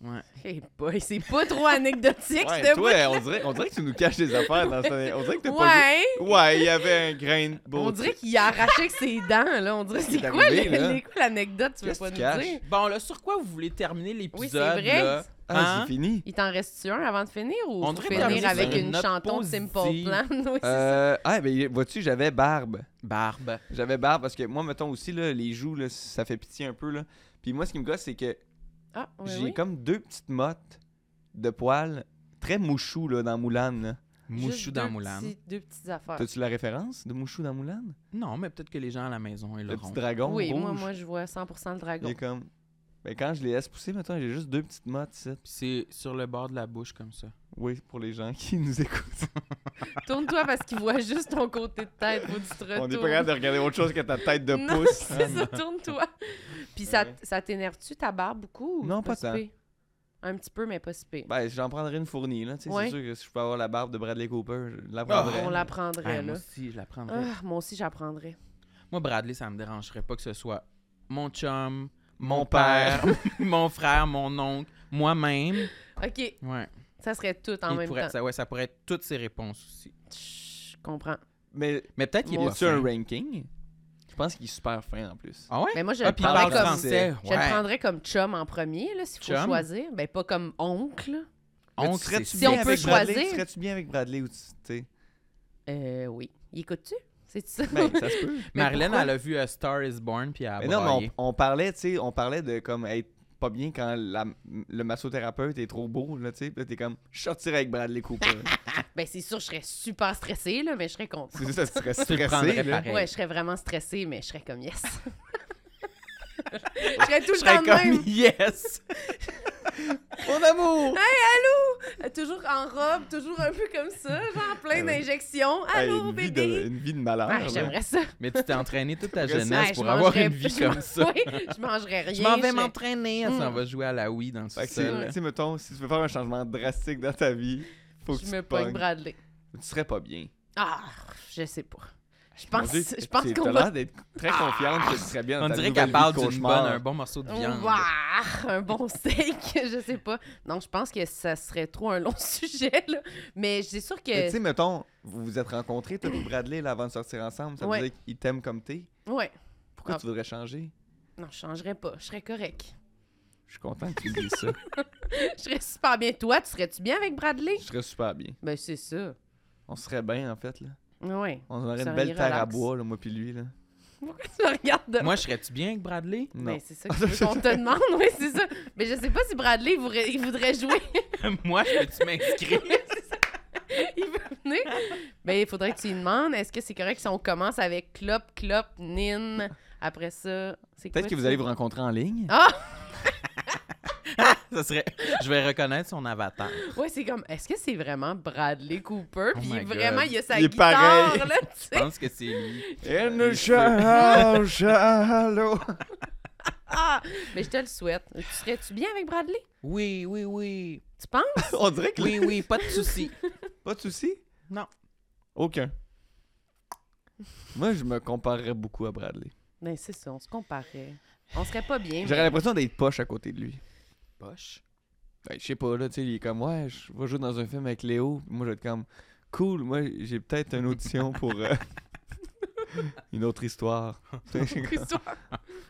Speaker 2: Ouais.
Speaker 1: Hey boy, c'est pas trop anecdotique,
Speaker 4: Ouais,
Speaker 1: ce
Speaker 4: toi, on dirait, on dirait que tu nous caches des affaires dans ce... On dirait que t'as
Speaker 1: bout.
Speaker 4: pas
Speaker 1: Ouais.
Speaker 4: vu. Ouais, il y avait un grain de beauté.
Speaker 1: On dirait qu'il a arraché avec ses dents, là. On dirait,
Speaker 4: Qu'est-ce qui
Speaker 1: c'est
Speaker 4: est
Speaker 1: quoi
Speaker 4: arrivé,
Speaker 1: le-
Speaker 4: là?
Speaker 1: les- quoi l'anecdote, tu veux
Speaker 4: Qu'est-ce
Speaker 1: pas
Speaker 4: qui
Speaker 1: nous
Speaker 4: cache?
Speaker 1: dire?
Speaker 2: Bon, là, sur quoi vous voulez terminer
Speaker 1: Oui, c'est
Speaker 2: l'épisode?
Speaker 1: vrai.
Speaker 2: là?
Speaker 4: Ah,
Speaker 2: Hein?
Speaker 4: c'est fini.
Speaker 1: Il t'en reste-tu un avant de finir ou
Speaker 2: On
Speaker 1: faut
Speaker 2: devrait
Speaker 1: finir
Speaker 4: terminer
Speaker 1: avec
Speaker 4: sur
Speaker 1: une,
Speaker 2: une note
Speaker 1: chanson de Simple
Speaker 2: positive.
Speaker 1: Plan? Oui, c'est ça.
Speaker 4: Euh, ah, ben, vois-tu, j'avais barbe.
Speaker 2: Barbe.
Speaker 4: J'avais barbe parce que moi, mettons aussi, là, les joues, là, ça fait pitié un peu. Là. Puis moi, ce qui me gosse, c'est que
Speaker 1: Ah, oui,
Speaker 4: j'ai
Speaker 1: oui.
Speaker 4: comme deux petites mottes de poils très mouchou là, dans Moulin. là.
Speaker 1: Juste
Speaker 2: Mouchou dans
Speaker 1: deux
Speaker 2: Moulin.
Speaker 1: petits- Deux petites affaires.
Speaker 4: T'as-tu la référence de mouchou dans Moulin
Speaker 2: Non, mais peut-être que les gens à la maison, ils
Speaker 4: Le
Speaker 2: l'auront.
Speaker 4: petit dragon
Speaker 1: Oui,
Speaker 4: rouge.
Speaker 1: moi, moi, je vois 100% le
Speaker 4: Il est
Speaker 1: dragon.
Speaker 4: comme... Ben, quand je les laisse pousser, mettons, j'ai juste deux petites mottes ici.
Speaker 2: Puis c'est sur le bord de la bouche comme ça.
Speaker 4: Oui, pour les gens qui nous écoutent.
Speaker 1: Tourne-toi parce qu'il voit juste ton côté de tête. Faut que tu te
Speaker 4: On n'est
Speaker 1: retournes.
Speaker 4: pas capable de regarder autre chose que ta tête de
Speaker 1: Non,
Speaker 4: pouce.
Speaker 1: c'est ça, tourne-toi. Puis ça,
Speaker 4: Ouais.
Speaker 1: ça t'énerve-tu ta barbe beaucoup? ou
Speaker 4: Non,
Speaker 1: c'est
Speaker 4: pas
Speaker 1: si
Speaker 4: tant.
Speaker 1: pire? Un petit peu, mais pas si pire.
Speaker 4: Ben, j'en prendrais une fournie, là. tu sais,
Speaker 1: Ouais.
Speaker 4: C'est sûr que si je peux avoir la barbe de Bradley Cooper, je la
Speaker 2: Ah,
Speaker 4: prendrais.
Speaker 1: On
Speaker 2: Ah,
Speaker 1: l'apprendrait, là.
Speaker 2: moi aussi, je la prendrais.
Speaker 1: Ah, moi aussi, j'apprendrais.
Speaker 2: Moi, Bradley, ça me dérangerait pas que ce soit mon chum,
Speaker 4: Mon
Speaker 2: mon père, mon frère, mon oncle, moi-même.
Speaker 1: OK,
Speaker 2: Ouais.
Speaker 1: ça serait tout en
Speaker 2: Il
Speaker 1: même
Speaker 2: pourrait-
Speaker 1: temps.
Speaker 2: ça, ouais, ça pourrait être toutes ces réponses aussi.
Speaker 1: Je comprends.
Speaker 4: Mais
Speaker 2: Mais peut-être qu'il est
Speaker 4: il
Speaker 2: pas
Speaker 4: a-tu un
Speaker 2: fin.
Speaker 4: ranking? Je pense qu'il est super fin en plus.
Speaker 2: Ah ouais?
Speaker 1: Mais moi, je
Speaker 2: ah,
Speaker 1: le
Speaker 2: puis il parle
Speaker 1: prendrais comme...
Speaker 2: français.
Speaker 1: Je le
Speaker 2: ouais.
Speaker 1: prendrais comme chum en premier, là, s'il faut
Speaker 2: Chum?
Speaker 1: choisir. Ben, pas comme oncle.
Speaker 4: Mais
Speaker 2: On
Speaker 4: tu serais-tu
Speaker 2: sait-
Speaker 1: Si
Speaker 4: bien
Speaker 1: on peut
Speaker 4: avec Bradley?
Speaker 1: choisir.
Speaker 4: Serais-tu bien avec Bradley ou tu tu sais?
Speaker 1: Euh, oui. Y écoutes-tu? C'est ça?
Speaker 4: Ben, ça se peut.
Speaker 1: Mais
Speaker 2: Marilyn,
Speaker 1: pourquoi?
Speaker 2: elle a vu A Star is Born, puis elle a
Speaker 4: Mais non, mais
Speaker 2: braillé.
Speaker 4: on, on parlait, tu sais, on parlait de comme être pas bien quand la- le massothérapeute est trop beau, là, tu sais. Puis là, t'es comme, je sortirais avec Bradley Cooper.
Speaker 1: Ben, c'est sûr, je serais super stressée, là, mais je serais contente.
Speaker 4: c'est juste, ça serait
Speaker 2: Tu le prendrais
Speaker 4: stressé. là.
Speaker 2: pareil.
Speaker 1: Ouais, je serais vraiment stressée, mais je serais comme yes. je serais tout
Speaker 2: Je
Speaker 1: le
Speaker 2: serais
Speaker 1: temps de
Speaker 2: comme
Speaker 1: même.
Speaker 2: yes!
Speaker 4: Mon amour!
Speaker 1: Euh, Toujours en robe, toujours un peu comme ça, genre plein d'injections.
Speaker 4: Hey,
Speaker 1: Allô,
Speaker 4: une, vie de,
Speaker 1: bébé.
Speaker 4: une vie de malheur.
Speaker 1: Ah,
Speaker 4: là.
Speaker 1: J'aimerais ça.
Speaker 2: Mais tu t'es entraîné toute ta
Speaker 4: Après ça,
Speaker 2: jeunesse
Speaker 1: Ouais,
Speaker 2: pour
Speaker 1: je
Speaker 2: avoir
Speaker 1: mangerais-
Speaker 2: une vie
Speaker 1: je
Speaker 2: comme
Speaker 1: man-
Speaker 2: ça.
Speaker 1: Oui, je mangerais rien.
Speaker 2: Je m'en vais
Speaker 1: serais-
Speaker 2: m'entraîner. Ça, on
Speaker 1: Mm.
Speaker 2: va jouer à la Wii dans le
Speaker 4: Fait que, c'est-
Speaker 2: sous-sol.
Speaker 4: tu sais, mettons, si tu veux faire un changement drastique dans ta vie, faut que
Speaker 1: Je
Speaker 4: tu
Speaker 1: me
Speaker 4: te
Speaker 1: pogne
Speaker 4: pognes.
Speaker 1: Bradley.
Speaker 4: Tu serais pas bien.
Speaker 1: Ah, je sais pas. Je pense,
Speaker 4: Mon Dieu,
Speaker 1: je pense
Speaker 4: t'es-
Speaker 1: qu'on
Speaker 4: t'as
Speaker 1: va. Ah.
Speaker 4: l'air d'être très confiante que tu serais bien dans
Speaker 2: On
Speaker 4: ta
Speaker 2: dirait
Speaker 4: nouvelle
Speaker 2: qu'elle parle
Speaker 4: vie de
Speaker 2: d'une bonne,
Speaker 4: cauchemar.
Speaker 2: un bon morceau de viande.
Speaker 1: Ouah, un bon steak, je sais pas. Non, je pense que ça serait trop un long sujet, là. Mais c'est sûr
Speaker 4: Mais tu
Speaker 1: que.
Speaker 4: sais, mettons, vous vous êtes rencontrés, toi et Bradley, là, avant de sortir ensemble, ça
Speaker 1: Ouais.
Speaker 4: veut dire qu'il t'aime comme t'es.
Speaker 1: Ouais.
Speaker 4: Pourquoi
Speaker 1: Ah.
Speaker 4: tu voudrais changer?
Speaker 1: Non, je changerais pas. Je serais correct.
Speaker 4: Je suis content que tu dises ça.
Speaker 1: Je serais super bien. Toi, tu serais-tu bien avec Bradley?
Speaker 4: Je serais super bien.
Speaker 1: Ben, c'est ça.
Speaker 4: On serait bien, en fait, là.
Speaker 1: Ouais.
Speaker 4: On aurait
Speaker 1: Ça
Speaker 4: une belle
Speaker 1: irait
Speaker 4: terre à
Speaker 1: relax.
Speaker 4: bois, là, moi puis lui, là.
Speaker 1: Pourquoi tu me regardes de
Speaker 2: Moi, je serais-tu bien avec Bradley?
Speaker 4: Non.
Speaker 1: Ben, c'est ça que je veux qu'on te demande, oui, c'est ça. Mais je sais pas si Bradley voudrait, il voudrait jouer.
Speaker 2: Moi, je peux-tu m'inscrire?
Speaker 1: C'est ça. il veut venir. Ben, il faudrait que tu lui demandes est-ce que c'est correct si on commence avec clop, clop, nin. Après ça, c'est
Speaker 4: Peut-être
Speaker 1: quoi
Speaker 4: que vous
Speaker 1: ça?
Speaker 4: allez vous rencontrer en ligne.
Speaker 1: Ah!
Speaker 2: Ça serait... Je vais reconnaître son avatar.
Speaker 1: Ouais, c'est comme est-ce que c'est vraiment Bradley Cooper?
Speaker 2: Oh
Speaker 1: Puis
Speaker 2: my
Speaker 1: vraiment,
Speaker 2: God.
Speaker 1: il a sa
Speaker 4: Il est
Speaker 1: guitare,
Speaker 4: pareil.
Speaker 1: là, tu
Speaker 2: Je
Speaker 1: sais.
Speaker 2: pense que c'est lui.
Speaker 4: In shallow, shallow.
Speaker 1: Ah! Mais je te le souhaite. Tu serais-tu bien avec Bradley?
Speaker 2: Oui, oui, oui.
Speaker 1: Tu penses?
Speaker 4: On dirait que...
Speaker 2: Oui, oui, pas de souci.
Speaker 4: Pas de soucis?
Speaker 2: Non.
Speaker 4: Aucun. Moi, je me comparerais beaucoup à Bradley.
Speaker 1: Ben, c'est ça, on se comparait. On serait pas bien.
Speaker 4: J'aurais l'impression d'être poche à côté de lui.
Speaker 2: Poche.
Speaker 4: Ben, je sais pas, là, tu sais, il est comme, ouais, je vais jouer dans un film avec Léo. Puis Moi, je vais être comme, cool, moi, j'ai peut-être une audition pour euh, une autre histoire. Tu sais,
Speaker 1: mais- Histoire.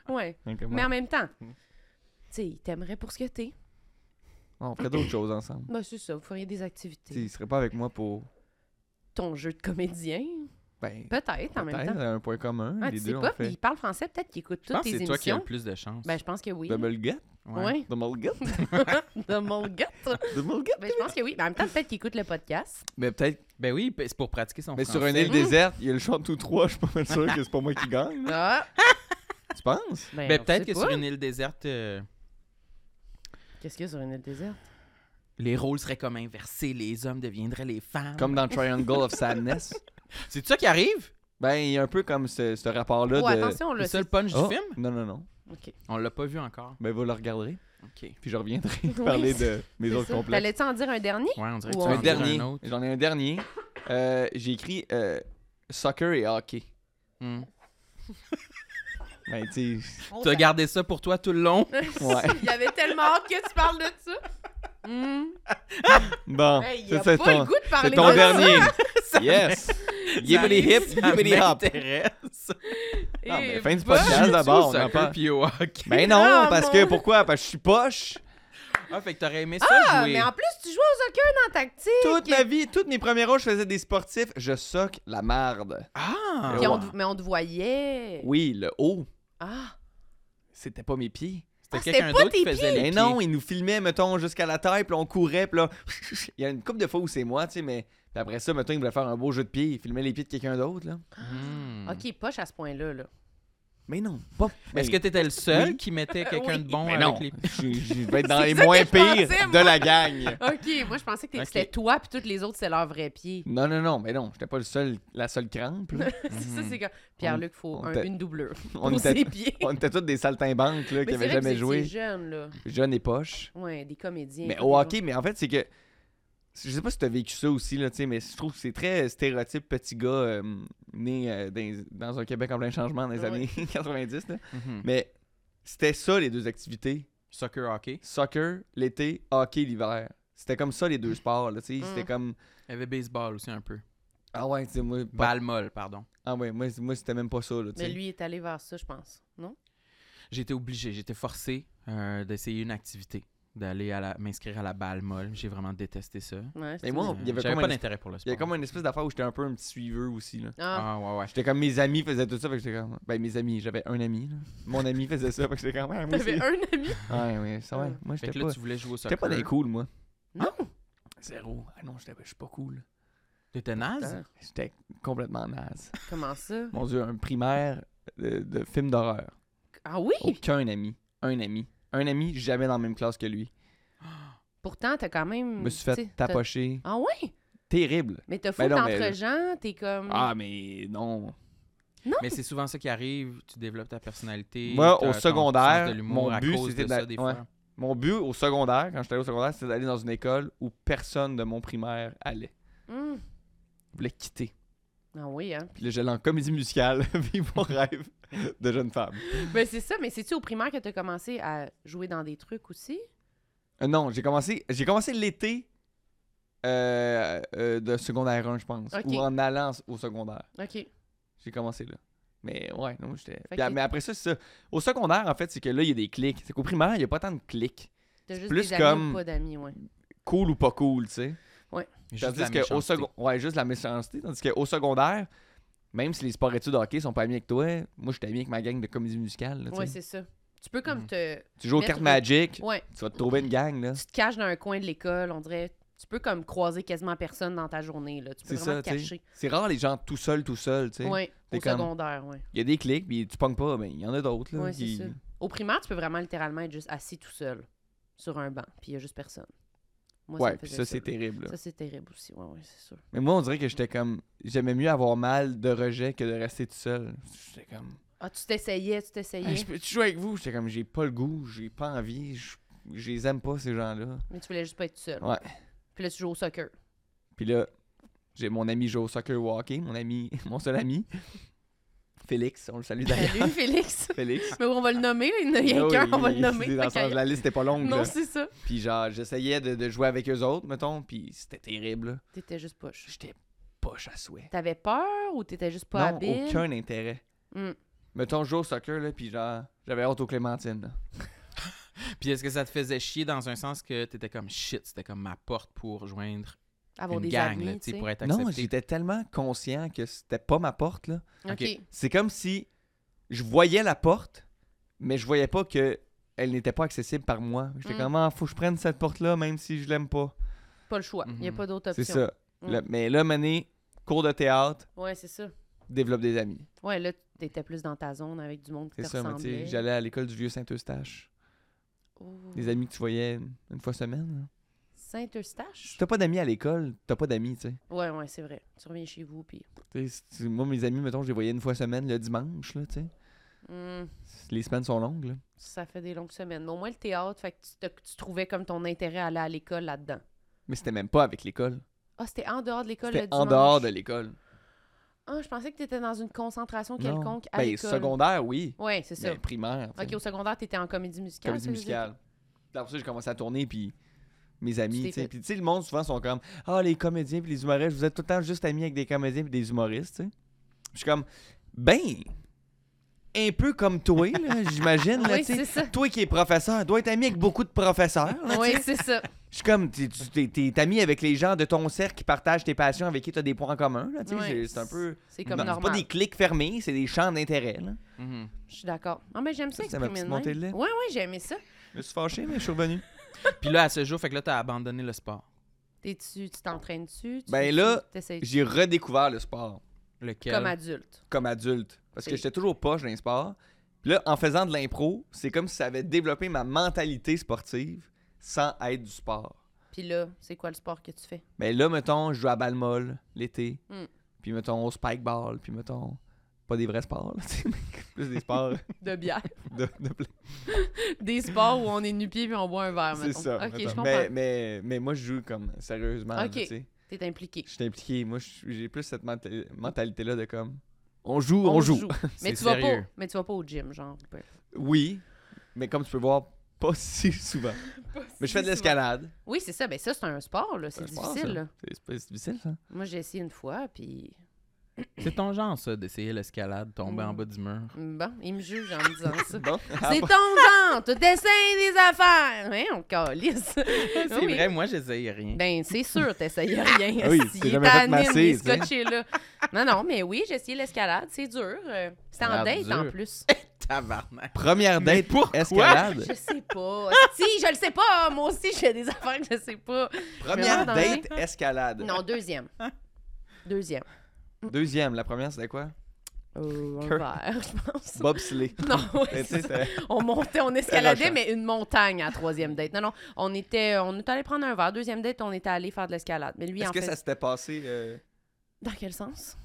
Speaker 1: ouais.
Speaker 4: comme,
Speaker 1: Mais en même temps, tu
Speaker 4: Mm.
Speaker 1: sais, il t'aimerait pour ce que t'es.
Speaker 4: on ferait d'autres choses ensemble.
Speaker 1: Ben, c'est ça, vous feriez des
Speaker 4: Tu sais,
Speaker 1: activités.
Speaker 4: il serait pas avec moi pour.
Speaker 1: Ton jeu de comédien,
Speaker 4: Ben,
Speaker 1: peut-être en même
Speaker 4: peut-être,
Speaker 1: temps.
Speaker 4: un point commun.
Speaker 1: Ah,
Speaker 4: les
Speaker 1: tu
Speaker 4: deux,
Speaker 1: sais
Speaker 4: on
Speaker 1: pas,
Speaker 4: fait.
Speaker 1: puis il parle français, peut-être qu'il écoute
Speaker 2: Je
Speaker 1: toutes
Speaker 2: pense que
Speaker 1: tes
Speaker 2: c'est toi qui as
Speaker 1: émissions.
Speaker 2: le Bah, plus de chance.
Speaker 1: Ben, je pense que oui.
Speaker 4: Double gut?
Speaker 1: Ouais.
Speaker 4: Double gut?
Speaker 2: bah.
Speaker 1: De mon gars.
Speaker 4: Double gut?
Speaker 1: Ben, je pense que oui. Ben, en même temps, peut-être qu'il écoute le podcast.
Speaker 4: Mais peut-être.
Speaker 2: Ben oui, c'est pour pratiquer son
Speaker 4: Mais sur
Speaker 2: français.
Speaker 4: une île
Speaker 1: Mm.
Speaker 4: déserte, il y a le champ tous trois, je suis pas mal sûr que c'est pas moi qui gagne.
Speaker 1: Ah!
Speaker 4: Tu penses?
Speaker 1: Ben,
Speaker 2: Ben,
Speaker 1: on
Speaker 2: peut-être
Speaker 1: sait
Speaker 2: que
Speaker 1: pas.
Speaker 2: sur une île déserte, euh,
Speaker 1: Qu'est-ce qu'il y a sur une île déserte?
Speaker 2: les rôles seraient comme inversés. Les hommes deviendraient les
Speaker 1: Ah
Speaker 2: femmes.
Speaker 4: Comme dans Triangle of Sadness.
Speaker 2: C'est ça qui arrive?
Speaker 4: Ben, il y a un peu comme ce, ce rapport-là
Speaker 1: Oh,
Speaker 4: de.
Speaker 1: attention, là.
Speaker 2: C'est ça le
Speaker 1: c'est-
Speaker 2: punch
Speaker 4: Oh,
Speaker 2: du film?
Speaker 4: Non, non, non.
Speaker 1: OK.
Speaker 2: On l'a pas vu encore.
Speaker 4: Ben, vous le regarderez.
Speaker 2: OK. Ouais,
Speaker 4: Puis je reviendrai
Speaker 1: Oui,
Speaker 4: parler de mes
Speaker 1: C'est
Speaker 4: autres
Speaker 1: ça.
Speaker 4: complexes.
Speaker 1: T'allais-tu en dire un dernier?
Speaker 2: on dirait que
Speaker 1: Ou
Speaker 2: tu
Speaker 1: on-
Speaker 2: vas
Speaker 4: Un
Speaker 2: en dire
Speaker 4: dernier.
Speaker 2: un autre.
Speaker 4: J'en ai un dernier. Euh, J'ai écrit euh, soccer et hockey.
Speaker 2: Hmm.
Speaker 4: Ben, tu
Speaker 2: Tu as gardé ça pour toi tout le long?
Speaker 4: Ouais.
Speaker 1: Il y avait tellement hâte que tu parles de ça. Hmm.
Speaker 4: Bon,
Speaker 1: Hey, il
Speaker 4: ça,
Speaker 1: a
Speaker 4: c'est
Speaker 1: pas
Speaker 4: ton,
Speaker 1: le goût de
Speaker 4: c'est
Speaker 1: parler
Speaker 4: ton
Speaker 1: de ça.
Speaker 4: dernier. yes. Gibbity hip,
Speaker 2: Ça
Speaker 4: gibbity hop.
Speaker 2: m'intéresse.
Speaker 4: Ah,
Speaker 1: Eh,
Speaker 4: mais fin du
Speaker 1: bah.
Speaker 4: podcast d'abord, on en
Speaker 2: soccer
Speaker 4: parle.
Speaker 2: puis au hockey.
Speaker 4: Ben non,
Speaker 1: Ah,
Speaker 4: parce
Speaker 1: mon
Speaker 4: que
Speaker 1: Dieu.
Speaker 4: pourquoi? Parce que je suis poche.
Speaker 2: Ah, fait que t'aurais aimé ça
Speaker 1: Ah,
Speaker 2: jouer.
Speaker 1: mais en plus, tu joues aux soccer dans tactique.
Speaker 4: Toute ma vie, toutes mes premiers rôles, je faisais des sportifs. Je soc la marde.
Speaker 2: Ah!
Speaker 1: Puis on
Speaker 4: Ouais.
Speaker 1: te- mais on te voyait.
Speaker 4: Oui, le haut,
Speaker 1: Ah,
Speaker 4: c'était pas mes pieds.
Speaker 1: Ah,
Speaker 2: C'était
Speaker 1: c'était
Speaker 2: quelqu'un
Speaker 1: pas
Speaker 2: d'autre qui
Speaker 1: tes
Speaker 2: faisait les
Speaker 4: Mais
Speaker 2: pieds.
Speaker 4: non, ils nous filmaient, mettons, jusqu'à la taille, puis là, on courait, puis là, il y a une couple de fois où c'est moi, tu sais, mais puis après ça, mettons, ils voulaient faire un beau jeu de pied, ils filmaient les pieds de quelqu'un d'autre, là.
Speaker 2: Hmm.
Speaker 1: ok, poche à ce point-là. Là.
Speaker 4: Mais non, pas.
Speaker 2: Mais Est-ce que t'étais le seul
Speaker 4: Oui.
Speaker 2: qui mettait quelqu'un de
Speaker 1: oui.
Speaker 2: bon
Speaker 4: Mais
Speaker 2: avec
Speaker 4: non,
Speaker 2: les
Speaker 4: je, je vais être dans
Speaker 1: C'est
Speaker 4: les
Speaker 1: ça que
Speaker 4: moins
Speaker 1: je pensais,
Speaker 4: pires
Speaker 1: moi.
Speaker 4: de la gang.
Speaker 1: Ok, moi je pensais que t'es-
Speaker 2: Ok.
Speaker 1: c'était toi puis toutes les autres c'est leur vrai pied.
Speaker 4: Non, non, non, mais non, j'étais pas le seul, la seule crampe, là.
Speaker 1: c'est ça, c'est comme Pierre-Luc faut
Speaker 4: Hmm. on
Speaker 1: un-
Speaker 4: t'a-
Speaker 1: une doublure
Speaker 4: on
Speaker 1: pour
Speaker 4: était-
Speaker 1: ses pieds.
Speaker 4: On était tous des saltimbanques,
Speaker 1: mais
Speaker 4: là, qui
Speaker 1: c'est
Speaker 4: avaient
Speaker 1: vrai que
Speaker 4: jamais
Speaker 1: vous étiez
Speaker 4: joué.
Speaker 1: jeune là.
Speaker 4: Jeune et poche.
Speaker 1: Ouais, des comédiens.
Speaker 4: Mais
Speaker 1: tout
Speaker 4: au
Speaker 1: le
Speaker 4: hockey, mais en fait, c'est que. Je sais pas si t'as vécu ça aussi, là, tu sais, mais je trouve que c'est très stéréotype petit gars euh, né euh, dans, dans un Québec en plein changement dans les
Speaker 1: Ouais.
Speaker 4: années 90. là.
Speaker 2: Mhm.
Speaker 4: Mais c'était ça les deux activités.
Speaker 2: Soccer hockey.
Speaker 4: Soccer l'été, hockey l'hiver. C'était comme ça les deux sports, là, tu sais. C'était
Speaker 1: Mm.
Speaker 4: comme.
Speaker 2: Il y avait baseball aussi un peu.
Speaker 4: Ah ouais, tu sais, moi. pas-
Speaker 2: Balmol, pardon.
Speaker 4: Ah ouais, moi, moi, c'était même pas ça, là, tu
Speaker 1: Mais
Speaker 4: sais.
Speaker 1: lui est allé vers ça, je pense. Non?
Speaker 2: J'étais obligé, j'étais forcé euh, d'essayer une activité, d'aller à la- m'inscrire à la Balmol. J'ai vraiment détesté ça.
Speaker 1: Ouais, c'est
Speaker 4: Mais moi,
Speaker 2: Euh,
Speaker 4: il y avait
Speaker 2: J'avais
Speaker 4: comme
Speaker 2: pas
Speaker 4: un-
Speaker 2: d'intérêt pour le
Speaker 4: Il y
Speaker 2: sport.
Speaker 4: a comme une espèce d'affaire où j'étais un peu un petit suiveur aussi, là.
Speaker 1: Ah.
Speaker 2: Ah ouais, ouais.
Speaker 4: J'étais comme mes amis faisaient tout ça, fait que j'étais comme. Ben, mes amis, j'avais un ami, là. Mon ami faisait ça, fait que j'étais comme. Ouais, moi
Speaker 1: T'avais
Speaker 4: aussi.
Speaker 1: un Ah. ami?
Speaker 4: Ouais, ouais, ça, ouais. Moi,
Speaker 2: Fait que
Speaker 4: j'étais
Speaker 2: là,
Speaker 4: pas.
Speaker 2: tu voulais jouer au soccer.
Speaker 4: J'étais pas des cool, moi.
Speaker 1: Non!
Speaker 4: Zéro. Ah non, j'étais je suis pas cool.
Speaker 2: T'étais naze?
Speaker 1: Putain,
Speaker 4: J'étais complètement naze.
Speaker 1: Comment ça?
Speaker 4: Mon dieu, un primaire de, de film d'horreur.
Speaker 1: Ah oui!
Speaker 4: Aucun ami. Un ami. Un ami, jamais dans la même classe que lui.
Speaker 1: Pourtant, t'as quand même.
Speaker 4: Je me suis
Speaker 1: Hmm. tu sais,
Speaker 4: fait
Speaker 1: t'as-
Speaker 4: tapocher.
Speaker 1: Ah oui!
Speaker 4: Terrible.
Speaker 1: Mais t'as Hmm. foutu
Speaker 4: Ben non,
Speaker 1: entre
Speaker 4: mais-
Speaker 1: gens, t'es comme.
Speaker 4: Ah, mais non.
Speaker 2: Mais c'est souvent ça qui arrive, tu développes ta personnalité.
Speaker 4: Hein? Moi,
Speaker 2: t'as
Speaker 4: au
Speaker 2: ton
Speaker 4: secondaire,
Speaker 2: sens de l'humour
Speaker 4: mon
Speaker 2: à
Speaker 4: but,
Speaker 2: cause
Speaker 4: c'était
Speaker 2: de ça,
Speaker 4: d'a-
Speaker 2: des
Speaker 4: ouais.
Speaker 2: fois.
Speaker 4: Mon but au secondaire, quand j'étais allé au secondaire, c'était d'aller dans une école où personne de mon primaire allait.
Speaker 1: Hum.
Speaker 4: Je voulais quitter.
Speaker 1: Ah oui, hein.
Speaker 4: Puis là, j'allais en comédie musicale, vivre mon rêve de jeune femme.
Speaker 1: Mais Ben, c'est ça, mais c'est-tu au primaire que t'as commencé à jouer dans des trucs aussi?
Speaker 4: Euh, non, j'ai commencé, j'ai commencé l'été euh, euh, de secondaire 1, je pense.
Speaker 1: Ok.
Speaker 4: Ou en allant au secondaire.
Speaker 1: OK.
Speaker 4: J'ai commencé là. Mais ouais, non, j'étais.
Speaker 1: que
Speaker 4: Puis à-
Speaker 1: t'es-
Speaker 4: Mais après ça, c'est ça. Au secondaire, en fait, c'est que là, il y a des clics. C'est qu'au primaire, il n'y a pas tant de clics.
Speaker 1: T'as juste
Speaker 4: plus
Speaker 1: des amis
Speaker 4: comme-
Speaker 1: ou pas d'amis, ouais.
Speaker 4: Cool ou pas cool, tu sais.
Speaker 2: Juste
Speaker 4: Tandis
Speaker 2: la
Speaker 4: que au
Speaker 2: méchanceté.
Speaker 4: second... Ouais, juste la méchanceté. Tandis qu'au secondaire, même si les sports études hockey sont pas amis avec toi, moi, j'étais ami avec ma gang de comédie musicale. là, tu
Speaker 1: Ouais,
Speaker 4: sais.
Speaker 1: c'est ça. Tu peux comme
Speaker 2: Mhm.
Speaker 1: te.
Speaker 4: tu joues aux
Speaker 1: Mais
Speaker 4: cartes
Speaker 1: tu-
Speaker 4: Magic,
Speaker 1: Ouais,
Speaker 4: tu vas te trouver une gang, là.
Speaker 1: tu te caches dans un coin de l'école, on dirait. Tu peux comme croiser quasiment personne dans ta journée, là. Tu peux
Speaker 4: C'est
Speaker 1: vraiment
Speaker 4: ça,
Speaker 1: te
Speaker 4: tu sais.
Speaker 1: cacher.
Speaker 4: C'est rare les gens tout seuls, tout seuls, tu sais.
Speaker 1: Ouais,
Speaker 4: t'es
Speaker 1: au
Speaker 4: comme-
Speaker 1: secondaire, ouais.
Speaker 4: Il y a des clics, puis tu ponges pas, mais il y en a d'autres, là.
Speaker 1: Ouais, c'est
Speaker 4: qui-
Speaker 1: ça. Au primaire, tu peux vraiment littéralement être juste assis tout seul sur un banc, puis il y a juste personne. Moi,
Speaker 4: Ouais,
Speaker 1: me
Speaker 4: puis
Speaker 1: faisait
Speaker 4: ça, c'est
Speaker 1: là.
Speaker 4: terrible. là.
Speaker 1: Ça, c'est terrible aussi, ouais, ouais, c'est sûr.
Speaker 4: Mais moi, on dirait que j'étais comme. J'aimais mieux avoir mal de rejet que de rester tout seul. J'étais comme.
Speaker 1: Ah, tu t'essayais, tu
Speaker 4: Hey,
Speaker 1: t'essayais,
Speaker 4: je peux jouer avec vous? J'étais comme, j'ai pas le goût, j'ai pas envie, je je les aime pas, ces gens-là.
Speaker 1: mais tu voulais juste pas être tout seul.
Speaker 4: Ouais.
Speaker 1: Puis là, tu joues au soccer.
Speaker 4: Puis là, j'ai mon ami Joe Soccer Walker, mon ami, mon seul ami. Félix, on le salue d'ailleurs.
Speaker 1: Salut, Ben, Félix!
Speaker 4: Félix.
Speaker 1: mais on va le nommer, il n'y en a rien
Speaker 4: Yo,
Speaker 1: qu'un,
Speaker 4: il-
Speaker 1: on va le
Speaker 4: Ben il-
Speaker 1: nommer.
Speaker 4: dans le sens,
Speaker 1: Ok.
Speaker 4: la liste était pas longue.
Speaker 1: Non,
Speaker 4: là.
Speaker 1: c'est ça.
Speaker 4: Puis genre, j'essayais de, de jouer avec eux autres, mettons, puis c'était terrible. là.
Speaker 1: T'étais juste poche.
Speaker 4: J'étais poche à souhait.
Speaker 1: T'avais peur ou t'étais juste pas
Speaker 4: non,
Speaker 1: habile?
Speaker 4: aucun intérêt.
Speaker 1: Mm.
Speaker 4: Mettons, je joue au soccer, là, puis genre, j'avais honte aux clémentines. là.
Speaker 2: Puis est-ce que ça te faisait chier dans un sens que t'étais comme shit, c'était comme ma porte pour joindre
Speaker 1: Avoir
Speaker 2: une
Speaker 1: des
Speaker 2: gang, là,
Speaker 1: amis,
Speaker 2: tu sais,
Speaker 1: tu
Speaker 2: pour être
Speaker 4: Non,
Speaker 2: accepté?
Speaker 4: j'étais tellement conscient que c'était pas ma porte, là.
Speaker 1: sais.
Speaker 2: Ok.
Speaker 1: OK.
Speaker 4: C'est comme si je voyais la porte, mais je voyais pas que elle n'était pas accessible par moi. J'étais
Speaker 1: Mm.
Speaker 4: comme ah, faut que je prenne cette porte là même si je l'aime pas.
Speaker 1: Pas le choix. Il n'y a
Speaker 2: Mhm.
Speaker 1: pas d'autre
Speaker 4: Mm-hmm. C'est
Speaker 1: option.
Speaker 4: ça.
Speaker 1: Mm.
Speaker 4: Le- mais là mané, cours de théâtre,
Speaker 1: Ouais, c'est ça.
Speaker 4: développe des amis.
Speaker 1: Ouais, là, t'étais plus dans ta zone avec du monde qui
Speaker 4: C'est
Speaker 1: te
Speaker 4: ça, mais tu sais,
Speaker 1: ressemblait.
Speaker 4: j'allais à l'école du vieux Saint-Eustache.
Speaker 1: Oh.
Speaker 4: Des amis que tu voyais une- une fois semaine. là. Si
Speaker 1: Saint-Eustache?
Speaker 4: t'as pas d'amis à l'école, t'as pas d'amis, tu sais.
Speaker 1: Ouais, ouais, c'est vrai. Tu reviens chez vous, puis...
Speaker 4: Tu sais, si tu- moi mes amis mettons, je les voyais une fois semaine le dimanche là, tu sais.
Speaker 1: Hmm,
Speaker 4: Les semaines sont longues là.
Speaker 1: ça fait des longues semaines. Mais au moins, le théâtre, fait que tu, te- tu trouvais comme ton intérêt à aller à l'école là-dedans.
Speaker 4: Mais c'était même pas avec l'école.
Speaker 1: Ah, c'était en dehors de l'école le
Speaker 4: C'était
Speaker 1: dimanche?
Speaker 4: en dehors de l'école.
Speaker 1: Ah, je pensais que t'étais dans une concentration
Speaker 4: Non.
Speaker 1: quelconque à
Speaker 4: Ben
Speaker 1: l'école.
Speaker 4: secondaire oui,
Speaker 1: Ouais, c'est ça.
Speaker 4: mais primaire. tu sais.
Speaker 1: OK, au secondaire, t'étais en comédie musicale.
Speaker 4: comédie
Speaker 1: ça veut dire?
Speaker 4: musicale. Puis après ça, j'ai commencé à tourner, puis mes
Speaker 1: Tu
Speaker 4: amis,
Speaker 1: t'es
Speaker 4: tu sais.
Speaker 1: fait-
Speaker 4: Puis tu sais, le monde, souvent, sont comme « Ah, les comédiens puis les humoristes, vous êtes tout le temps juste amis avec des comédiens puis des humoristes, tu sais. » Je suis comme « Ben, un peu comme toi, là, j'imagine, là,
Speaker 1: Oui,
Speaker 4: tu
Speaker 1: c'est
Speaker 4: sais.
Speaker 1: ça.
Speaker 4: Toi qui es professeur, dois être ami avec beaucoup de professeurs. là, tu sais.
Speaker 1: Oui, c'est ça.
Speaker 4: Je suis comme, t'es- tu- t'es t'es ami avec les gens de ton cercle qui partagent tes passions, avec qui tu as des points en commun. là, tu sais.
Speaker 1: Ouais.
Speaker 4: C'est- C'est un peu.
Speaker 1: C'est comme
Speaker 4: Non, C'est pas
Speaker 1: normal.
Speaker 4: des clics fermés, c'est des champs d'intérêt. là.
Speaker 2: Mhm.
Speaker 1: Je suis d'accord. Ah, mais j'aime ça
Speaker 4: Ça, c'est ma
Speaker 1: exprimer
Speaker 4: petite
Speaker 1: de même.
Speaker 4: montée de lait.
Speaker 1: Ouais, ouais, j'ai aimé ça.
Speaker 4: Je me suis fâché, mais je suis revenu.
Speaker 2: Puis là, à ce jour, fait que là, t'as abandonné le sport.
Speaker 1: T'es- tu tu t'entraînes-tu? Tu-
Speaker 4: Ben
Speaker 1: tu-
Speaker 4: là,
Speaker 1: t'essayes-
Speaker 4: J'ai redécouvert le sport.
Speaker 2: Lequel?
Speaker 1: comme adulte.
Speaker 4: comme adulte. Parce que
Speaker 1: C'est-
Speaker 4: j'étais toujours poche dans les sports. Puis là, en faisant de l'impro, c'est comme si ça avait développé ma mentalité sportive sans être du sport.
Speaker 1: Puis là, c'est quoi le sport que tu fais?
Speaker 4: Mais là, mettons, je joue à balle molle l'été.
Speaker 1: Mm.
Speaker 4: Puis mettons, au spike ball. Puis mettons, pas des vrais sports, là, tu sais, mais plus des sports
Speaker 1: De bière.
Speaker 4: de, de pla-
Speaker 1: des sports où on est nu-pieds puis on boit un verre,
Speaker 4: C'est
Speaker 1: mettons.
Speaker 4: ça.
Speaker 1: OK,
Speaker 4: mettons. Ben,
Speaker 1: je comprends.
Speaker 4: mais, mais, mais moi, je joue comme sérieusement. là,
Speaker 1: Ok.
Speaker 4: tu sais.
Speaker 1: T'es impliqué.
Speaker 4: Je suis impliqué. Moi, je- j'ai plus cette menta- mentalité-là de comme. On joue, on, joue.
Speaker 1: Mais
Speaker 2: C'est
Speaker 1: tu, vas pas,
Speaker 2: sérieux.
Speaker 1: mais tu vas pas au gym, genre. peu-
Speaker 4: Oui, mais comme tu peux voir, pas si souvent. Mais je fais de l'escalade.
Speaker 1: Oui, c'est ça. Ben ça, c'est un sport, là. C'est
Speaker 4: un sport,
Speaker 1: difficile,
Speaker 4: ça.
Speaker 1: là.
Speaker 4: C'est c'est pas c'est difficile, ça.
Speaker 1: Moi, j'ai essayé une fois, puis...
Speaker 2: C'est ton genre, ça, d'essayer l'escalade, tomber
Speaker 4: Mm.
Speaker 2: en bas du mur.
Speaker 1: Bon, il me juge en me disant ça.
Speaker 4: Bon.
Speaker 1: C'est ton genre! Tu t'essayes des affaires! Hein, on calisse!
Speaker 2: C'est
Speaker 1: Oui.
Speaker 2: vrai, moi, j'essaye rien.
Speaker 1: Ben, c'est sûr, t'essayes rien.
Speaker 4: Ah Oui,
Speaker 1: si
Speaker 4: t'es
Speaker 1: il
Speaker 4: jamais fait
Speaker 1: t'anime,
Speaker 4: masser,
Speaker 1: il est
Speaker 4: tu sais.
Speaker 1: scotché, là. Non, non, mais oui, j'ai essayé l'escalade. C'est dur. euh, C'était
Speaker 2: Ça
Speaker 4: Ah,
Speaker 1: en
Speaker 2: a l'air
Speaker 1: date, en
Speaker 2: dur.
Speaker 1: plus.
Speaker 2: Tabarnak.
Speaker 4: Première
Speaker 2: Mais
Speaker 4: date,
Speaker 2: pourquoi?
Speaker 4: escalade.
Speaker 1: je sais pas. Si, je le sais pas. hein, Moi aussi, je fais des affaires que je sais pas.
Speaker 4: Première
Speaker 1: Mais ouais,
Speaker 4: date, escalade.
Speaker 1: Non, deuxième. Deuxième.
Speaker 4: Deuxième, la première, c'était quoi?
Speaker 1: Euh, un
Speaker 4: Cœur.
Speaker 1: verre, je pense.
Speaker 4: Bobsleigh.
Speaker 1: Non, ouais,
Speaker 4: Mais Ben, tu
Speaker 1: c'est
Speaker 4: sais,
Speaker 1: ça.
Speaker 4: c'était-
Speaker 1: on montait, on escaladait,
Speaker 4: rochant.
Speaker 1: mais une montagne à la troisième date. Non, non, on était, on est allé prendre un verre. Deuxième date, on était allé faire de l'escalade. Mais lui,
Speaker 4: Est-ce
Speaker 1: en
Speaker 4: que
Speaker 1: fait,
Speaker 4: ça s'était passé, euh,
Speaker 1: dans quel sens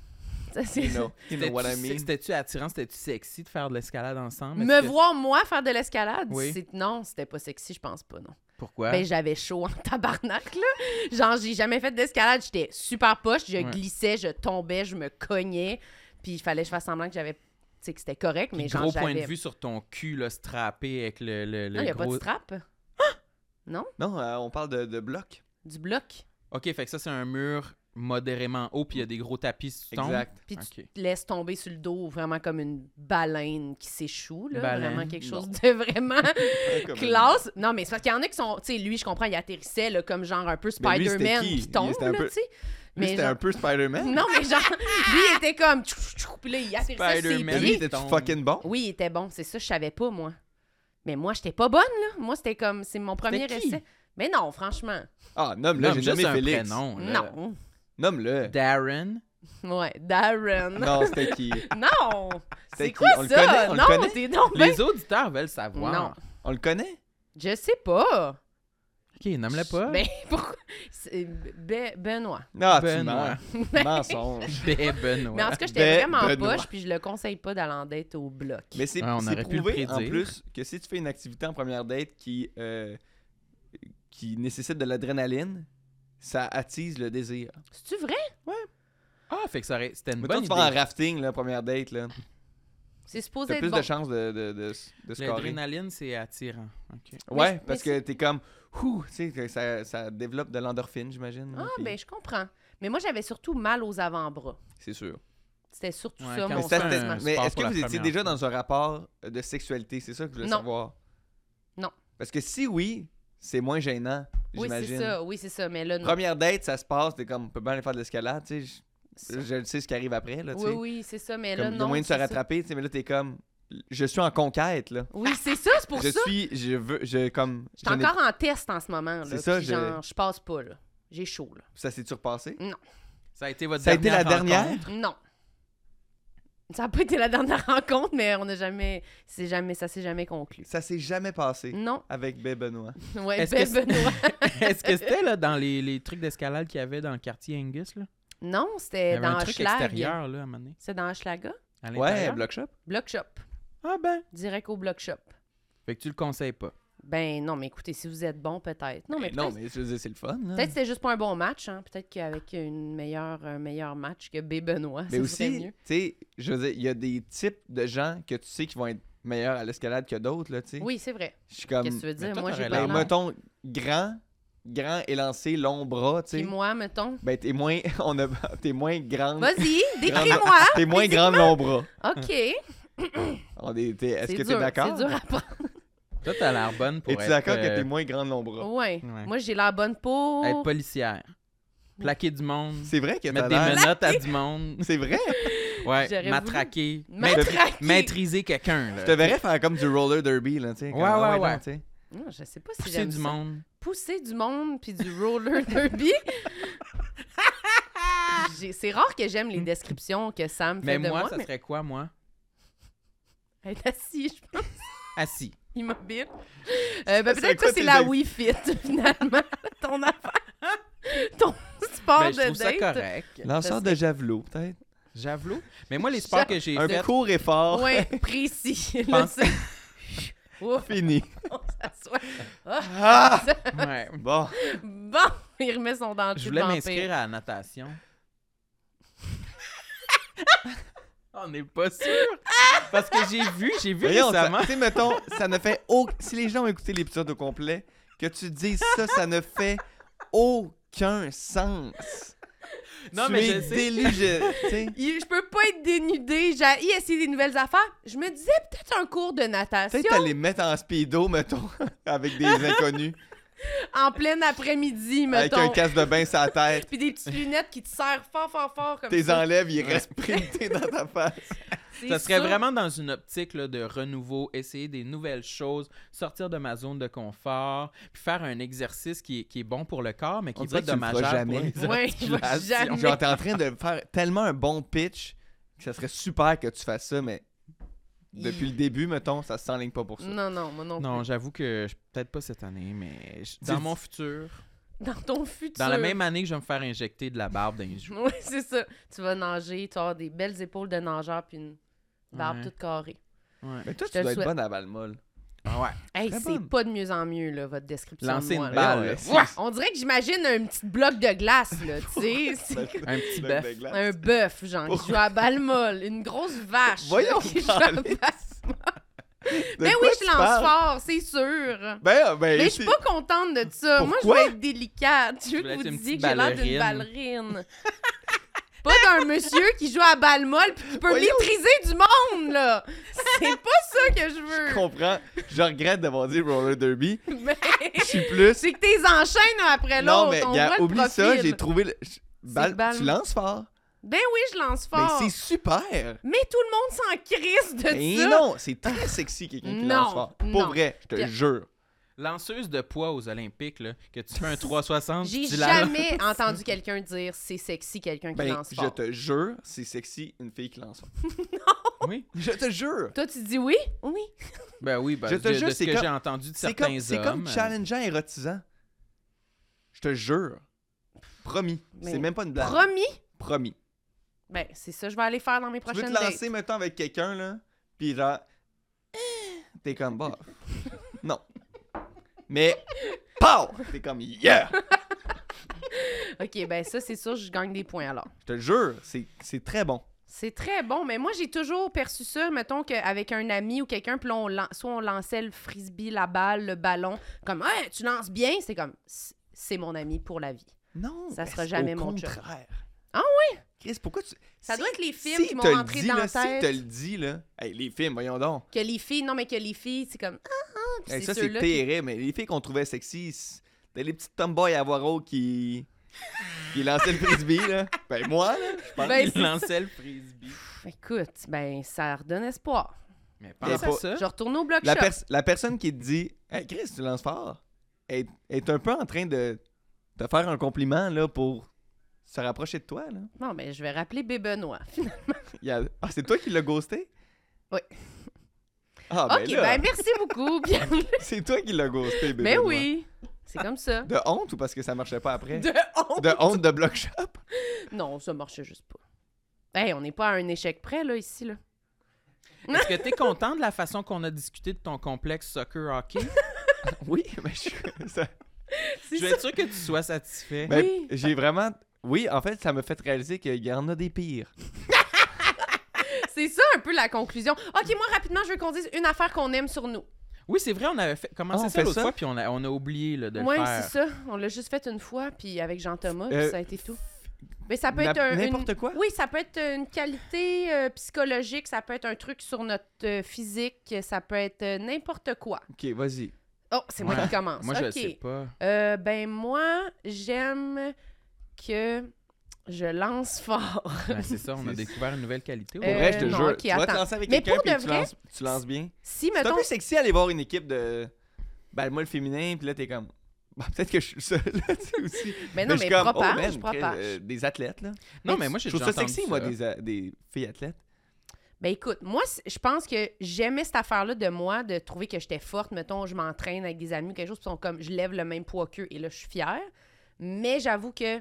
Speaker 1: Ça, c'est-
Speaker 4: you know, you know what I
Speaker 2: C'était-tu
Speaker 4: mean?
Speaker 2: c'était-tu attirant, c'était-tu sexy de faire de l'escalade ensemble?
Speaker 1: Me
Speaker 2: Est-ce que-
Speaker 1: voir moi faire de l'escalade,
Speaker 2: Oui.
Speaker 1: c'est- non, c'était pas sexy, je pense pas, non.
Speaker 2: Pourquoi?
Speaker 1: Ben j'avais chaud en tabarnak là. Genre j'ai jamais fait d'escalade, j'étais super poche, je
Speaker 2: Ouais.
Speaker 1: glissais, je tombais, je me cognais, puis il fallait que je fasse semblant que j'avais tu sais que c'était correct, mais genre
Speaker 2: gros point de
Speaker 1: j'avais-
Speaker 2: vue sur ton cul, là, strappé avec le, le, le
Speaker 1: Non, il y a pas
Speaker 2: gros...
Speaker 1: de strap
Speaker 4: Non, euh, on parle de, de bloc.
Speaker 1: du bloc.
Speaker 2: OK, fait que ça, c'est un mur modérément haut, puis il y a des gros tapis si tu tombes.
Speaker 4: Exact.
Speaker 1: Puis
Speaker 2: Ok.
Speaker 1: tu te laisses tomber sur le dos vraiment comme une baleine qui s'échoue là,
Speaker 2: Baleine,
Speaker 1: vraiment quelque chose
Speaker 4: non.
Speaker 1: de vraiment
Speaker 4: Comme-
Speaker 1: classe. Non mais c'est parce qu'il y en a qui sont tu sais lui je comprends il atterrissait là, comme genre un peu
Speaker 4: Mais lui, c'était
Speaker 1: Spider-Man
Speaker 4: qui?
Speaker 1: qui
Speaker 4: Il
Speaker 1: tombe
Speaker 4: était un
Speaker 1: là,
Speaker 4: peu-
Speaker 1: tu sais.
Speaker 4: Lui,
Speaker 1: Mais
Speaker 4: c'était
Speaker 1: genre-
Speaker 4: un peu Spider-Man.
Speaker 1: Non, mais genre, lui, il était comme. tchou, tchou, tchou, Puis là, il atterrissait sur ses
Speaker 2: Spider-Man.
Speaker 4: Mais lui,
Speaker 1: pieds.
Speaker 4: était
Speaker 2: tombe.
Speaker 4: fucking bon.
Speaker 1: Oui, il était bon, c'est ça, je savais pas, moi. Mais moi, j'étais pas bonne, là. Moi, c'était comme. C'est mon premier
Speaker 2: C'était qui?
Speaker 1: essai. Mais non, franchement.
Speaker 4: Ah, nomme-le,
Speaker 2: Là,
Speaker 4: j'ai
Speaker 2: j'ai
Speaker 4: nommé
Speaker 2: jamais
Speaker 4: Félix.
Speaker 2: prénom. là.
Speaker 1: Non.
Speaker 4: Nomme-le.
Speaker 2: Darren.
Speaker 1: Ouais, Darren.
Speaker 4: Non, c'était qui?
Speaker 1: Non!
Speaker 4: C'était
Speaker 1: C'est
Speaker 4: qui?
Speaker 1: quoi
Speaker 4: On le
Speaker 1: ça?
Speaker 4: connaît? On le
Speaker 1: non,
Speaker 4: connaît?
Speaker 1: t'es donc ben-
Speaker 2: Les auditeurs veulent savoir.
Speaker 1: Non.
Speaker 4: On le connaît?
Speaker 1: Je sais pas.
Speaker 2: OK, nomme-le pas.
Speaker 1: Ben, pourquoi? C'est Be- Benoît.
Speaker 4: Non, Ah, tu
Speaker 2: Benoît.
Speaker 4: mens. Mensonge.
Speaker 2: Ben, Benoît.
Speaker 1: Mais en tout cas, j'étais
Speaker 4: Ben-
Speaker 1: vraiment
Speaker 4: Benoît.
Speaker 1: poche, puis je le conseille pas d'aller en dette au bloc.
Speaker 4: Mais c'est
Speaker 2: Ouais, on
Speaker 4: c'est
Speaker 2: aurait pu le
Speaker 4: prouvé en
Speaker 2: prédire.
Speaker 4: plus que si tu fais une activité en première date qui, euh, qui nécessite de l'adrénaline, ça attise le désir.
Speaker 1: C'est-tu vrai?
Speaker 2: Ah, fait que ça aurait... c'était une
Speaker 4: Mais toi,
Speaker 2: bonne
Speaker 4: tu vas en
Speaker 2: idée.
Speaker 4: rafting, la première date, là.
Speaker 1: C'est supposé
Speaker 4: T'as
Speaker 1: être
Speaker 4: plus
Speaker 1: bon. Ah,
Speaker 4: de chances de, de, de, de scorer.
Speaker 2: L'adrénaline, c'est attirant. OK.
Speaker 4: Ouais,
Speaker 1: Mais-
Speaker 4: parce
Speaker 1: mais
Speaker 4: que t'es comme, ouh, tu sais, que ça, ça développe de l'endorphine, j'imagine. là,
Speaker 1: Ah,
Speaker 4: puis
Speaker 1: ben, je comprends. Mais moi, j'avais surtout mal aux avant-bras.
Speaker 4: C'est sûr.
Speaker 1: C'était surtout
Speaker 2: Ouais,
Speaker 1: ça,
Speaker 2: quand
Speaker 1: mon
Speaker 2: c'était-
Speaker 1: sentiment.
Speaker 2: un
Speaker 4: mais
Speaker 2: sport
Speaker 4: est-ce
Speaker 2: pour
Speaker 4: que
Speaker 2: la
Speaker 4: vous étiez
Speaker 2: première
Speaker 4: déjà
Speaker 2: fois.
Speaker 4: dans un rapport euh, de sexualité C'est ça que je voulais
Speaker 1: Non.
Speaker 4: savoir.
Speaker 1: Non.
Speaker 4: Parce que si oui, c'est moins gênant,
Speaker 1: Oui,
Speaker 4: j'imagine.
Speaker 1: c'est ça. Oui, c'est ça. Mais là, non.
Speaker 4: Première date, ça se passe, t'es comme, on peut bien aller faire de l'escalade, tu sais. je-
Speaker 1: Ça-
Speaker 4: Je, je sais ce qui arrive après, là, tu sais.
Speaker 1: Oui, oui, c'est ça. Mais
Speaker 4: Comme,
Speaker 1: là,
Speaker 4: il y
Speaker 1: non.
Speaker 4: a moyen de se
Speaker 1: c'est ça.
Speaker 4: rattraper, tu sais, mais là, t'es comme, je suis en conquête, là.
Speaker 1: Oui, c'est ça, c'est pour
Speaker 4: je
Speaker 1: ça.
Speaker 4: suis, je veux, je, comme,
Speaker 1: Je suis
Speaker 4: j'en ai-
Speaker 1: encore en test en ce moment. là,
Speaker 4: C'est ça,
Speaker 1: puis
Speaker 4: je-
Speaker 1: genre, je passe pas, là. J'ai chaud, là.
Speaker 4: ça s'est-tu repassé?
Speaker 2: Ça a été votre
Speaker 4: Ça a été la dernière?
Speaker 2: rencontre?
Speaker 1: Non. Ça n'a pas été la dernière rencontre, mais on n'a jamais... c'est jamais... Ça s'est jamais conclu.
Speaker 4: Ça s'est jamais passé
Speaker 1: Non.
Speaker 4: avec Bé Benoît.
Speaker 1: Ouais,
Speaker 2: Est-ce
Speaker 1: ben,
Speaker 2: que c'est-
Speaker 1: Benoît.
Speaker 2: Est-ce que c'était là, dans les, les trucs d'escalade qu'il y avait dans le quartier Angus? Là?
Speaker 1: Non,
Speaker 2: Il y
Speaker 1: c'était
Speaker 2: avait un
Speaker 1: Euh, dans
Speaker 2: truc
Speaker 1: Schlag.
Speaker 2: extérieur, là, à un moment donné.
Speaker 1: C'est dans Schlaga.
Speaker 2: À
Speaker 4: Ouais,
Speaker 2: l'intérieur?
Speaker 4: Block Shop.
Speaker 1: Block Shop.
Speaker 2: Ah ben.
Speaker 1: Direct au Block Shop.
Speaker 2: Fait que tu le conseilles pas.
Speaker 1: Ben non, mais écoutez, si vous êtes bon, peut-être.
Speaker 2: Ben
Speaker 1: Non, mais
Speaker 4: non,
Speaker 1: peut-être
Speaker 4: mais je veux dire, c'est le fun, là.
Speaker 1: Peut-être que c'était juste pas un bon match, hein. Peut-être qu'avec une meilleure, un meilleur match que B. Benoît,
Speaker 4: Mais
Speaker 1: c'est
Speaker 4: aussi,
Speaker 1: mieux.
Speaker 4: tu sais, je veux dire, il y a des types de gens que tu sais qui vont être meilleurs à l'escalade que d'autres, là, tu sais.
Speaker 1: Oui, c'est vrai.
Speaker 4: Je suis comme,
Speaker 1: Qu'est-ce que tu veux
Speaker 2: Hum, mais
Speaker 1: dire?
Speaker 2: toi,
Speaker 1: Moi, j'ai
Speaker 2: t'aurais
Speaker 1: pas
Speaker 4: ben,
Speaker 2: l'air
Speaker 1: l'air.
Speaker 4: mettons, grand, grand, élancé, long bras, tu
Speaker 1: Puis
Speaker 4: sais.
Speaker 1: moi, mettons.
Speaker 4: Ben, t'es moins, on a, t'es moins grande.
Speaker 1: Vas-y, ah, décris-moi!
Speaker 4: T'es moins grande, long bras.
Speaker 1: OK.
Speaker 4: On est- t'es- Est-ce
Speaker 1: C'est
Speaker 4: que
Speaker 1: dur,
Speaker 4: t'es d'accord?
Speaker 1: C'est dur à prendre.
Speaker 2: Toi, t'as l'air bonne pour
Speaker 4: Es-tu
Speaker 2: être,
Speaker 4: d'accord que
Speaker 2: euh,
Speaker 4: t'es moins grande, long bras?
Speaker 1: Ouais.
Speaker 2: Ouais.
Speaker 1: Moi, j'ai la bonne peau.
Speaker 2: être policière. Plaquer du monde.
Speaker 4: C'est vrai que t'as
Speaker 2: Mettre des
Speaker 4: l'air...
Speaker 2: menottes Euh, à du monde.
Speaker 4: C'est vrai?
Speaker 2: Ouais,
Speaker 1: J'aurais
Speaker 2: matraquer.
Speaker 1: Matraquer.
Speaker 2: Maîtriser quelqu'un, là.
Speaker 4: Je te verrais faire comme du roller derby, là, tu sais. comme,
Speaker 2: Ouais,
Speaker 4: ah
Speaker 2: ouais,
Speaker 4: non,
Speaker 2: ouais.
Speaker 4: tu sais.
Speaker 1: Non, je sais pas si
Speaker 2: Pousser
Speaker 1: j'aime
Speaker 2: du
Speaker 1: ça.
Speaker 2: monde.
Speaker 1: Pousser du monde puis du roller derby. J'ai- C'est rare que j'aime les descriptions que Sam fait
Speaker 2: Mais
Speaker 1: de
Speaker 2: moi,
Speaker 1: moi,
Speaker 2: ça
Speaker 1: mais
Speaker 2: serait quoi, moi?
Speaker 1: être assis, je pense,
Speaker 2: Assis.
Speaker 1: immobile. Euh, ben,
Speaker 4: Ça serait
Speaker 1: peut-être
Speaker 4: quoi
Speaker 1: que c'est
Speaker 4: tes
Speaker 1: la
Speaker 4: ex-
Speaker 1: Wii Fit, finalement, ton affaire. Ton sport
Speaker 2: Ben, je
Speaker 1: de
Speaker 2: trouve ça
Speaker 1: date.
Speaker 2: correct.
Speaker 4: Lanceur de javelot, peut-être.
Speaker 2: J'avoue. Mais moi, les sports que j'ai
Speaker 4: Un
Speaker 2: fait,
Speaker 4: court effort,
Speaker 1: Ouais, précis. Là,
Speaker 2: Pense-
Speaker 1: c'est- Ouf,
Speaker 4: fini.
Speaker 1: on s'assoit. Ah,
Speaker 4: Ah!
Speaker 2: ouais,
Speaker 4: Bon,
Speaker 1: bon, il remet son dentier
Speaker 2: je voulais
Speaker 1: de vampire.
Speaker 2: m'inscrire à la natation. On n'est pas sûr. Parce que j'ai vu, j'ai vu
Speaker 4: voyons, ça,
Speaker 2: récemment.
Speaker 4: tu sais, mettons, ça ne fait aucun... Si les gens ont écouté l'épisode au complet, que tu dises ça, ça ne fait aucun sens.
Speaker 2: Non,
Speaker 4: tu
Speaker 2: mais
Speaker 4: es
Speaker 2: je sais.
Speaker 4: délugé- tu sais.
Speaker 1: Il- Je peux pas être dénudée, j'ai essayé des nouvelles affaires. Je me disais peut-être un cours de
Speaker 4: Peut-être
Speaker 1: natation
Speaker 4: t'allais mettre en speedo, mettons, avec des inconnus,
Speaker 1: en plein après-midi,
Speaker 4: avec
Speaker 1: mettons.
Speaker 4: un casque de bain sur la tête.
Speaker 1: Puis des petites lunettes qui te serrent fort, fort, fort comme
Speaker 4: Tes
Speaker 1: ça.
Speaker 4: enlèves, ils restent printés dans ta face.
Speaker 1: C'est
Speaker 2: Ça serait
Speaker 1: sûr.
Speaker 2: vraiment dans une optique là, de renouveau, essayer des nouvelles choses, sortir de ma zone de confort, puis faire un exercice qui est, qui est bon pour le corps, mais qui
Speaker 4: On
Speaker 2: n'est
Speaker 4: dirait
Speaker 2: pas
Speaker 4: que tu le feras
Speaker 2: dommageable pour
Speaker 4: jamais.
Speaker 2: les autres.
Speaker 1: Ouais, il va
Speaker 2: articulations.
Speaker 1: jamais.
Speaker 4: Genre, t'es en train de faire tellement un bon pitch que ça serait super que tu fasses ça, mais depuis le début, mettons, ça s'enligne pas pour ça.
Speaker 1: Non, non, moi non,
Speaker 2: Non,
Speaker 1: plus.
Speaker 2: j'avoue que je- peut-être pas cette année, mais je-
Speaker 4: Dis-
Speaker 2: dans mon futur,
Speaker 1: Dans ton futur.
Speaker 2: dans la même année que je vais me faire injecter de la barbe dans les joues.
Speaker 1: Oui, c'est ça. Tu vas nager, tu vas avoir des belles épaules de nageur puis une barbe
Speaker 2: Ouais.
Speaker 1: toute carrée.
Speaker 2: Ouais.
Speaker 4: Mais toi,
Speaker 1: te
Speaker 4: tu
Speaker 1: le
Speaker 4: dois être
Speaker 1: souhaite.
Speaker 4: bonne à Balmol.
Speaker 2: Ah ouais.
Speaker 1: Hey,
Speaker 2: Très
Speaker 1: c'est
Speaker 2: bonne.
Speaker 1: pas de mieux en mieux, là, votre description.
Speaker 2: Lancer
Speaker 1: de moi,
Speaker 2: une
Speaker 1: là.
Speaker 2: balle.
Speaker 4: Ouais,
Speaker 2: là.
Speaker 4: c'est-
Speaker 2: Ouah!
Speaker 1: On dirait que j'imagine un petit bloc de glace, là, tu sais. c'est
Speaker 2: Un petit
Speaker 4: Bloc de
Speaker 2: bœuf.
Speaker 4: glace.
Speaker 1: Un bœuf, genre, qui joue à balle molle. Une grosse vache. là,
Speaker 4: Voyons,
Speaker 1: qui joue à balle
Speaker 4: Alice. De
Speaker 1: Ben oui,
Speaker 4: quoi
Speaker 1: je
Speaker 4: tu
Speaker 1: lance
Speaker 4: parles?
Speaker 1: fort, c'est sûr.
Speaker 4: Ben, ah, ben,
Speaker 1: Mais je suis
Speaker 4: c'est-
Speaker 1: pas contente de ça. Moi, je
Speaker 4: Pourquoi?
Speaker 1: vais être délicate. Je veux
Speaker 2: voulais
Speaker 1: que vous
Speaker 2: être une
Speaker 1: disiez que
Speaker 2: petite
Speaker 1: j'ai l'air d'une ballerine. pas d'un monsieur qui joue à balle molle puis qui peut
Speaker 4: Voyons.
Speaker 1: maîtriser du monde, là. C'est pas ça que je
Speaker 4: Je
Speaker 1: veux.
Speaker 4: comprends. Je regrette d'avoir dit roller derby.
Speaker 1: Mais
Speaker 4: Je suis plus.
Speaker 1: c'est que t'es enchaînes un après l'autre.
Speaker 4: non, mais
Speaker 1: on
Speaker 4: gars,
Speaker 1: voit le
Speaker 4: oublie ça,
Speaker 1: profil.
Speaker 4: j'ai trouvé le. je- Bal-
Speaker 1: balle.
Speaker 4: Tu lances fort.
Speaker 1: Ben oui, je lance
Speaker 4: Ben,
Speaker 1: fort.
Speaker 4: c'est
Speaker 1: Mais,
Speaker 4: super.
Speaker 1: tout le monde s'en crisse de
Speaker 4: Et
Speaker 1: ça.
Speaker 4: non, c'est très sexy quelqu'un qui
Speaker 1: Non,
Speaker 4: lance fort. Pour
Speaker 1: non.
Speaker 4: vrai, je te
Speaker 1: Bien.
Speaker 4: jure.
Speaker 2: Lanceuse de poids aux Olympiques, là, que tu fais un 360,
Speaker 1: J'ai
Speaker 2: tu la lances.
Speaker 1: jamais entendu quelqu'un dire c'est sexy quelqu'un qui
Speaker 4: Ben,
Speaker 1: lance
Speaker 4: je
Speaker 1: fort.
Speaker 4: te jure, c'est sexy une fille qui lance fort.
Speaker 2: Oui.
Speaker 4: Je te jure.
Speaker 1: Toi, tu dis oui? Oui.
Speaker 2: Ben oui, ben,
Speaker 4: Je te
Speaker 2: de, de
Speaker 4: jure,
Speaker 2: ce
Speaker 4: c'est
Speaker 2: que
Speaker 4: comme-
Speaker 2: j'ai entendu de
Speaker 4: C'est
Speaker 2: certains
Speaker 4: comme, c'est
Speaker 2: hommes.
Speaker 4: comme
Speaker 2: euh,
Speaker 4: challengeant, érotisant. Je te jure. Promis.
Speaker 1: Mais
Speaker 4: C'est même pas une blague.
Speaker 1: Promis?
Speaker 4: Promis.
Speaker 1: Ben, c'est ça que je vais aller faire dans mes
Speaker 4: Tu veux te
Speaker 1: prochaines dates.
Speaker 4: lancer, mettons, avec quelqu'un, là, pis genre, t'es comme, bah, non. Mais, pow! T'es comme, yeah!
Speaker 1: OK, ben ça, c'est sûr, je gagne des points alors.
Speaker 4: Je te le jure, c'est c'est très bon.
Speaker 1: C'est très bon, mais moi, j'ai toujours perçu ça, mettons qu'avec un ami ou quelqu'un, puis là, on lan- soit on lançait le frisbee, la balle, le ballon, comme « Hey, tu lances bien! » C'est comme « C- C'est mon ami pour la vie.
Speaker 4: Non,
Speaker 1: Ça
Speaker 4: mais
Speaker 1: sera
Speaker 4: c'est
Speaker 1: jamais
Speaker 4: au
Speaker 1: mon chum.
Speaker 4: contraire.
Speaker 1: Ah
Speaker 4: oui? Chris, pourquoi tu... »
Speaker 1: Ça
Speaker 4: si-
Speaker 1: doit être les films
Speaker 4: si
Speaker 1: qui
Speaker 4: te
Speaker 1: m'ont
Speaker 4: le
Speaker 1: rentré
Speaker 4: dit,
Speaker 1: dans
Speaker 4: là,
Speaker 1: la
Speaker 4: Si
Speaker 1: tête.
Speaker 4: te le dit, là, hey, les films, voyons donc.
Speaker 1: Que les filles, non, mais que les filles, c'est comme « Ah, ah! » Puis
Speaker 4: Hey, ça,
Speaker 1: c'est
Speaker 4: c'est
Speaker 1: ceux-là qui-
Speaker 4: terrible, mais les filles qu'on trouvait sexy, c'était les petites tomboys à voix haute qui... qui lançaient le frisbee, là. Ben, moi, là, je pense...
Speaker 1: Ben,
Speaker 2: Il lançait euh, le frisbee.
Speaker 1: Écoute, ben, ça redonne espoir.
Speaker 2: Mais
Speaker 4: Mais
Speaker 2: pense à
Speaker 4: pas-
Speaker 2: ça.
Speaker 1: Je retourne au bloc
Speaker 4: Hein? la,
Speaker 1: shop.
Speaker 4: pers- la personne qui te dit Hey Chris, tu lances fort est, est un peu en train de te faire un compliment là pour se rapprocher de toi. Là.
Speaker 1: Bon, ben, je vais rappeler Bébenoît.
Speaker 4: Il y a- Ah, c'est toi qui l'as ghosté?
Speaker 1: Oui.
Speaker 4: Ah, ben
Speaker 1: OK,
Speaker 4: là,
Speaker 1: ben, merci beaucoup. bien-
Speaker 4: c'est toi qui l'as ghosté, bébé.
Speaker 1: ben
Speaker 4: moi.
Speaker 1: oui, c'est comme ça.
Speaker 4: De honte ou parce que ça marchait pas après?
Speaker 1: De honte.
Speaker 4: De honte de block shop?
Speaker 1: Non, ça marchait juste pas. Hey, on n'est pas à un échec près, là, ici, là.
Speaker 2: Est-ce que t'es content de la façon qu'on a discuté de ton complexe soccer hockey?
Speaker 4: Oui, mais Ben, je ça-
Speaker 1: C'est
Speaker 2: Je veux être sûr que tu sois satisfait.
Speaker 4: ben,
Speaker 1: Oui.
Speaker 4: j'ai vraiment. Oui, en fait, ça me fait réaliser qu'il y en a des pires.
Speaker 1: ça- c'est ça un peu la conclusion. OK, moi, rapidement, je veux qu'on dise une affaire qu'on aime sur nous.
Speaker 2: Oui, c'est vrai, on avait fait, commencé
Speaker 4: Ah, on
Speaker 2: ça
Speaker 4: fait
Speaker 2: l'autre
Speaker 4: ça?
Speaker 2: fois, puis on a, on a oublié là, de
Speaker 1: ouais,
Speaker 2: le faire.
Speaker 1: c'est ça. On l'a juste fait une fois, puis avec Jean-Thomas, Ah, puis
Speaker 4: Euh,
Speaker 1: ça a été tout. Mais ça peut
Speaker 4: Na-
Speaker 1: être un... une-
Speaker 4: N'importe quoi.
Speaker 1: Oui, ça peut être une qualité euh, psychologique, ça peut être un truc sur notre euh, physique, ça peut être euh, n'importe quoi.
Speaker 4: Ok, vas-y.
Speaker 1: Oh, c'est moi
Speaker 2: Ouais.
Speaker 1: qui commence.
Speaker 2: Moi,
Speaker 1: OK.
Speaker 2: je le sais pas.
Speaker 1: Euh, ben moi, j'aime que je lance fort.
Speaker 2: Ben, c'est ça, on a
Speaker 4: C'est-
Speaker 2: découvert une nouvelle qualité.
Speaker 4: Pour
Speaker 1: Euh,
Speaker 2: ouais.
Speaker 4: vrai, je te
Speaker 1: non,
Speaker 4: jure.
Speaker 1: ok,
Speaker 4: tu vas te
Speaker 1: attends.
Speaker 4: lancer avec
Speaker 1: Mais
Speaker 4: quelqu'un
Speaker 1: pour
Speaker 4: puis
Speaker 1: de
Speaker 4: tu
Speaker 1: vrai,
Speaker 4: lances- tu lances bien.
Speaker 1: Si,
Speaker 4: C'est un
Speaker 1: mettons,
Speaker 4: peu sexy aller voir une équipe de balle-molle féminin, puis là, t'es comme. Bah, Peut-être que je suis le seul, là, tu sais, aussi.
Speaker 1: Mais non,
Speaker 4: je
Speaker 1: mais hein,
Speaker 4: suis comme, oh,
Speaker 1: propage,
Speaker 4: man,
Speaker 1: propage.
Speaker 4: quel, euh, des athlètes, là.
Speaker 2: Non,
Speaker 1: Mais
Speaker 2: mais
Speaker 1: tu-
Speaker 2: moi, j'ai
Speaker 4: Je trouve
Speaker 2: déjà
Speaker 4: ça sexy,
Speaker 2: entendu
Speaker 4: moi,
Speaker 2: ça.
Speaker 4: des, a- des filles athlètes.
Speaker 1: Ben écoute, moi, c- je pense que j'aimais cette affaire-là de moi, de trouver que j'étais forte. Mettons, je m'entraîne avec des amis ou quelque chose, puis ils sont comme, je lève le même poids qu'eux, et là, je suis fière. Mais j'avoue que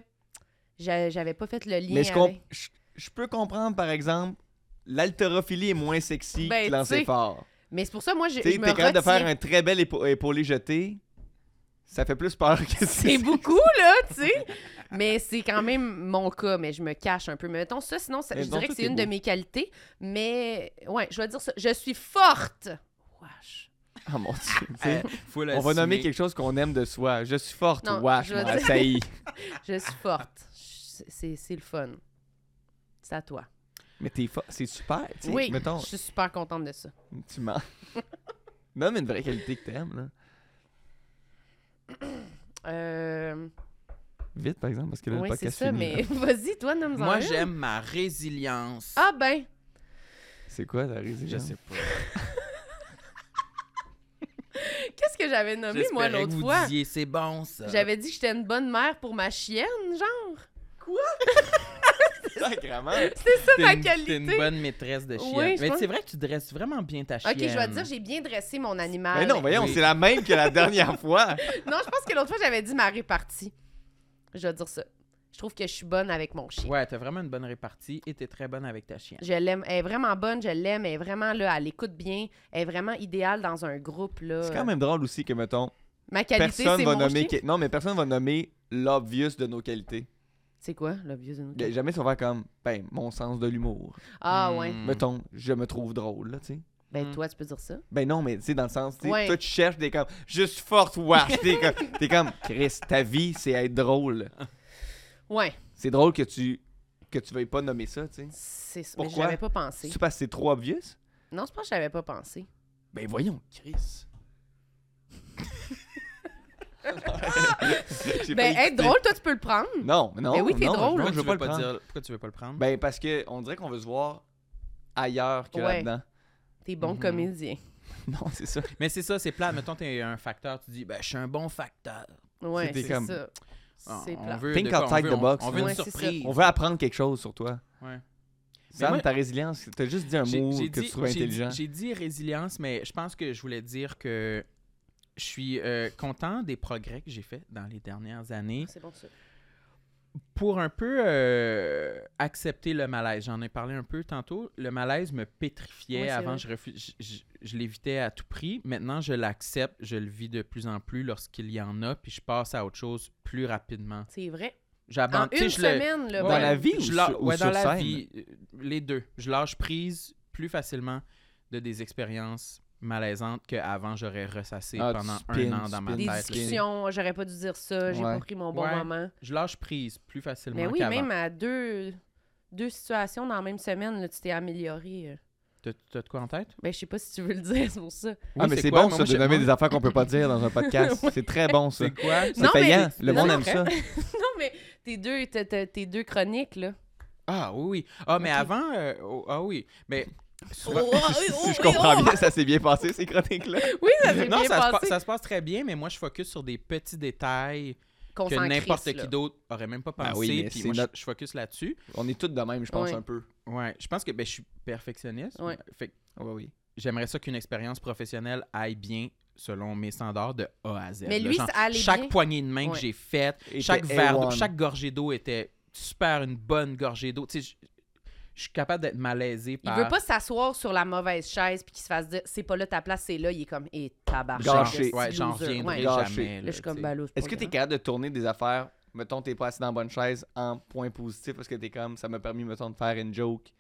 Speaker 1: j'a- j'avais pas fait le lien.
Speaker 4: Mais
Speaker 1: avec-
Speaker 4: je, comp- je, je peux comprendre, par exemple, l'haltérophilie est moins sexy
Speaker 1: Ben,
Speaker 4: que
Speaker 1: tu
Speaker 4: lancer
Speaker 1: sais,
Speaker 4: fort.
Speaker 1: Mais c'est pour ça, moi, je,
Speaker 4: Tu
Speaker 1: je
Speaker 4: sais,
Speaker 1: me
Speaker 4: t'es capable de
Speaker 1: retiens.
Speaker 4: faire un très bel épa- épaulé jeté. Ça fait plus peur que
Speaker 1: C'est beaucoup, là, tu sais. Mais c'est quand même mon cas, mais je me cache un peu. Mais mettons ça, sinon, ça-
Speaker 4: Mais
Speaker 1: je
Speaker 4: non,
Speaker 1: dirais que
Speaker 4: tout
Speaker 1: c'est
Speaker 4: est
Speaker 1: une de
Speaker 4: beau.
Speaker 1: mes qualités. Mais ouais, je vais dire ça. Je suis forte. Wesh.
Speaker 4: Ah mon dieu. tu sais.
Speaker 2: Euh, faut
Speaker 4: on va
Speaker 2: l'assumer.
Speaker 4: nommer quelque chose qu'on aime de soi. Je suis forte.
Speaker 1: Ah, Non,
Speaker 4: Wesh,
Speaker 1: je veux
Speaker 4: moi,
Speaker 1: dire-
Speaker 4: ça y est.
Speaker 1: Je suis forte. Je- C'est c'est le fun. C'est à toi.
Speaker 4: Mais t'es fort. C'est super. tu sais.
Speaker 1: Oui,
Speaker 4: Mettons,
Speaker 1: je suis super contente de ça.
Speaker 4: tu mens. Nomme une vraie qualité que t'aimes, là.
Speaker 1: Euh,
Speaker 4: Vite, par exemple, parce que là,
Speaker 1: oui,
Speaker 4: le
Speaker 1: c'est
Speaker 4: podcast
Speaker 1: ça,
Speaker 4: finit,
Speaker 1: mais
Speaker 4: là.
Speaker 1: vas-y, toi, nomme-en
Speaker 2: Moi,
Speaker 4: hein?
Speaker 1: une.
Speaker 2: j'aime ma résilience.
Speaker 1: Ah ben,
Speaker 4: C'est quoi ta résilience?
Speaker 2: Je sais pas.
Speaker 1: qu'est-ce que j'avais nommé, moi,
Speaker 2: J'espérais que
Speaker 1: l'autre
Speaker 2: vous
Speaker 1: fois?
Speaker 2: disiez, c'est bon, ça.
Speaker 1: J'avais dit que j'étais une bonne mère pour ma chienne, genre.
Speaker 4: Sacrément.
Speaker 1: C'est ça,
Speaker 2: T'es
Speaker 1: ma
Speaker 2: une-
Speaker 1: qualité.
Speaker 2: T'es une bonne maîtresse de
Speaker 1: Oui,
Speaker 2: chienne.
Speaker 1: je
Speaker 2: Mais
Speaker 1: pense-
Speaker 2: c'est vrai que tu dresses vraiment bien ta chienne.
Speaker 1: Ok, je dois te dire, j'ai bien dressé mon animal.
Speaker 4: Mais Ben non, voyons,
Speaker 2: Oui.
Speaker 4: c'est la même que la dernière fois.
Speaker 1: Non, je pense que l'autre fois, j'avais dit ma répartie. Je vais dire ça. Je trouve que je suis bonne avec mon chien.
Speaker 2: Ouais, t'as vraiment une bonne répartie et t'es très bonne avec ta chienne.
Speaker 1: Je l'aime. Elle est vraiment bonne, je l'aime. Elle est vraiment là, elle écoute bien. Elle est vraiment idéale dans un groupe, là.
Speaker 4: C'est quand même drôle aussi que, mettons,
Speaker 1: Ma qualité,
Speaker 4: personne
Speaker 1: c'est
Speaker 4: va
Speaker 1: mon
Speaker 4: nommer.
Speaker 1: chien.
Speaker 4: que- Non, mais personne va nommer l'obvious de nos qualités.
Speaker 1: C'est quoi, l'obvious de notre-
Speaker 4: Y a Jamais ça va faire comme, ben, mon sens de l'humour.
Speaker 1: Ah, ouais.
Speaker 2: Hmm.
Speaker 4: Mettons, je me trouve drôle, là, tu sais.
Speaker 1: Ben,
Speaker 2: Mm.
Speaker 1: toi, tu peux dire ça.
Speaker 4: Ben non, mais tu sais, dans le sens, tu sais,
Speaker 1: Ouais.
Speaker 4: toi, tu cherches, t'es comme, je suis forte, wesh. T'es comme, t'es comme, Chris, ta vie, c'est être drôle.
Speaker 1: Ouais,
Speaker 4: C'est drôle que tu que tu veuilles pas nommer ça, tu sais.
Speaker 1: c'est ça. Mais je
Speaker 4: Pourquoi?
Speaker 1: l'avais pas pensé.
Speaker 4: Tu passes c'est trop obvious?
Speaker 1: Non, je pense que je l'avais pas pensé.
Speaker 4: Ben voyons, Chris. J'ai
Speaker 1: Ben,
Speaker 4: failli
Speaker 1: être
Speaker 4: quitter.
Speaker 1: drôle, toi, tu peux le prendre.
Speaker 4: Non, non.
Speaker 1: Ben oui, t'es
Speaker 4: non,
Speaker 1: drôle.
Speaker 4: non,
Speaker 2: Pourquoi
Speaker 4: je veux
Speaker 2: tu
Speaker 4: pas
Speaker 2: veux
Speaker 4: le
Speaker 2: pas
Speaker 4: prendre.
Speaker 2: dire- pourquoi tu veux pas le prendre?
Speaker 4: Ben parce que on dirait qu'on veut se voir ailleurs que
Speaker 1: Ouais.
Speaker 4: là-dedans.
Speaker 1: T'es bon
Speaker 2: Mhm.
Speaker 1: comédien.
Speaker 4: Non, c'est ça.
Speaker 2: Mais c'est ça, c'est plat. Mettons, t'es un facteur, tu dis, ben, je suis un bon facteur.
Speaker 1: Ouais,
Speaker 4: C'était
Speaker 1: c'est
Speaker 4: comme-
Speaker 1: ça.
Speaker 2: Ah,
Speaker 1: C'est
Speaker 2: on
Speaker 1: plat.
Speaker 2: veut
Speaker 4: Think
Speaker 2: de quoi?
Speaker 4: outside
Speaker 2: on
Speaker 4: the
Speaker 2: veut, on-
Speaker 4: box.
Speaker 2: On veut
Speaker 1: Ouais,
Speaker 2: une
Speaker 1: c'est ça.
Speaker 2: surprise.
Speaker 4: On veut apprendre quelque chose sur toi.
Speaker 2: Ouais.
Speaker 4: Sam,
Speaker 2: moi-
Speaker 4: ta résilience, t'as juste dit un
Speaker 2: J'ai-
Speaker 4: mot
Speaker 2: j'ai
Speaker 4: que
Speaker 2: dit-
Speaker 4: tu trouves
Speaker 2: j'ai dit-
Speaker 4: intelligent.
Speaker 2: J'ai dit résilience, mais je pense que je voulais dire que je suis euh, content des progrès que j'ai faits dans les dernières années
Speaker 1: C'est bon, ça.
Speaker 2: pour un peu euh, accepter le malaise. J'en ai parlé un peu tantôt. Le malaise me pétrifiait.
Speaker 1: Oui, c'est
Speaker 2: Avant,
Speaker 1: vrai.
Speaker 2: je, refu- je, je- je l'évitais à tout prix. Maintenant, je l'accepte. Je le vis de plus en plus lorsqu'il y en a, puis je passe à autre chose plus rapidement.
Speaker 1: C'est vrai. En
Speaker 2: J'abandonne. tu sais,
Speaker 1: une
Speaker 2: je le-
Speaker 1: semaine, là.
Speaker 4: Dans
Speaker 1: ben,
Speaker 4: la vie ou
Speaker 2: je
Speaker 4: sur-
Speaker 2: lâ-
Speaker 4: ou
Speaker 2: ouais,
Speaker 4: sur
Speaker 2: dans la
Speaker 4: scène?
Speaker 2: vie, euh, les deux. Je lâche prise plus facilement de des expériences malaisantes qu'avant j'aurais ressassé
Speaker 4: Ah, tu
Speaker 2: pendant
Speaker 4: spins,
Speaker 2: un an dans ma
Speaker 4: spins,
Speaker 1: Des
Speaker 2: tête. là.
Speaker 1: discussions, j'aurais pas dû dire ça, j'ai
Speaker 4: Ouais.
Speaker 1: pas pris mon bon
Speaker 2: Ouais.
Speaker 1: moment.
Speaker 2: Je lâche prise plus facilement
Speaker 1: Mais oui,
Speaker 2: qu'avant.
Speaker 1: même à deux, deux situations dans la même semaine, là, tu t'es amélioré. euh.
Speaker 2: T'as- T'as de quoi en tête?
Speaker 1: Ben, je sais pas si tu veux le dire, c'est pour ça.
Speaker 4: Ah,
Speaker 2: Oui,
Speaker 4: mais c'est
Speaker 2: quoi?
Speaker 4: bon,
Speaker 2: Moi,
Speaker 4: ça,
Speaker 2: je-
Speaker 4: de nommer
Speaker 2: moi,
Speaker 4: des affaires qu'on peut pas dire dans un podcast. C'est très bon, ça.
Speaker 2: C'est quoi?
Speaker 4: C'est
Speaker 1: Non, mais-
Speaker 4: payant. Le
Speaker 1: Non,
Speaker 4: monde
Speaker 1: mais-
Speaker 4: aime ça.
Speaker 1: non, mais tes deux, t'as- t'as- tes deux chroniques, là.
Speaker 2: Ah oui, oui. Ah, mais
Speaker 1: Ok. Oh,
Speaker 2: avant... euh, oh, ah oui, mais... souvent-
Speaker 4: Si je comprends bien, ça s'est bien passé, ces chroniques-là.
Speaker 1: Oui, ça s'est
Speaker 2: Non,
Speaker 1: bien
Speaker 2: ça se, pa-
Speaker 1: passé.
Speaker 2: ça se passe très bien, mais moi, je focus sur des petits détails
Speaker 1: Qu'on
Speaker 2: que
Speaker 1: s'en
Speaker 2: n'importe
Speaker 1: crisse,
Speaker 2: qui
Speaker 1: là.
Speaker 2: d'autre aurait même pas pensé,
Speaker 4: Ben oui, mais
Speaker 2: puis
Speaker 4: c'est
Speaker 2: moi, je-
Speaker 4: notre-
Speaker 2: je focus là-dessus.
Speaker 4: On est tous de même, je pense,
Speaker 1: Ouais.
Speaker 4: un peu.
Speaker 2: Ouais, je pense que ben, je suis perfectionniste.
Speaker 1: Ouais.
Speaker 2: Fait que
Speaker 4: Oui, oui.
Speaker 2: j'aimerais ça qu'une expérience professionnelle aille bien selon mes standards de A à Z.
Speaker 1: Mais
Speaker 2: là.
Speaker 1: lui,
Speaker 2: Genre,
Speaker 1: ça allait
Speaker 2: chaque
Speaker 1: bien.
Speaker 2: poignée de main
Speaker 1: Ouais.
Speaker 2: que j'ai faite,
Speaker 4: Était
Speaker 2: chaque verre d'eau,
Speaker 4: A1.
Speaker 2: chaque gorgée d'eau était super une bonne gorgée d'eau. Tu sais, je- je suis capable d'être malaisé
Speaker 1: Il
Speaker 2: par.
Speaker 1: veut pas s'asseoir sur la mauvaise chaise puis qu'il se fasse dire c'est pas là ta place, c'est là. Il est comme et tabarnak.
Speaker 4: Gâché.
Speaker 1: petit
Speaker 2: Ouais, j'en
Speaker 1: loser.
Speaker 2: reviendrai
Speaker 1: Ouais.
Speaker 4: Gâché.
Speaker 2: jamais.
Speaker 1: Là,
Speaker 2: là,
Speaker 1: je suis comme
Speaker 2: tu sais.
Speaker 1: bah, là, c'est
Speaker 4: Est-ce
Speaker 1: pas
Speaker 4: que t'es
Speaker 1: grave.
Speaker 4: capable de tourner des affaires, mettons, t'es pas assis dans la bonne chaise, en point positif, parce que t'es comme, ça m'a permis, mettons, de faire une joke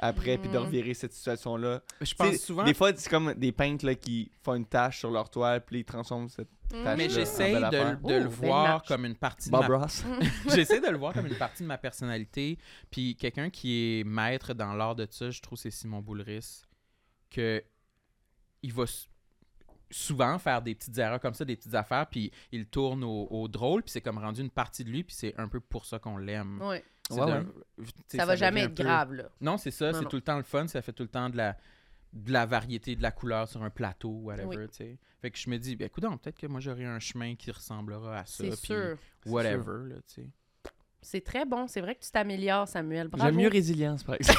Speaker 4: après, puis de
Speaker 1: Mm.
Speaker 4: revirer cette situation-là.
Speaker 2: je
Speaker 4: Tu
Speaker 2: pense
Speaker 4: sais,
Speaker 2: Hmm. souvent.
Speaker 4: Des fois, c'est comme des peintres là, qui font une tache sur leur toile, puis ils transforment cette
Speaker 1: Mm-hmm.
Speaker 4: tache-là.
Speaker 2: Mais
Speaker 4: en
Speaker 2: j'essaye
Speaker 4: belle
Speaker 2: de,
Speaker 4: affaire.
Speaker 2: de
Speaker 1: Oh,
Speaker 2: le
Speaker 1: belle
Speaker 2: voir
Speaker 1: marche.
Speaker 2: comme une partie de ma
Speaker 4: Bob Ross.
Speaker 2: J'essaie de le voir comme une partie de ma personnalité. Puis quelqu'un qui est maître dans l'art de ça, je trouve, c'est Simon Boulris. Que il va s- souvent faire des petites erreurs comme ça, des petites affaires, puis il tourne au, au drôle, puis c'est comme rendu une partie de lui, puis c'est un peu pour ça qu'on l'aime.
Speaker 1: Ouais.
Speaker 2: C'est
Speaker 4: Ouais,
Speaker 2: d'un-
Speaker 4: ouais.
Speaker 2: tu sais,
Speaker 1: Ça va
Speaker 2: devient
Speaker 1: jamais
Speaker 2: un
Speaker 1: être
Speaker 2: peu-
Speaker 1: grave, là.
Speaker 2: Non, c'est ça,
Speaker 1: Non,
Speaker 2: c'est
Speaker 1: non.
Speaker 2: tout le temps le fun, ça fait tout le temps de la de la variété, de la couleur sur un plateau, whatever,
Speaker 1: Oui.
Speaker 2: tu sais. Fait que je me dis, ben, écoute, peut-être que moi j'aurai un chemin qui ressemblera à ça,
Speaker 1: C'est
Speaker 2: puis
Speaker 1: sûr.
Speaker 2: whatever, là, tu sais.
Speaker 1: C'est très bon. C'est vrai que tu t'améliores, Samuel. Bravo.
Speaker 4: J'aime mieux résilience, par exemple.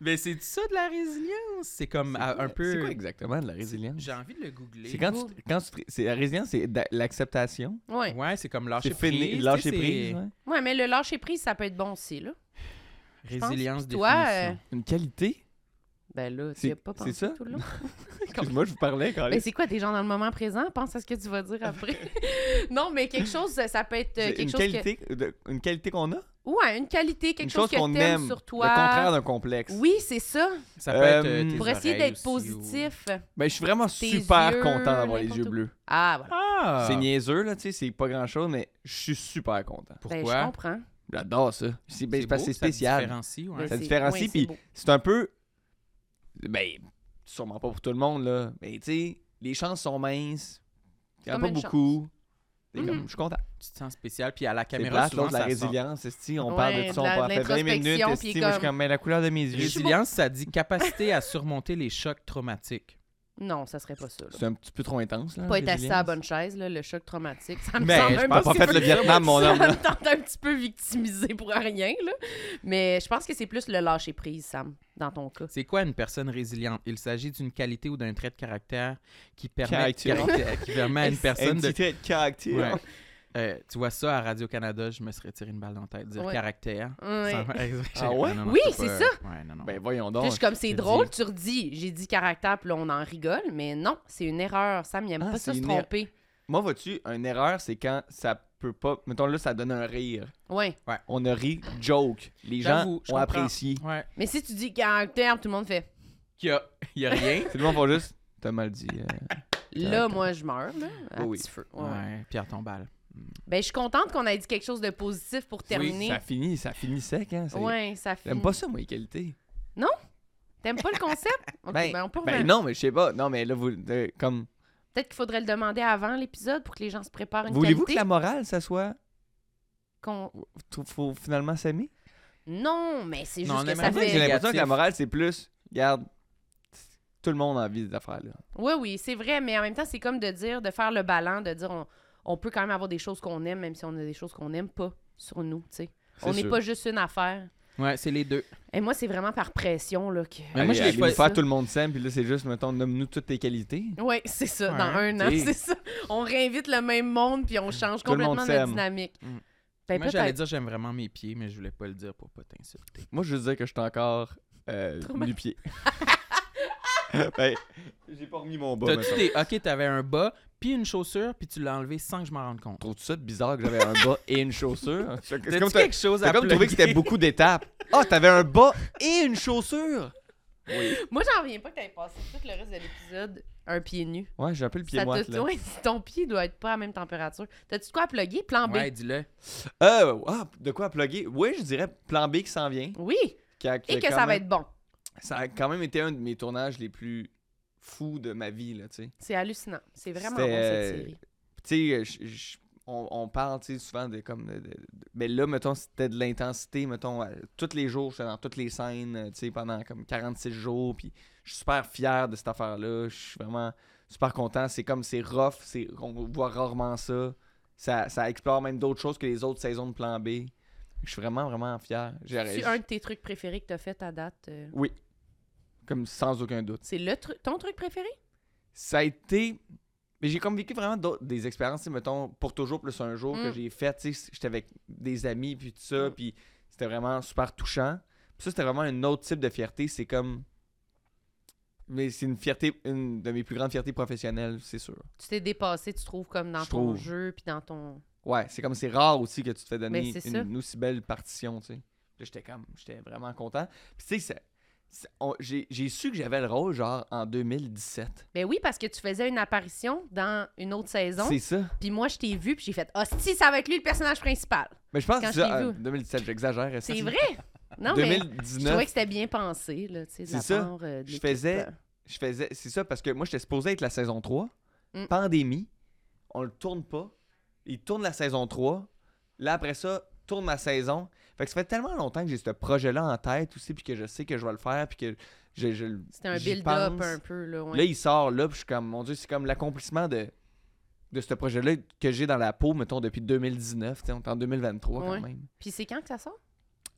Speaker 2: Mais Ben, c'est ça de la résilience. C'est comme à- un peu.
Speaker 4: C'est quoi exactement de la résilience?
Speaker 2: J'ai envie de le googler.
Speaker 4: C'est quand tu, quand tu te- c'est- la résilience, c'est d'a- l'acceptation.
Speaker 1: Ouais.
Speaker 2: Ouais, c'est comme lâcher
Speaker 4: C'est fini,
Speaker 2: prise.
Speaker 4: lâcher
Speaker 2: tu sais,
Speaker 4: prise.
Speaker 2: c'est-
Speaker 4: ouais.
Speaker 1: Ouais, mais le lâcher prise, ça peut être bon aussi, là. Je pense.
Speaker 2: Résilience
Speaker 1: Puis toi,
Speaker 2: définition.
Speaker 4: Une qualité.
Speaker 1: euh, ben là, tu
Speaker 4: C'est-
Speaker 1: y as pas
Speaker 4: c'est
Speaker 1: pensé
Speaker 4: ça? Ah
Speaker 1: tout le long.
Speaker 4: Excuse-moi, je vous parlais quand
Speaker 1: Mais c'est quoi, t'es gens dans le moment présent? Pense à ce que tu vas dire après. non, mais quelque chose, ça peut être euh,
Speaker 4: C'est
Speaker 1: quelque
Speaker 4: une
Speaker 1: chose que...
Speaker 4: qualité, de- une qualité qu'on a
Speaker 1: Ouais, une qualité, quelque
Speaker 4: Une
Speaker 1: chose,
Speaker 4: chose
Speaker 1: que
Speaker 4: qu'on
Speaker 1: t'aimes
Speaker 4: aime.
Speaker 1: sur
Speaker 4: Le contraire
Speaker 1: toi.
Speaker 4: d'un complexe.
Speaker 1: Oui, c'est ça.
Speaker 2: Ça peut être
Speaker 4: Euh,
Speaker 2: euh, tes
Speaker 1: Pour essayer
Speaker 2: oreilles
Speaker 1: d'être
Speaker 2: aussi, ou-
Speaker 1: positif.
Speaker 4: Mais Ben, je suis vraiment
Speaker 1: Tes
Speaker 4: super
Speaker 1: yeux,
Speaker 4: content d'avoir les
Speaker 1: n'importe
Speaker 4: yeux
Speaker 1: où.
Speaker 4: bleus.
Speaker 1: Ah, voilà.
Speaker 2: Ah!
Speaker 4: C'est niaiseux, là, tu sais, c'est pas grand-chose, mais je suis super content.
Speaker 1: Ben,
Speaker 2: Pourquoi?
Speaker 1: je comprends.
Speaker 4: J'adore ça. C'est ben,
Speaker 2: C'est
Speaker 4: parce que
Speaker 2: beau,
Speaker 4: c'est
Speaker 2: ça te
Speaker 4: spécial.
Speaker 2: différencie, ouais.
Speaker 1: Ben,
Speaker 4: Ça
Speaker 1: c'est-
Speaker 4: différencie,
Speaker 1: ouais, c'est
Speaker 4: puis
Speaker 1: beau.
Speaker 4: C'est un peu... Ben, sûrement pas pour tout le monde, là. Mais tu sais, les chances sont minces. Il y en a
Speaker 1: Comme
Speaker 4: pas
Speaker 1: une
Speaker 4: beaucoup. C'est
Speaker 1: Mhm.
Speaker 4: comme- Je suis content.
Speaker 2: Tu te sens spécial, puis à la
Speaker 4: C'est
Speaker 2: caméra,
Speaker 4: plate,
Speaker 2: souvent,
Speaker 4: l'autre, la
Speaker 2: ça ressort.
Speaker 4: résilience, esti, on
Speaker 1: Ouais,
Speaker 4: parle de ça, on
Speaker 1: de la-
Speaker 4: parle-
Speaker 1: de
Speaker 4: fait 20 minutes,
Speaker 1: l'introspection, puis
Speaker 4: esti, moi, je suis
Speaker 1: comme-
Speaker 4: comme, mais la couleur de mes yeux.
Speaker 1: suis
Speaker 2: Résilience, ça dit capacité à surmonter les chocs traumatiques.
Speaker 1: Non, ça serait pas ça. là.
Speaker 4: C'est un petit peu trop intense, là.
Speaker 1: Pas être assis
Speaker 4: résilience.
Speaker 1: à la bonne chaise, là, le choc traumatique. Ça me
Speaker 2: Ben,
Speaker 1: semble
Speaker 2: je
Speaker 1: un
Speaker 2: pense
Speaker 1: petit
Speaker 4: pas fait
Speaker 1: peu-
Speaker 4: le Vietnam, mon
Speaker 1: ça
Speaker 4: homme, là.
Speaker 1: me tente un petit peu victimisé pour rien, là. Mais je pense que c'est plus le lâcher prise, Sam, dans ton cas.
Speaker 2: C'est quoi une personne résiliente? Il s'agit d'une qualité ou d'un trait de caractère qui permet,
Speaker 4: Caractère.
Speaker 2: caractère- qui permet à une
Speaker 4: Un
Speaker 2: personne de...
Speaker 4: petit trait de caractère.
Speaker 2: Ouais. Euh, tu vois ça à Radio-Canada, je me serais tiré une balle dans la tête. Dire
Speaker 1: Ouais.
Speaker 2: caractère.
Speaker 1: Ouais.
Speaker 2: Ça-
Speaker 4: Ah ouais?
Speaker 2: Non, non,
Speaker 1: Oui,
Speaker 2: peux
Speaker 1: c'est
Speaker 2: pas- Ouais, non, non.
Speaker 4: Ben voyons
Speaker 1: Puis
Speaker 4: donc.
Speaker 1: je suis comme c'est
Speaker 2: j'ai
Speaker 1: drôle,
Speaker 2: dit-
Speaker 1: tu redis. J'ai dit caractère, puis là, on en rigole, mais non, c'est une erreur. Sam, il aime
Speaker 4: Ah,
Speaker 1: pas ça
Speaker 4: c'est
Speaker 1: se
Speaker 4: une er-
Speaker 1: tromper.
Speaker 4: Moi, vois-tu, une erreur, c'est quand ça peut pas. Mettons là, ça donne un rire.
Speaker 1: Ouais.
Speaker 4: On a ri, joke. Les gens
Speaker 2: J'avoue,
Speaker 4: ont
Speaker 2: je comprends.
Speaker 4: apprécié.
Speaker 2: Ouais.
Speaker 1: Mais si tu dis caractère, tout le monde fait.
Speaker 2: Il y a, il y a rien.
Speaker 4: Tout le monde va juste. T'as mal dit. euh.
Speaker 1: Là, moi, je meurs, là, à
Speaker 4: Oui.
Speaker 1: petit feu. Ouais, ouais.
Speaker 2: ouais, Pierre Tombal.
Speaker 1: Ben, je suis contente qu'on ait dit quelque chose de positif pour terminer.
Speaker 4: Ça finit, ça finit sec, hein. c'est-
Speaker 1: ouais, ça fait.
Speaker 4: J'aime pas ça, moi, les qualités.
Speaker 1: T'aimes pas le concept? Ok, ben,
Speaker 4: Ben,
Speaker 1: on peut revenir.
Speaker 4: Ben non, mais je sais pas. Non, mais là, vous. euh, comme.
Speaker 1: Peut-être qu'il faudrait le demander avant l'épisode pour que les gens se préparent une
Speaker 4: Voulez-vous
Speaker 1: qualité.
Speaker 4: que la morale, ça soit.
Speaker 1: qu'on-
Speaker 4: Faut, faut finalement s'aimer?
Speaker 1: Non, mais c'est
Speaker 2: Non,
Speaker 1: juste
Speaker 2: on
Speaker 1: que
Speaker 2: aimerait
Speaker 1: ça
Speaker 2: bien
Speaker 4: J'ai
Speaker 2: dire-
Speaker 1: fait...
Speaker 4: l'impression
Speaker 2: négatif.
Speaker 4: que la morale, c'est plus. Regarde, tout le monde a envie des affaires-là.
Speaker 1: Oui, oui, c'est vrai, mais en même temps, c'est comme de dire, de faire le ballon, de dire on, on peut quand même avoir des choses qu'on aime, même si on a des choses qu'on n'aime pas sur nous, tu sais.
Speaker 4: C'est
Speaker 1: On n'est
Speaker 4: sûr.
Speaker 1: pas juste une affaire.
Speaker 2: Ouais, c'est les deux.
Speaker 1: Et moi, c'est vraiment par pression, là, que...
Speaker 2: Mais moi, je l'ai
Speaker 4: Allez, allez
Speaker 2: pas-
Speaker 4: vous faire tout le monde s'aime, puis là, c'est juste, mettons, nomme-nous toutes tes qualités.
Speaker 1: Oui, c'est ça,
Speaker 2: Ouais,
Speaker 1: dans un an,
Speaker 4: t'sais.
Speaker 1: c'est ça. On réinvite le même monde, puis on change
Speaker 4: Tout le monde
Speaker 1: complètement notre
Speaker 4: s'aime.
Speaker 1: dynamique.
Speaker 2: Mm.
Speaker 1: Ben,
Speaker 2: Moi, j'allais
Speaker 1: peut-être.
Speaker 2: dire j'aime vraiment mes pieds, mais je voulais pas le dire pour pas t'insulter.
Speaker 4: Moi, je veux dire que je suis encore euh,
Speaker 1: Traumatisé.
Speaker 4: du pied. ben, j'ai pas remis mon bas.
Speaker 2: T'as-tu
Speaker 4: mettons.
Speaker 2: des... Ok, t'avais un bas, puis une chaussure, puis tu l'as enlevé sans que je m'en rende compte.
Speaker 4: Trouves-tu ça bizarre que j'avais un bas et une chaussure? C'est
Speaker 2: T'as-tu
Speaker 4: comme, t'as-
Speaker 2: quelque chose
Speaker 4: t'as
Speaker 2: à
Speaker 4: comme trouvé que c'était
Speaker 2: plugger?
Speaker 4: beaucoup d'étapes. Ah, t'avais un bas et une chaussure! Oui.
Speaker 1: Moi, j'en reviens pas que t'aies passé tout le reste de l'épisode un pied nu.
Speaker 4: Ouais, j'ai un peu le pied
Speaker 1: Ça
Speaker 4: moite,
Speaker 1: te...
Speaker 4: là.
Speaker 1: ouais, ton pied doit être pas à la même température. T'as-tu de quoi à plugger? Plan B?
Speaker 2: Ouais, dis-le.
Speaker 4: Euh, ah, de quoi plugger? Oui, je dirais plan B qui s'en vient.
Speaker 1: Oui,
Speaker 4: qui a- qui
Speaker 1: et
Speaker 4: a
Speaker 1: que
Speaker 4: quand
Speaker 1: ça va
Speaker 4: même-
Speaker 1: être bon.
Speaker 4: Ça a quand même été un de mes tournages les plus fous de ma vie, là, tu sais.
Speaker 1: C'est hallucinant. C'est vraiment bon,
Speaker 4: C'était,
Speaker 1: cette
Speaker 4: euh,
Speaker 1: série.
Speaker 4: tu sais, je- je- on, on parle, tu sais, souvent de comme. de- de- de- mais là, mettons, c'était de l'intensité, mettons, à- tous les jours, j'étais dans toutes les scènes, euh, tu sais, pendant comme 46 jours, puis je suis super fier de cette affaire-là, je suis vraiment super content. C'est comme, c'est rough, c'est, on voit rarement ça. ça. Ça explore même d'autres choses que les autres saisons de plan B. Je suis vraiment, vraiment fier. J'ai
Speaker 1: C'est un de tes trucs préférés que t'as fait à date. euh,
Speaker 4: Comme sans aucun doute.
Speaker 1: C'est le tru- ton truc préféré?
Speaker 4: ça a été. Mais j'ai comme vécu vraiment d'autres- des expériences, tu sais, mettons, pour toujours plus un jour que
Speaker 1: Mm.
Speaker 4: j'ai fait. tu sais, J'étais avec des amis, puis tout ça,
Speaker 1: Mm.
Speaker 4: puis c'était vraiment super touchant. Puis ça, c'était vraiment un autre type de fierté. C'est comme. Mais c'est une fierté, une de mes plus grandes fiertés professionnelles, c'est sûr.
Speaker 1: Tu t'es dépassé, tu trouves, comme dans
Speaker 4: Je
Speaker 1: ton
Speaker 4: trouve.
Speaker 1: jeu, puis dans ton...
Speaker 4: Ouais, c'est comme c'est rare aussi que tu te fais donner
Speaker 1: Ben, c'est
Speaker 4: une,
Speaker 1: ça.
Speaker 4: une aussi belle partition, tu sais. Là, j'étais comme, j'étais vraiment content. Puis tu sais, ça- ça- on- j'ai j'ai su que j'avais le rôle, genre, en 2017.
Speaker 1: Ben oui, parce que tu faisais une apparition dans une autre saison,
Speaker 4: C'est ça.
Speaker 1: puis moi, je t'ai vu, puis j'ai fait « Ah, si, ça va être lui, le personnage principal!
Speaker 4: Mais je pense
Speaker 1: Quand
Speaker 4: que
Speaker 1: je t'ai
Speaker 4: ça,
Speaker 1: vu.
Speaker 4: euh, 2017, j'exagère. »
Speaker 1: C'est
Speaker 4: ça,
Speaker 1: vrai! Non, mais je
Speaker 4: 2019,
Speaker 1: trouvais que c'était bien pensé, là, tu sais, de la
Speaker 4: C'est ça.
Speaker 1: part, euh, de
Speaker 4: Je
Speaker 1: l'équipe,
Speaker 4: faisais-
Speaker 1: euh.
Speaker 4: je faisais. C'est ça, parce que moi, j'étais supposé être la saison 3.
Speaker 1: Mm.
Speaker 4: Pandémie. On le tourne pas. Il tourne la saison 3. Là, après ça, tourne ma saison. Fait que ça fait tellement longtemps que j'ai ce projet-là en tête aussi, puis que je sais que je vais le faire, puis que je. je le-
Speaker 1: C'était un
Speaker 4: j'y
Speaker 1: build-up
Speaker 4: pense.
Speaker 1: un peu, là, ouais.
Speaker 4: Là, il sort, là, puis je suis comme, mon Dieu, c'est comme l'accomplissement de, de ce projet-là que j'ai dans la peau, mettons, depuis 2019. tu sais, on est en 2023
Speaker 1: Ouais.
Speaker 4: quand même.
Speaker 1: Puis c'est quand que ça sort?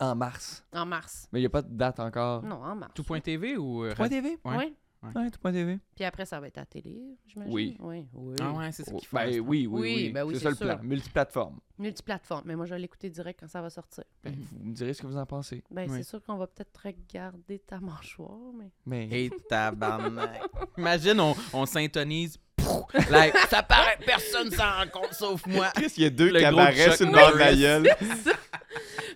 Speaker 4: En mars.
Speaker 1: En mars.
Speaker 4: Mais il n'y a pas de date encore.
Speaker 1: Non, en mars.
Speaker 2: Tout.tv ou... euh,
Speaker 4: Point TV?
Speaker 2: Ouais.
Speaker 1: Ouais.
Speaker 4: Ouais, tout point TV.
Speaker 1: Puis après, ça va être à télé, j'imagine.
Speaker 4: Oui.
Speaker 1: Oui, oui.
Speaker 2: Ah ouais, c'est ça
Speaker 4: Oh,
Speaker 2: qu'il faut.
Speaker 4: ben oui, oui,
Speaker 1: Oui,
Speaker 4: oui.
Speaker 1: ben oui,
Speaker 4: c'est
Speaker 1: c'est
Speaker 4: ça le
Speaker 1: sûr.
Speaker 4: plan. Multiplateforme.
Speaker 1: Multiplateforme. Mais moi, je vais l'écouter direct quand ça va sortir.
Speaker 4: Ben, vous me direz ce que vous en pensez.
Speaker 1: Ben,
Speaker 2: Oui.
Speaker 1: c'est sûr qu'on va peut-être regarder ta mâchoire, mais.
Speaker 4: Mais
Speaker 2: Et tabarnak. Imagine, on, on s'intonise. Pouf, là, ça paraît, personne s'en rend compte sauf moi.
Speaker 4: Chris, il y a deux
Speaker 2: Le gros
Speaker 4: cabarets
Speaker 2: choc
Speaker 4: sur le
Speaker 2: Norris.
Speaker 4: bord de la gueule.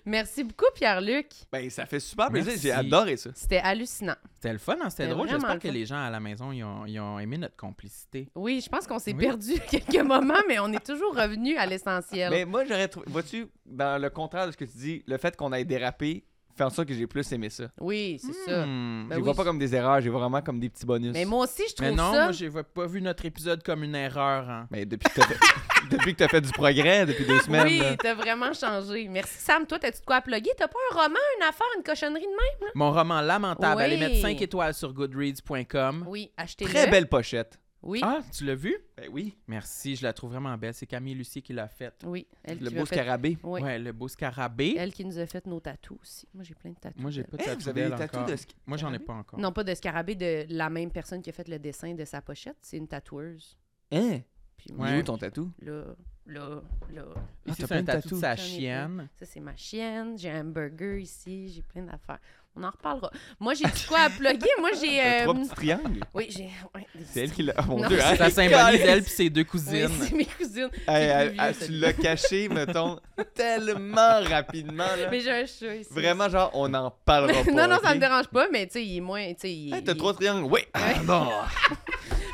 Speaker 1: Merci beaucoup, Pierre-Luc.
Speaker 4: Ben, ça fait super plaisir.
Speaker 2: Merci.
Speaker 4: J'ai adoré ça.
Speaker 1: C'était hallucinant.
Speaker 2: C'était le fun, hein? c'était
Speaker 1: C'était
Speaker 2: drôle.
Speaker 1: vraiment
Speaker 2: J'espère
Speaker 1: le
Speaker 2: que
Speaker 1: fun.
Speaker 2: les gens à la maison, ils ont, ils ont aimé notre complicité.
Speaker 1: Oui, je pense qu'on s'est
Speaker 2: Oui.
Speaker 1: perdu quelques moments, mais on est toujours revenu à l'essentiel.
Speaker 4: Mais moi, j'aurais trouvé. Vois-tu, dans le contraire de ce que tu dis, le fait qu'on ait dérapé fait en sorte que j'ai plus aimé ça.
Speaker 1: Oui, c'est ça.
Speaker 2: Hmm.
Speaker 1: Ben
Speaker 4: je les
Speaker 1: oui.
Speaker 4: vois pas comme des erreurs, je les vois vraiment comme des petits bonus.
Speaker 1: Mais moi aussi, je trouve
Speaker 2: Mais non,
Speaker 1: ça.
Speaker 2: moi, j'ai pas vu notre épisode comme une erreur. hein.
Speaker 4: Mais depuis que t'as fait... depuis que t'as fait du progrès, depuis deux semaines.
Speaker 1: oui,
Speaker 4: là.
Speaker 1: t'as vraiment changé. Merci, Sam. Toi, t'as-tu de quoi à plugger? T'as pas un roman, une affaire, une cochonnerie de même?
Speaker 2: Mon roman lamentable,
Speaker 1: Oui.
Speaker 2: allez mettre 5 étoiles sur goodreads.com.
Speaker 1: Oui, achetez-le.
Speaker 4: Très belle pochette.
Speaker 1: Oui,
Speaker 2: Ah, tu l'as vu?
Speaker 4: Ben oui,
Speaker 2: Merci, je la trouve vraiment belle. C'est Camille Lucie qui l'a faite.
Speaker 1: oui. Elle
Speaker 4: le
Speaker 1: qui
Speaker 4: beau
Speaker 1: m'a fait-
Speaker 4: scarabée.
Speaker 1: Oui.
Speaker 2: Ouais, le beau scarabée.
Speaker 1: Elle qui nous a fait nos tatous aussi. Moi, j'ai plein de tatous.
Speaker 2: Moi, j'ai
Speaker 1: d'elle.
Speaker 2: pas de
Speaker 4: Hein,
Speaker 2: tatou
Speaker 4: vous avez
Speaker 2: d'elle
Speaker 4: des tatous
Speaker 2: encore.
Speaker 4: de sc-
Speaker 2: Moi, j'en ai pas encore.
Speaker 1: Non, pas de scarabée de la même personne qui a fait le dessin de sa pochette. C'est une tatoueuse.
Speaker 4: Hein?
Speaker 1: Puis
Speaker 4: Il est
Speaker 1: moi,
Speaker 2: Ouais.
Speaker 4: où ton tatou?
Speaker 1: là, là, là.
Speaker 4: Ah,
Speaker 2: Ici,
Speaker 4: t'as
Speaker 2: c'est un
Speaker 4: plein de
Speaker 2: tatou de
Speaker 4: tatous.
Speaker 2: sa
Speaker 1: J'en ai plein.
Speaker 2: chienne.
Speaker 1: Ça, c'est ma chienne. J'ai un burger ici. J'ai plein d'affaires. On en reparlera. Moi, j'ai du quoi à plugger. Moi, j'ai.
Speaker 4: T'as
Speaker 1: euh,
Speaker 4: Trois petits triangles.
Speaker 1: Oui, j'ai. ouais, des-
Speaker 4: C'est elle qui l'a. Mon
Speaker 1: Non,
Speaker 4: Dieu, hein?
Speaker 2: Ça symbolise elle
Speaker 4: Caliste.
Speaker 2: puis ses deux cousines.
Speaker 1: Oui, c'est mes cousines. C'est
Speaker 4: Hey,
Speaker 1: plus
Speaker 4: elle-
Speaker 1: vieux,
Speaker 4: elle-
Speaker 1: ça.
Speaker 4: tu l'as caché, mettons, tellement rapidement. Là.
Speaker 1: Mais j'ai un chat ici.
Speaker 4: Vraiment, genre, on en parlera pas.
Speaker 1: non, non, ça
Speaker 4: ok?
Speaker 1: me dérange pas, mais tu sais, il est moins. tu sais, il-
Speaker 4: Hey, t'as
Speaker 1: il-
Speaker 4: trois triangles. Oui. Ah, bon.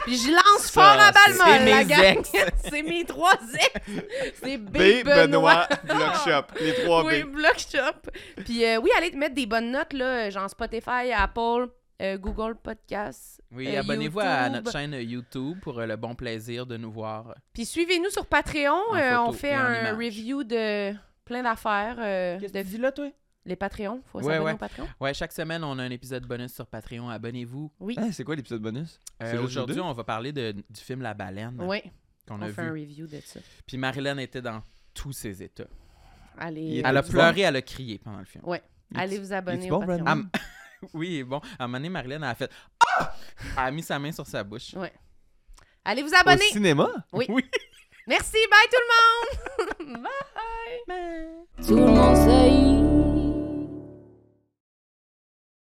Speaker 1: Puis je lance
Speaker 4: Ça,
Speaker 1: fort à balle
Speaker 4: c'est
Speaker 1: molle, la
Speaker 4: mes
Speaker 1: gang. c'est mes trois ex. C'est B.
Speaker 4: B,
Speaker 1: Benoît.
Speaker 4: Benoît, Block Shop. Les trois
Speaker 1: oui,
Speaker 4: B.
Speaker 1: Block Shop. Puis euh, oui, allez te mettre des bonnes notes, là, genre Spotify, Apple, euh, Google Podcast.
Speaker 2: Oui,
Speaker 1: Euh,
Speaker 2: abonnez-vous à
Speaker 1: YouTube.
Speaker 2: notre chaîne YouTube pour euh, le bon plaisir de nous voir.
Speaker 1: Puis suivez-nous sur Patreon.
Speaker 2: En
Speaker 1: euh, on
Speaker 2: photo
Speaker 1: fait
Speaker 2: et en
Speaker 1: un
Speaker 2: image.
Speaker 1: review de plein d'affaires. euh, de...
Speaker 2: dis là, toi?
Speaker 1: Les Patreons. Faut
Speaker 2: Ouais,
Speaker 1: s'abonner
Speaker 2: ouais.
Speaker 1: aux Patreons.
Speaker 2: Ouais, chaque semaine, on a un épisode bonus sur Patreon. Abonnez-vous.
Speaker 4: Hein, c'est quoi l'épisode bonus?
Speaker 2: Euh,
Speaker 4: C'est juste
Speaker 2: Aujourd'hui,
Speaker 4: nous deux?
Speaker 2: on va parler de- du film La Baleine
Speaker 1: Oui,
Speaker 2: qu'on
Speaker 1: on,
Speaker 2: a
Speaker 1: fait un
Speaker 2: vu.
Speaker 1: review de ça.
Speaker 2: Puis Marilyn était dans tous ses états.
Speaker 4: Il
Speaker 1: Allez,
Speaker 4: est
Speaker 1: euh,
Speaker 2: Elle a
Speaker 4: bon?
Speaker 2: pleuré, elle a crié pendant le film.
Speaker 1: allez vous abonner
Speaker 4: est-tu
Speaker 1: au
Speaker 4: bon,
Speaker 1: Patreon.
Speaker 4: Brandon?
Speaker 2: Oui, bon, à un moment donné, Marilyn elle a fait Ah! Elle a mis sa main sur sa bouche.
Speaker 1: Allez vous
Speaker 4: Ah, Au
Speaker 1: abonner.
Speaker 4: cinéma?
Speaker 1: Oui. Merci, bye tout le monde. bye.
Speaker 3: Tout le monde se